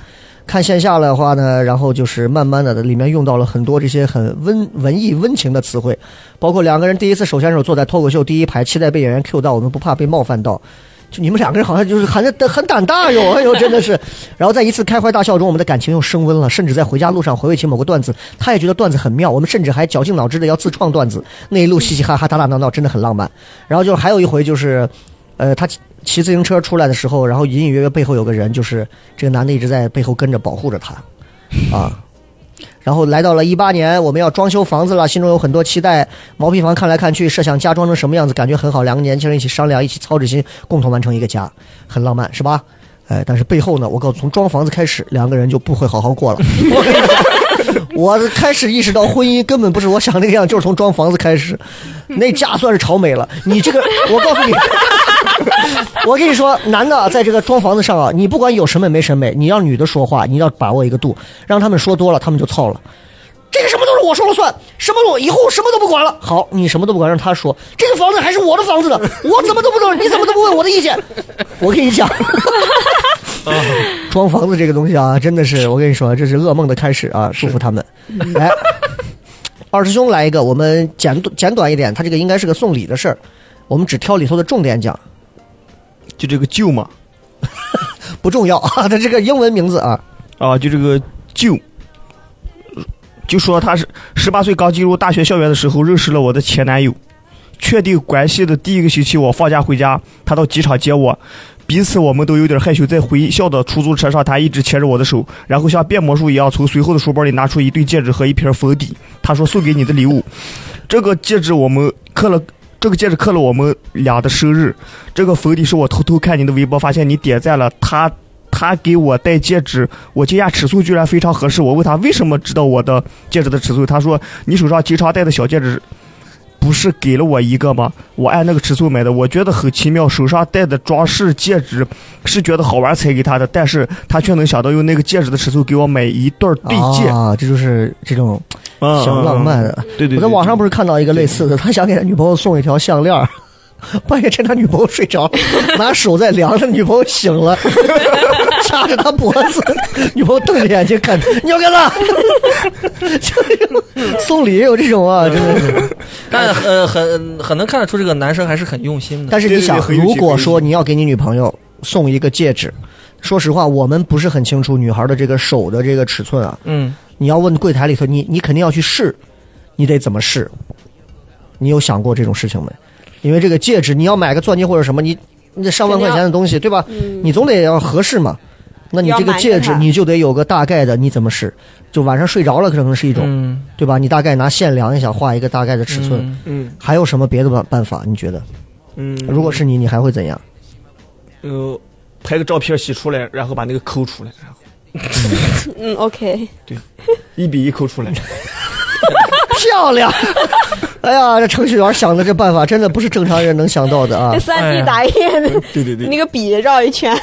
看线下的话呢，然后就是慢慢的里面用到了很多这些很温文艺温情的词汇，包括两个人第一次手牵手坐在脱口秀第一排，期待被演员 Q 到，我们不怕被冒犯到。就你们两个人好像就是很很胆大哟，哎呦，真的是。然后在一次开怀大笑中，我们的感情又升温了，甚至在回家路上回味起某个段子，他也觉得段子很妙，我们甚至还绞尽脑汁的要自创段子，那一路嘻嘻哈哈、打打闹闹，真的很浪漫。然后就是还有一回就是，呃，他骑骑自行车出来的时候，然后隐隐约约背后有个人，就是这个男的一直在背后跟着保护着他，啊。然后来到了一八年，我们要装修房子了，心中有很多期待。毛坯房看来看去，设想家装成什么样子，感觉很好。两个年轻人一起商量，一起操着心，共同完成一个家，很浪漫，是吧？哎，但是背后呢，我告诉，从装房子开始，两个人就不会好好过了。我跟你讲，我开始意识到婚姻根本不是我想那个样，就是从装房子开始。那家算是炒美了，你这个，我告诉你， 我跟你说，男的啊在这个装房子上啊，你不管有审美没审美，你让女的说话，你要把握一个度，让他们说多了，他们就操了。这个什么都是我说了算，什么我以后什么都不管了。好，你什么都不管，让他说这个房子还是我的房子呢，我怎么都不懂，你怎么都不问我的意见。 我跟你讲，
啊
装房子这个东西啊，真的是我跟你说，这是噩梦的开始啊！祝福他们。
嗯
来，二师兄来一个，我们简简短一点，他这个应该是个送礼的事儿，我们只挑里头的重点讲。
就这个舅嘛，
不重要 啊，他这个英文名字啊，
啊，就这个舅，就说他是十八岁刚进入大学校园的时候认识了我的前男友，确定关系的第一个星期，我放假回家，他到机场接我。彼此我们都有点害羞，在回校的出租车上，他一直牵着我的手，然后像变魔术一样从随后的书包里拿出一对戒指和一瓶粉底。他说：“送给你的礼物，这个戒指我们刻了，这个戒指刻了我们俩的生日。这个粉底是我偷偷看你的微博，发现你点赞了他。”他给我戴戒指，我惊讶尺寸居然非常合适。我问他为什么知道我的戒指的尺寸，他说你手上经常戴的小戒指，不是给了我一个吗？我按那个尺寸买的，我觉得很奇妙。手上戴的装饰戒指是觉得好玩才给他的，但是他却能想到用那个戒指的尺寸给我买一对儿对戒，
啊，这就是这种
嗯
小浪。漫啊的。
对对，
我在网上不是
是
看到一个类似的，他想给他女朋友送一条项链儿。半夜趁他女朋友睡着，拿手在量着女朋友醒了， 掐着他脖子，女朋友瞪着眼睛看你要干啥？ 就是送礼也有这种啊，真的
嗯
是。
但呃，很很能看得出这个男生还是很用心的。
但是你想
对，对对很有
如
趣
果说你要给你女朋友送一个戒指，说实话，我们不是很清楚女孩的这个手的这个尺寸啊，
嗯，
你要问柜台里头，你你肯定要去试，你得怎么试？你有想过这种事情没？因为这个戒指，你要买个钻戒或者什么，你你得上万块钱的东西，对吧？你总得要合适嘛。那你这个戒
要瞒着
指，
他
你就得有个大概的，你怎么试？就晚上睡着了，可能是一种，
嗯，
对吧？你大概拿线量一下，画一个大概的尺寸。
嗯
嗯
还有什么别的办办法？你觉得？
嗯，
如果是你，你还会怎样？
呃拍个照片洗出来，然后把那个抠出来，然后
嗯，OK，
一比一抠出来。
漂亮！ 哎呀，这程序员想的这办法真的不是正常人能想到的啊
这！
哎
三
呀
D 打印的
对对对，
那个笔绕一圈，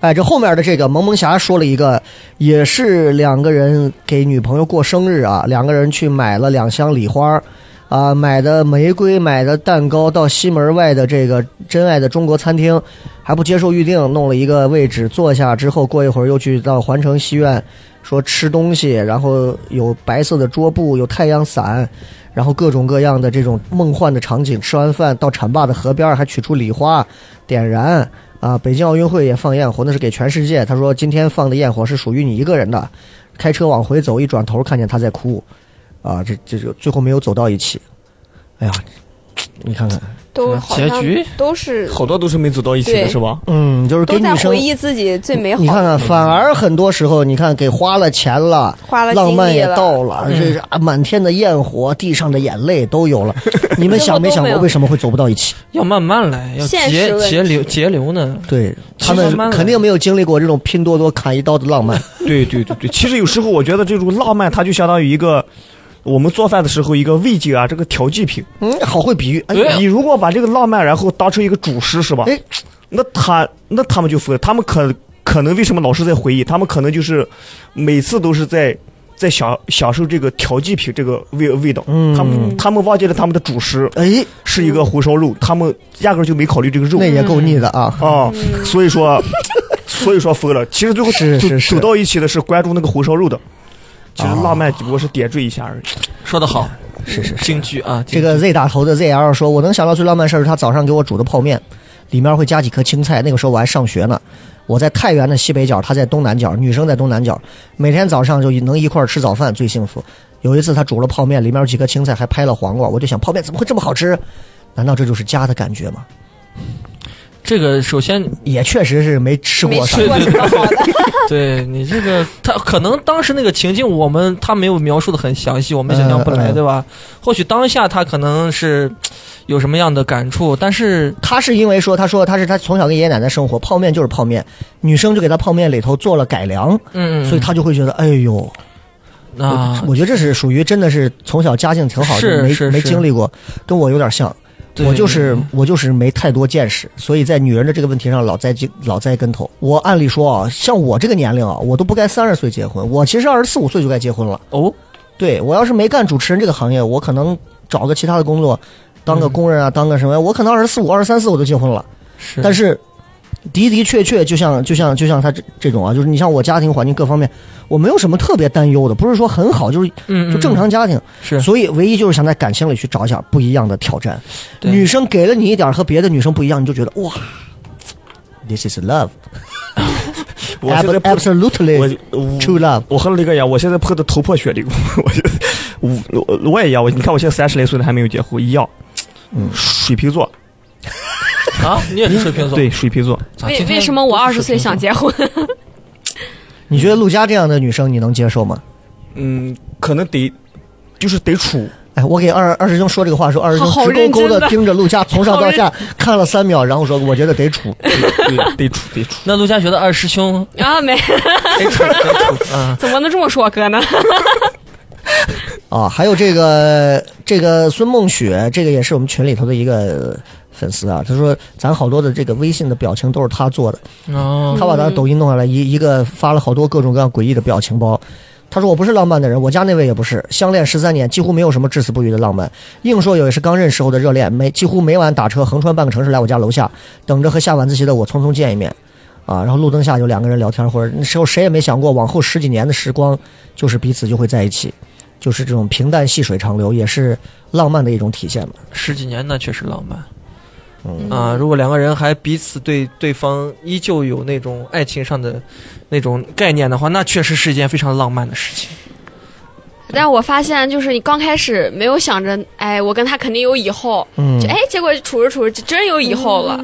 哎，这后面的这个萌萌侠说了一个，也是两个人给女朋友过生日啊，两个人去买了两箱礼花儿，啊，买的玫瑰，买的蛋糕，到西门外的这个真爱的中国餐厅，还不接受预定，弄了一个位置坐下之后，过一会儿又去到环城西苑说吃东西，然后有白色的桌布，有太阳伞。然后各种各样的这种梦幻的场景，吃完饭到浐灞的河边儿还取出礼花点燃，啊，北京奥运会也放焰火，那是给全世界。他说今天放的焰火是属于你一个人的。开车往回走，一转头看见他在哭，啊，这这就最后没有走到一起。哎呀，你看看，
都好
嗯
结
像
局
都是
好多都是没走到一起的
对
是吧？
嗯，就是给
都在
女生
回，忆自己最美好
你看
的，
看，反而很多时候，你看给花了钱了。
花了嗯
浪
精
漫
力
也
了
到了，这是啊满天的焰火，地上的眼泪 都有了。你们想没想过为什么会走不到一起？
要慢慢来，要
现
节
实问题
节流节流呢。
对他
其实
们
慢慢来
肯定没有经历过这种拼多多砍一刀的浪漫。
对对对对，其实有时候我觉得这种浪漫，它就相当于一个我们做饭的时候一个味精啊，这个调剂品。
嗯， 好会比喻。哎
对
你如果把这个浪漫然后当成一个主食是吧？
哎
那他那他们就疯了，他们可可能为什么老是在回忆？他们可能就是每次都是在在享享受这个调剂品这个味味道。
嗯
他们他们忘记了他们的主食
哎，
是一个红烧肉，他们压根儿就没考虑这个肉
嗯那也够腻的啊。
啊，所以说。 所以说疯了，其实最后
是
走
是是
走到一起的是关注那个红烧肉的，其实
啊
浪漫只不过是点缀一下而已。
说得好，
是是
京剧啊，
这
京
个
剧
Z 打头的 ZL 说，我能想到最浪漫事儿是他早上给我煮的泡面，里面会加几颗青菜。那个时候我还上学呢，我在太原的西北角，他在东南角，女生在东南角，每天早上就能一块儿吃早饭，最幸福。有一次他煮了泡面，里面有几颗青菜，还拍了黄瓜，我就想泡面怎么会这么好吃？难道这就是家的感觉吗？
这个首 先
也确实是没吃过啥
没，吃
过什么好的，
对你这个，他可能当时那个情境，我们他没有描述的很详细，我们想象不来，
嗯嗯
对吧？或许当下他可能是有什么样的感触，但是
他是因为说，他说他是他从小跟爷爷奶奶生活，泡面就是泡面，女生就给他泡面里头做了改良，
嗯，
所以他就会觉得，哎呦，
啊，
我觉得这是属于真的是从小家境挺好
是
的，没
是
没
是
经历过，跟我有点像。
对嗯
我就是我就是没太多见识，所以在女人的这个问题上老栽进老栽跟头。我按理说啊，像我这个年龄啊，我都不该三十岁结婚，我其实二十四五岁就该结婚了。
哦，
对我要是没干主持人这个行业，我可能找个其他的工作，当
嗯
个工人啊，当个什么，我可能二十四五、二十三四我就结婚了。
是，
但是的的确确，就像就像就像他这这种啊，就是你像我家庭环境各方面，我没有什么特别担忧的，不是说很好，就是
嗯，嗯
就正常家庭。
是
所以唯一就是想在感情里去找一下不一样的挑战。
对
女生给了你一点儿和别的女生不一样，你就觉得哇，this is love，
我现在
ab-
破
absolutely
我我
true love。
我和雷哥一样，我现在破的 头破血流，我现在我我我也一样，我你看我现在三十来岁了还没有结婚，一样，
嗯
水瓶座，
啊，你也是水瓶座？
对，水瓶座，
咋
为
今天
为什么我
都是
二十岁
水瓶座
想结婚？
你觉得陆佳这样的女生你能接受吗？
嗯，可能得就是得处，
哎，我给二二师兄说这个话的时候，二师兄
好
直勾勾
认真
的
的
盯着陆佳从上到下看了三秒，然后说：“我觉得得处。
对，得处得处。
那陆家觉得二师兄
啊，没，
得处得处啊，
怎么能这么说我哥呢？
啊，还有这个这个孙梦雪，这个也是我们群里头的一个粉丝啊，他说咱好多的这个微信的表情都是他做的，
哦，
他把咱的抖音弄下来一一个发了好多各种各样诡异的表情包。他说我不是浪漫的人，我家那位也不是，相恋十三年，几乎没有什么至死不渝的浪漫。硬说也是刚认识后的热恋，每几乎每晚打车横穿半个城市来我家楼下，等着和下晚自习的我匆匆见一面。啊，然后路灯下就两个人聊天，或者那时候谁也没想过，往后十几年的时光就是彼此就会在一起，就是这种平淡细水长流，也是浪漫的一种体现嘛。
十几年那确实浪漫。
嗯
啊，如果两个人还彼此对对方依旧有那种爱情上的那种概念的话，那确实是一件非常浪漫的事情。
但我发现，就是你刚开始没有想着，哎，我跟他肯定有以后，
嗯
就哎，结果处着处着就真有以后了。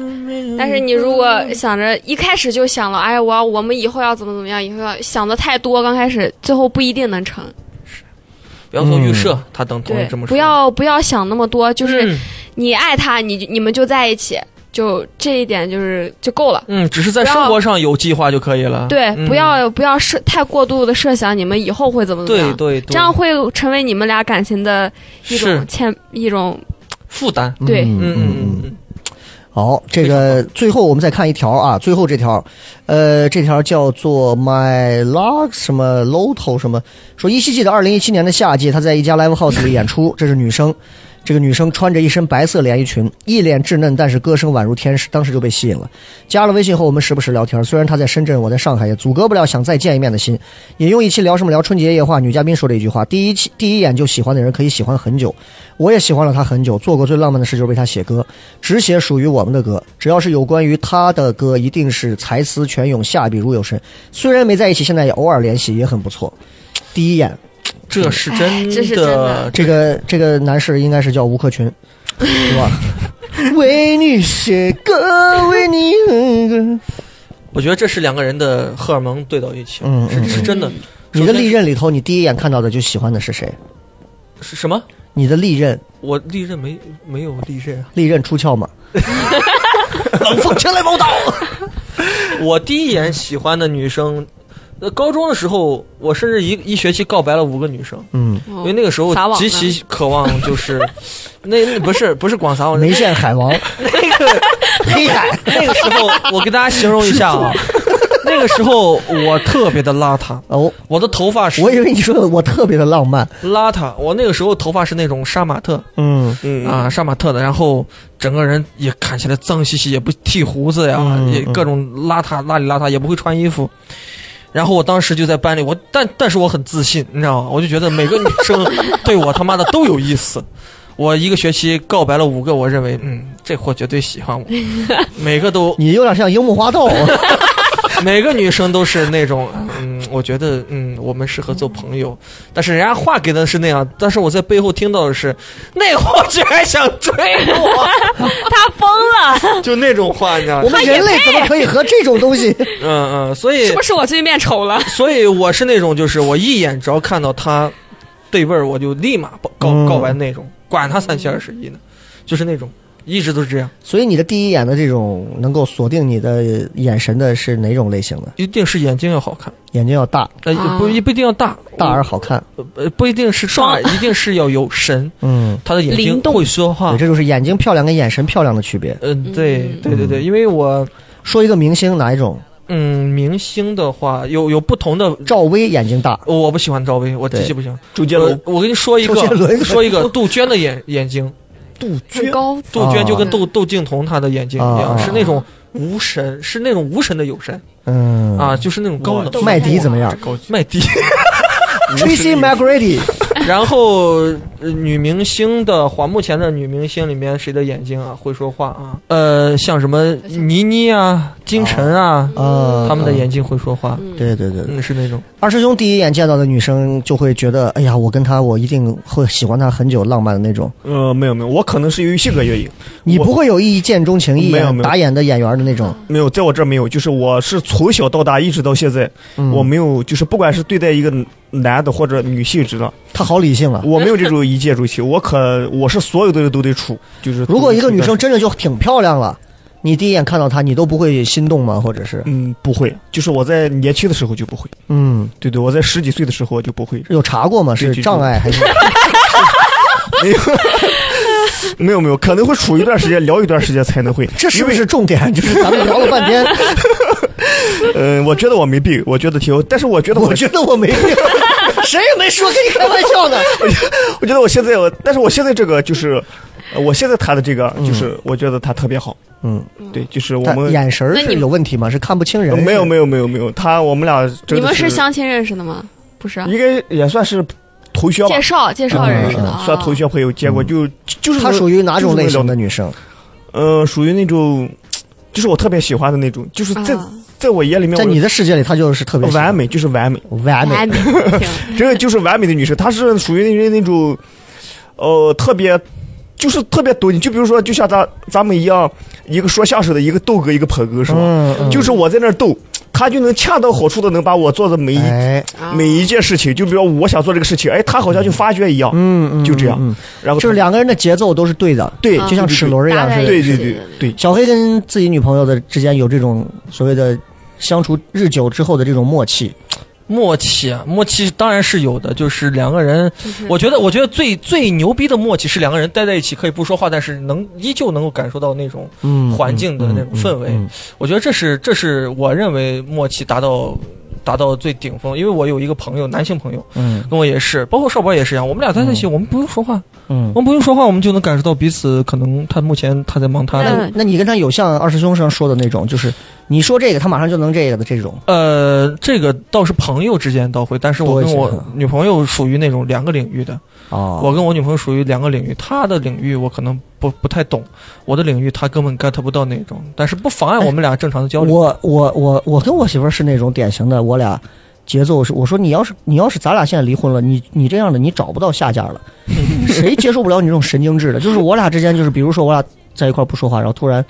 但是你如果想着一开始就想了，哎，我要我们以后要怎么怎么样，以后要想的太多，刚开始最后不一定能成。
不要
嗯
做预设，他等同
对
意这么，说。
不要不要想那么多，就是
嗯
你爱他，你就你们就在一起，就这一点就是就够了。
嗯，只是在生活上有计划就可以了。
对，
嗯
不要不要设太过度的设想你们以后会怎么怎么
对
样，
对对，
这样会成为你们俩感情的一
是
种欠一种
负担。
对
嗯嗯
嗯
嗯
嗯嗯
好，这个最后我们再看一条啊，最后这条，呃，这条叫做 My Log 什么 Loto 什么，说依稀记得二零一七年的夏季，她在一家 Live House 里演出，这是女生，这个女生穿着一身白色连衣裙，一脸稚嫩，但是歌声宛如天使，当时就被吸引了。加了微信后，我们时不时聊天，虽然她在深圳，我在上海，也阻隔不了想再见一面的心。引用一期聊什么聊春节夜话，女嘉宾说了一句话：第一期第一眼就喜欢的人可以喜欢很久。我也喜欢了她很久，做过最浪漫的事就是为她写歌。只写属于我们的歌，只要是有关于他的歌，一定是才思泉涌，下笔如有神。虽然没在一起，现在也偶尔联系，也很不错。第一眼，
这是真
哎这是真的
这个这个男士应该是叫吴克群，是 吧？为你写歌，为你哼歌。
我觉得这是两个人的荷尔蒙对到一起了，
嗯
是
嗯
是真的。
你的
首先
利刃里头，你第一眼看到的就喜欢的是谁？
是什么？
你的利刃，
我利刃没没有利刃啊！
利刃出鞘 嘛？冷风前来报道。
我第一眼喜欢的女生，呃，高中的时候，我甚至一一学期告白了五个女生，
嗯，
因
因为那个时候
哦撒网
极其渴望就是，那那不是不是光撒网，
梅县海 王，那个黑海，
那个时候我给大家形容一下啊，那个时候我特别的邋遢，
哦，
我的头发是
我以为你说我特别的浪漫。
邋遢，我那个时候头发是那种杀马特
嗯。
嗯
啊，杀马特的，然后整个人也看起来脏兮兮，也不剃胡子呀，
嗯
也各种邋遢邋里邋遢，也不会穿衣服。然后我当时就在班里，我但但是我很自信，你知道吗？我就觉得每个女 生对我他妈的都有意思。我一个学期告白了五个，我认为嗯，这货绝对 喜欢我，每个都
你有点像樱木花道，啊
每个女生都是那种，嗯，我觉得，嗯，我们适合做朋友。但是人家话给的是那样，但是我在背后听到的是，那货居然想追我，
他疯了，
就那种话，你知道
我
吗？
们人类怎么可以和这种东西？
嗯嗯，所以
是不是我最近变丑了？
所以我是那种，就是我一眼只要看到他对味儿，我就立马告
嗯
告告白那种，管他三七二十一呢，就是那种，一直都是这样，
所以你的第一眼的这种能够锁定你的眼神的是哪种类型的？
一定是眼睛要好看，
眼睛要大，
呃，
啊
不不一定要大
大而好看。
呃不一定是大，一定是要有 神，
嗯，
他的眼睛
灵动
会说话
对，。这就是眼睛漂亮跟眼神漂亮的区别。
嗯，对
嗯
对对对，因为我
说一个明星哪一种？
嗯，明星的话有有不同的，
赵薇眼睛大，
我不喜欢赵薇，我极其不喜欢。
周杰
我
伦，
我跟你说一
周杰伦
个，说一个杜鹃的眼眼睛，
杜
很
鹃，
高，
杜
啊
鹃就跟窦窦靖童她的眼睛一
啊
样，是那种无神，是那种无神的有神
嗯
啊，，就是那种高冷
麦迪怎么样
麦迪。
？Tracy McGrady，
然后呃女明星的话，目呃前的女明星里面谁的眼睛啊会说话啊？呃，像什么倪妮啊、金晨啊，
啊，
他们的眼睛会说话，
对对对，对
嗯，是那种
二师兄第一眼见到的女生就会觉得，哎呀，我跟她我一定会喜欢她很久，浪漫的那种。
呃，没有没有，我可能是由于性格原因，
你
我
不会有一见钟情、一
没有没
眼
有
打眼的演员的那种。
没有在我这儿没有，就是我是从小到大一直到现在，
嗯
我没有就是不管是对待一个男的或者女性质量，
他好理性啊。
我没有这种一见钟情，我可我是所有的人都得处，就是
如果一个女生真的就挺漂亮了，你第一眼看到她，你都不会心动吗？或者是，
嗯不会，就是我在年轻的时候就不会，
嗯，
对对，我在十几岁的时候就不会，
有查过吗？
对
是
对对
障碍还是？
没有。 没有没有，可能会处一段时间，聊一段时间才能会。
这是不
因为
是重点？就是咱们聊了半天，
嗯，我觉得我没病，我觉得挺好，但是我觉得 我
我觉得我没病，谁也没 说跟你开玩笑 呢。
我觉得我现在我，但是我现在这个就是，呃我现在谈的这个就是，我觉得他特别好，
嗯，
对，就是我
他
们、
眼神儿
那
是
你
有问题吗？是看不清
呃
人？
没有没有没有没有，他我们俩真的
你们
是
是相亲认识的吗？不是啊，
应该也算是同学吧嗯
介，绍介绍认识的啊。
算同学朋友，结果就、就是
她嗯属
于
于哪种类型的女生？
呃属于那种，就是我特别喜欢的那种，就是在、
啊
在我眼里面
在你
我。
的世界里，她就是特别喜欢
呃完，美就是完美，
完美。
还没听，
真的就是完美的女生，她是属于那那种，呃，特别，就是特别懂你。就比如说，就像咱咱们一样，一个说相声的，一个逗哏，一个捧哏，是吧？
嗯，嗯
就是我在那儿逗，他就能恰到好处的能把我做的每一、
哎，
每一件事情，就比如我想做这个事情，哎，他好像就发觉一样，
嗯嗯，
就这样
嗯，嗯
然后
就是两个人的节奏都是对的，
对，
啊
就像齿轮一样
搭在
似的。
对对对对，
小黑跟自己女朋友的之间有这种所谓的相处日久之后的这种默契，
默契啊，默契当然是有的，就是两个人，
就是
我觉得，我觉得最最牛逼的默契是两个人待在一起可以不说话，但是能依旧能够感受到那种
嗯
环境的那种氛围
嗯
我觉得这是这是我认为默契达到达到最顶峰，因为我有一个朋友，男性朋友
嗯
跟我也是，包括少博也是一样，我们俩待在一起，我们不用说话，
嗯
我。们不用说话，我们就能感受到彼此。可能他目前他在忙他的，
那那你跟他有像二师兄上说的那种，就是你说这个，他马上就能这个的这种，
呃，这个倒是朋友之间倒会，但是我
多一
跟
些嗯
我女朋友属于那种两个领域的，
哦，
我跟我女朋友属于两个领域，她的领域我可能不不太懂，我的领域她根本 get 不到那种，但是不妨碍我们俩正常的交流。
我我我我跟我媳妇儿是那种典型的，我俩节奏是，我说你要是你要是咱俩现在离婚了，你你这样的你找不到下家了，谁接受不了你这种神经质的？就是我俩之间就是，比如说我俩在一块儿不说话，然后突然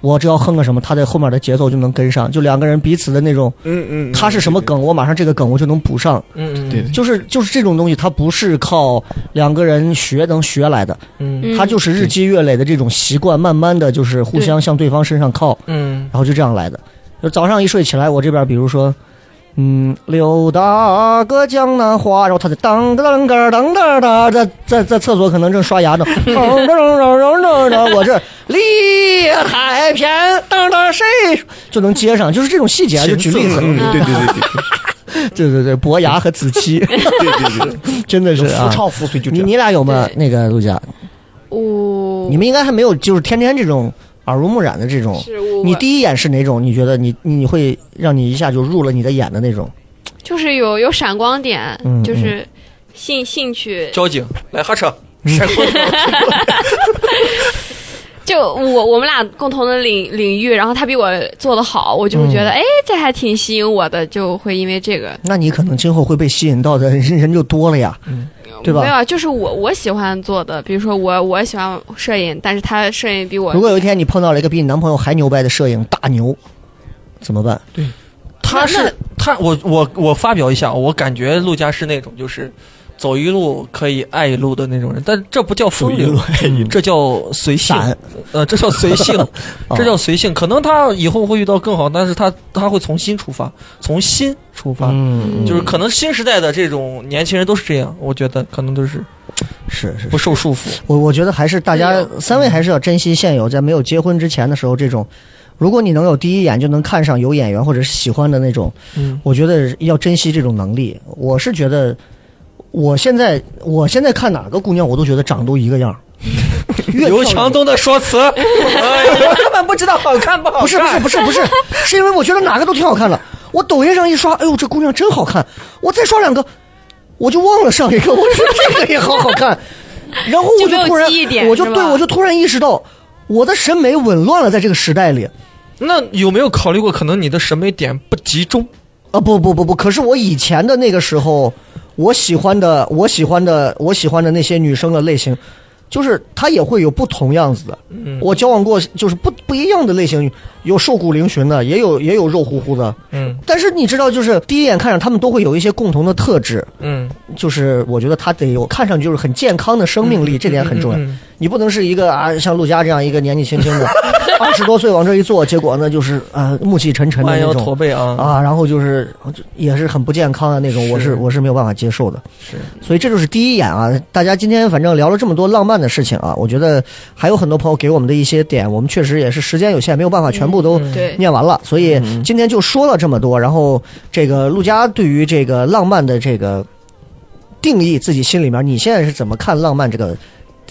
我只要哼个什么，他在后面的节奏就能跟上，就两个人彼此的那种，
嗯嗯，
他是什么梗，我马上这个梗我就能补上，
嗯，嗯
对？对，
就是就是这种东西，它不是靠两个人学能学来的，
嗯
它就是日积月累的这种习惯，慢慢的就是互相向对方身上靠。
嗯，
然后就这样来的。就早上一睡起来，我这边比如说，嗯，溜达个江南花，然后他在当当当当当当，在在在厕所可能正刷牙呢，噔噔噔噔噔，我这立海偏当当谁就能接上，就是这种细节啊，就举例子，
嗯，对对对对
对对对，伯牙和子期，
对对对，
真的是
夫
啊。
唱妇随就这
你
样。
你俩有吗？那个陆佳，
我
你们应该还没有，就是天天这种耳濡目染的这种。
是我
你第一眼是哪种？你觉得你你会让你一下就入了你的眼的那种？
就是有有闪光点
嗯，
就是兴兴趣
交警来 哈车，闪光灯
就我我们俩共同的领领域，然后他比我做的好，我就会觉
嗯
得，哎、这还挺吸引我的，就会因为这个，
那你可能今后会被吸引到的人人就多了呀，对
没有
吧？
啊，就是我我喜欢做的，比如说我我喜欢摄影，但是他摄影比我
如果有一天你碰到了一个比你男朋友还牛掰的摄影大牛，怎么办？
他是他，我我我发表一下，我感觉陆家是那种就是走一路可以爱一路的那种人，但这不叫风流，这叫随性
散，
呃，这叫随性，
啊
这叫随性。可能他以后会遇到更好，但是他他会从心出发，从心出发，
嗯，
就是可能新时代的这种年轻人都是这样，我觉得可能都是
是是
不，受束缚。
我我觉得还是大家三位还是要珍惜现有，在没有结婚之前的时候，这种，如果你能有第一眼就能看上有眼缘或者是喜欢的那种，
嗯，
我觉得要珍惜这种能力。我是觉得，我现在我现在看哪个姑娘，我都觉得长都一个样儿。越
刘
漂亮
强东的说辞，哎呀我根本不知道好看不
哦
好看。
不是不是不是不是， 是因为我觉得哪个都挺好看的。我抖音上一刷，哎呦，这姑娘真好看。我再刷两个，我就忘了上一个。我说这个也好好 看，然后我
就没有
突然
记忆，点
我就是
吧
对我就突然意识到，我的审美紊乱了，在这个时代里。
那有没有考虑过，可能你的审美点不集中？
啊，不不不不，可是我以前的那个时候，我喜欢的，我喜欢的，我喜欢的那些女生的类型，就是她也会有不同样子的。
嗯，
我交往过就是不不一样的类型，有瘦骨嶙峋的，也有也有肉乎乎的。
嗯
但是你知道，就是第一眼看上他们都会有一些共同的特质，
嗯，
就是我觉得他得有看上去就是很健康的生命力，这点很重要。
嗯
你不能是一个啊，像陆佳这样一个年纪轻轻的，二十多岁往这一坐，结果呢就是呃暮气沉沉的
弯
那
腰驼
种
背啊
啊，然后就是也是很不健康的那种，我是
是
我是没有办法接受的。
是
所以这就是第一眼啊！大家今天反正聊了这么多浪漫的事情啊，我觉得还有很多朋友给我们的一些点，我们确实也是时间有限，没有办法全部都
对
念完了，所以今天就说了这么多。然后这个陆佳对于这个浪漫的这个定义，自己心里面你现在是怎么看浪漫这个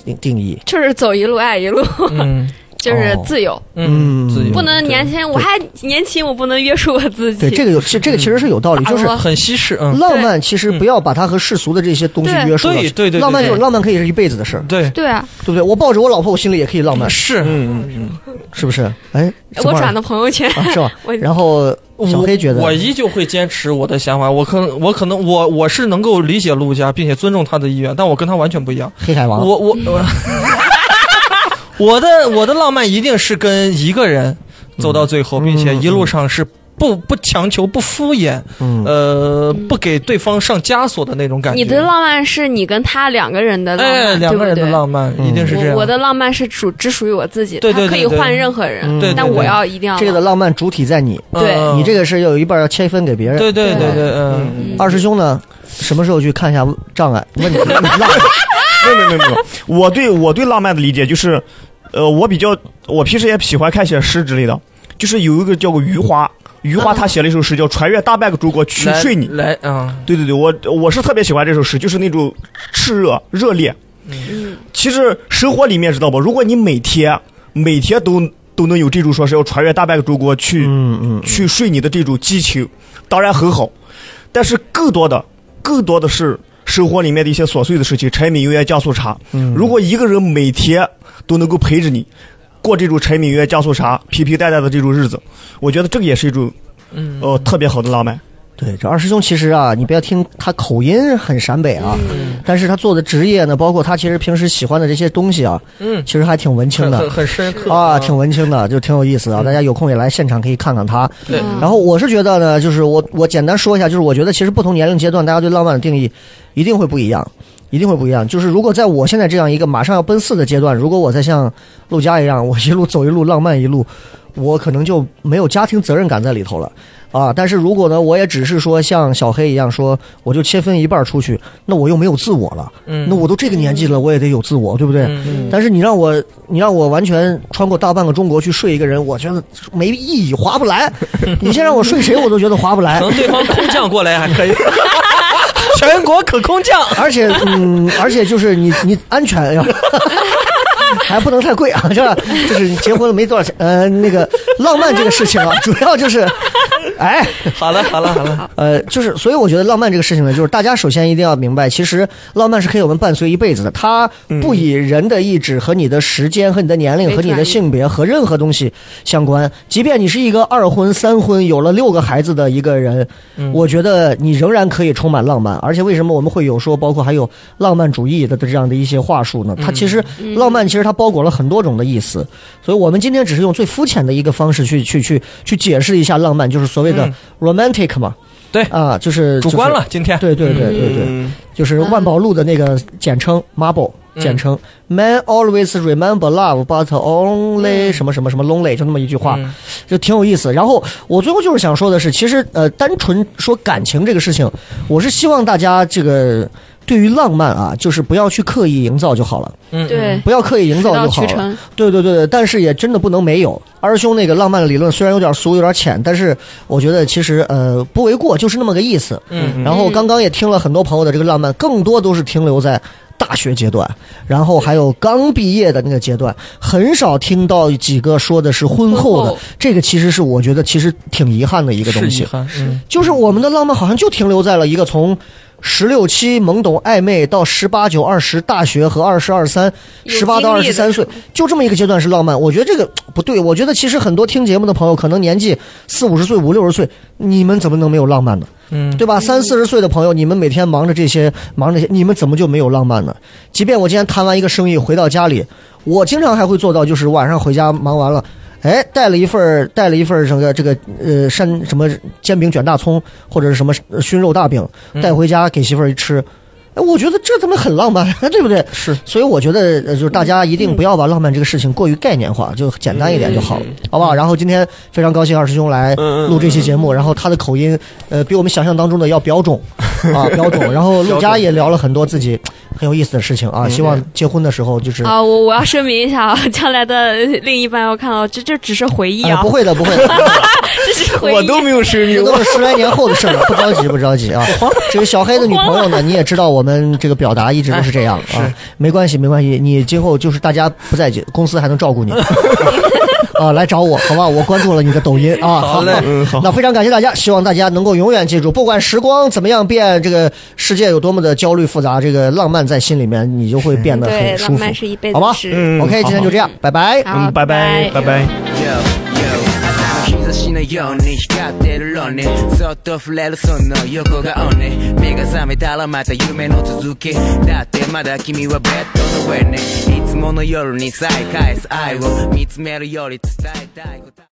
定定义？
就是走一路爱一路，
嗯
就是
哦
自由，
嗯，自由
不能年轻，我还年轻，我不能约束我自己。
对，这个有这这个其实是有道理，就是
大。
很稀释，嗯，
浪漫其实不要把它和世俗的这些东西
对
约束了。
对对对
浪漫
对
就是浪漫，可以是一辈子的事儿，
对，
对啊，
对不对？我抱着我老婆，我心里也可以浪漫，
是
嗯嗯嗯，
是不是？哎，
我
转
转的朋友圈，
啊，是吧
我？
然后小黑觉得，
我依旧会坚持我的想法，我可能我可能我我是能够理解陆家，并且尊重他的意愿，但我跟他完全不一样。
黑海王
我我我， 我的我的浪漫一定是跟一个人走到最后，并且一路上是不不强求、不敷衍，
嗯
呃，不给对方上枷锁的那种感觉。
你的浪漫是你跟他两个人的浪漫，
哎，两个人的浪漫
嗯
一定是这
漫。
样。
我我的浪漫是属只属于我自己，
对对
他可以
对对
换任何人，
嗯
对对
但
对
我要一定要
这个的浪漫主体在你，
对
嗯
你这个是有一半要切分给别人。
对哎对对对，嗯，
嗯
二师兄呢，什么时候去看一下障碍？问 你浪漫
没有没有没有没有，我对我对浪漫的理解就是，呃，我比较我平时也喜欢看些诗之类的，就是有一个叫个余华，余华他写了一首诗叫《穿越大半个中国去
来
睡你》。
来啊，
对对对，我我是特别喜欢这首诗，就是那种炽热、热烈。嗯，其实生活里面知道吧，如果你每天每天都都能有这种说是要穿越大半个中国去、
嗯嗯，
去睡你的这种激情，当然很好，但是更多的更多的是生活里面的一些琐碎的事情，柴米油盐酱醋茶。
嗯
如果一个人每天都能够陪着你。过这种柴米油盐酱醋茶、平平淡淡的这种日子，我觉得这个也是一种，
嗯
呃，特别好的浪漫。
对，这二师兄其实啊，你不要听他口音很陕北啊，但是他做的职业呢，包括他其实平时喜欢的这些东西啊，
嗯，
其实还挺文青
很 很
的。
很深刻
啊，挺文青的，就挺有意思啊！大家有空也来现场可以看看他。
对，
然后我是觉得呢，就是我我简单说一下，就是我觉得其实不同年龄阶段，大家对浪漫的定义一定会不一样，一定会不一样。就是如果在我现在这样一个马上要奔四的阶段，如果我再像陆家一样，我一路走一路浪漫一路，我可能就没有家庭责任感在里头了。啊，但是如果呢，我也只是说像小黑一样说，我就切分一半儿出去，那我又没有自我了，
嗯，
那我都这个年纪了，我也得有自我，对不对？
嗯
但是你让我，你让我完全穿过大半个中国去睡一个人，我觉得没意义，划不来。你先让我睡谁，我都觉得划不来
可。能对方空降过来还可以， 全国可空降。
而且，嗯，而且就是你，你安全呀， 还不能太贵啊，是吧？就是你结婚了没多少钱，呃，那个浪漫这个事情啊，主要就是，哎，
好了好了好了，
呃，就是，所以我觉得浪漫这个事情呢，就是大家首先一定要明白，其实浪漫是可以我们伴随一辈子的，它不以人的意志和你的时间和你的年龄和你的性别和任何东西相关。即便你是一个二婚三婚有了六个孩子的一个人，
嗯
我觉得你仍然可以充满浪漫。而且为什么我们会有说，包括还有浪漫主义的这样的一些话术
嗯
呢？它其实浪漫其实它包裹了很多种的意思，所以我们今天只是用最肤浅的一个方式去去去去解释一下浪漫，就是所谓的
嗯
romantic 嘛。
对
啊，就是
主观了，，今天
就是对对对对对，
嗯
就是万宝路的那个简称 Marble，简
嗯
称 Man always remember love, but only 什么什么什么 lonely，就那么一句话，
嗯
就挺有意思。然后我最后就是想说的是，其实呃，单纯说感情这个事情，我是希望大家这个对于浪漫啊，就是不要去刻意营造就好了，
嗯，
对
不要刻意营
水
造
到
就好
渠
了。
成，
对对对对，但是也真的不能没有。二师兄那个浪漫的理论虽然有点俗，有点浅，但是我觉得其实呃不为过，就是那么个意思。
嗯
然后刚刚也听了很多朋友的这个浪漫，更多都是停留在大学阶段，然后还有刚毕业的那个阶段，很少听到几个说的是婚后
婚
的
后。
这个其实是我觉得其实挺遗憾的一个东
是遗
西，
憾，嗯
就是我们的浪漫好像就停留在了一个从十六七懵懂暧昧到十八九二十大学和二十二三十八到二十三岁，就这么一个阶段是浪漫。我觉得这个不对，我觉得其实很多听节目的朋友可能年纪四五十岁、五六十岁，你们怎么能没有浪漫呢？
嗯，
对吧？三四十岁的朋友，你们每天忙着这些，忙着这些，你们怎么就没有浪漫呢？即便我今天谈完一个生意回到家里，我经常还会做到，就是晚上回家忙完了。哎，带了一份儿带了一份儿这个这个呃山什么煎饼卷大葱或者是什么呃熏肉大饼
嗯
带回家给媳妇儿一吃，哎，我觉得这他妈很浪漫，啊 对不对？
是，
所以我觉得呃就是大家一定不要把浪漫这个事情过于概念化，就简单一点就好了，好不好？然后今天非常高兴二师兄来
嗯嗯嗯
录这期节目，然后他的口音呃比我们想象当中的要标准啊标准，然后陆佳也聊了很多自己很有意思的事情啊，希望结婚的时候就是。
啊，我我要声明一下 啊，将来的另一半要看到这这只是回忆
哎呀，
啊，
不会的，不会的，
这只是回忆。
我都没有声
这
明，
都是十来年后的事了，不着急，不着急啊。这个小黑的女朋友呢，你也知道，我们这个表达一直都是这样啊，没关系，没关系，你今后就是大家不在公司还能照顾你。啊，来找我，好吧，我关注了你的抖音啊。
好嘞
嗯好，
那非常感谢大家，希望大家能够永远记住，不管时光怎么样变，这个世界有多么的焦虑复杂，这个浪漫在心里面，你就会变
嗯
得
对，
很
浪
舒服
漫。是一辈子
好吧
的事。
嗯
OK，今天就这样，拜拜。
嗯
好，
拜拜，拜拜。
日差しのように光ってるロンにそっと触れるその横顔に目が覚めたらまた夢の続きだってまだ君はベッドの上にいつもの夜に再返す愛を見つめるより伝えたいこと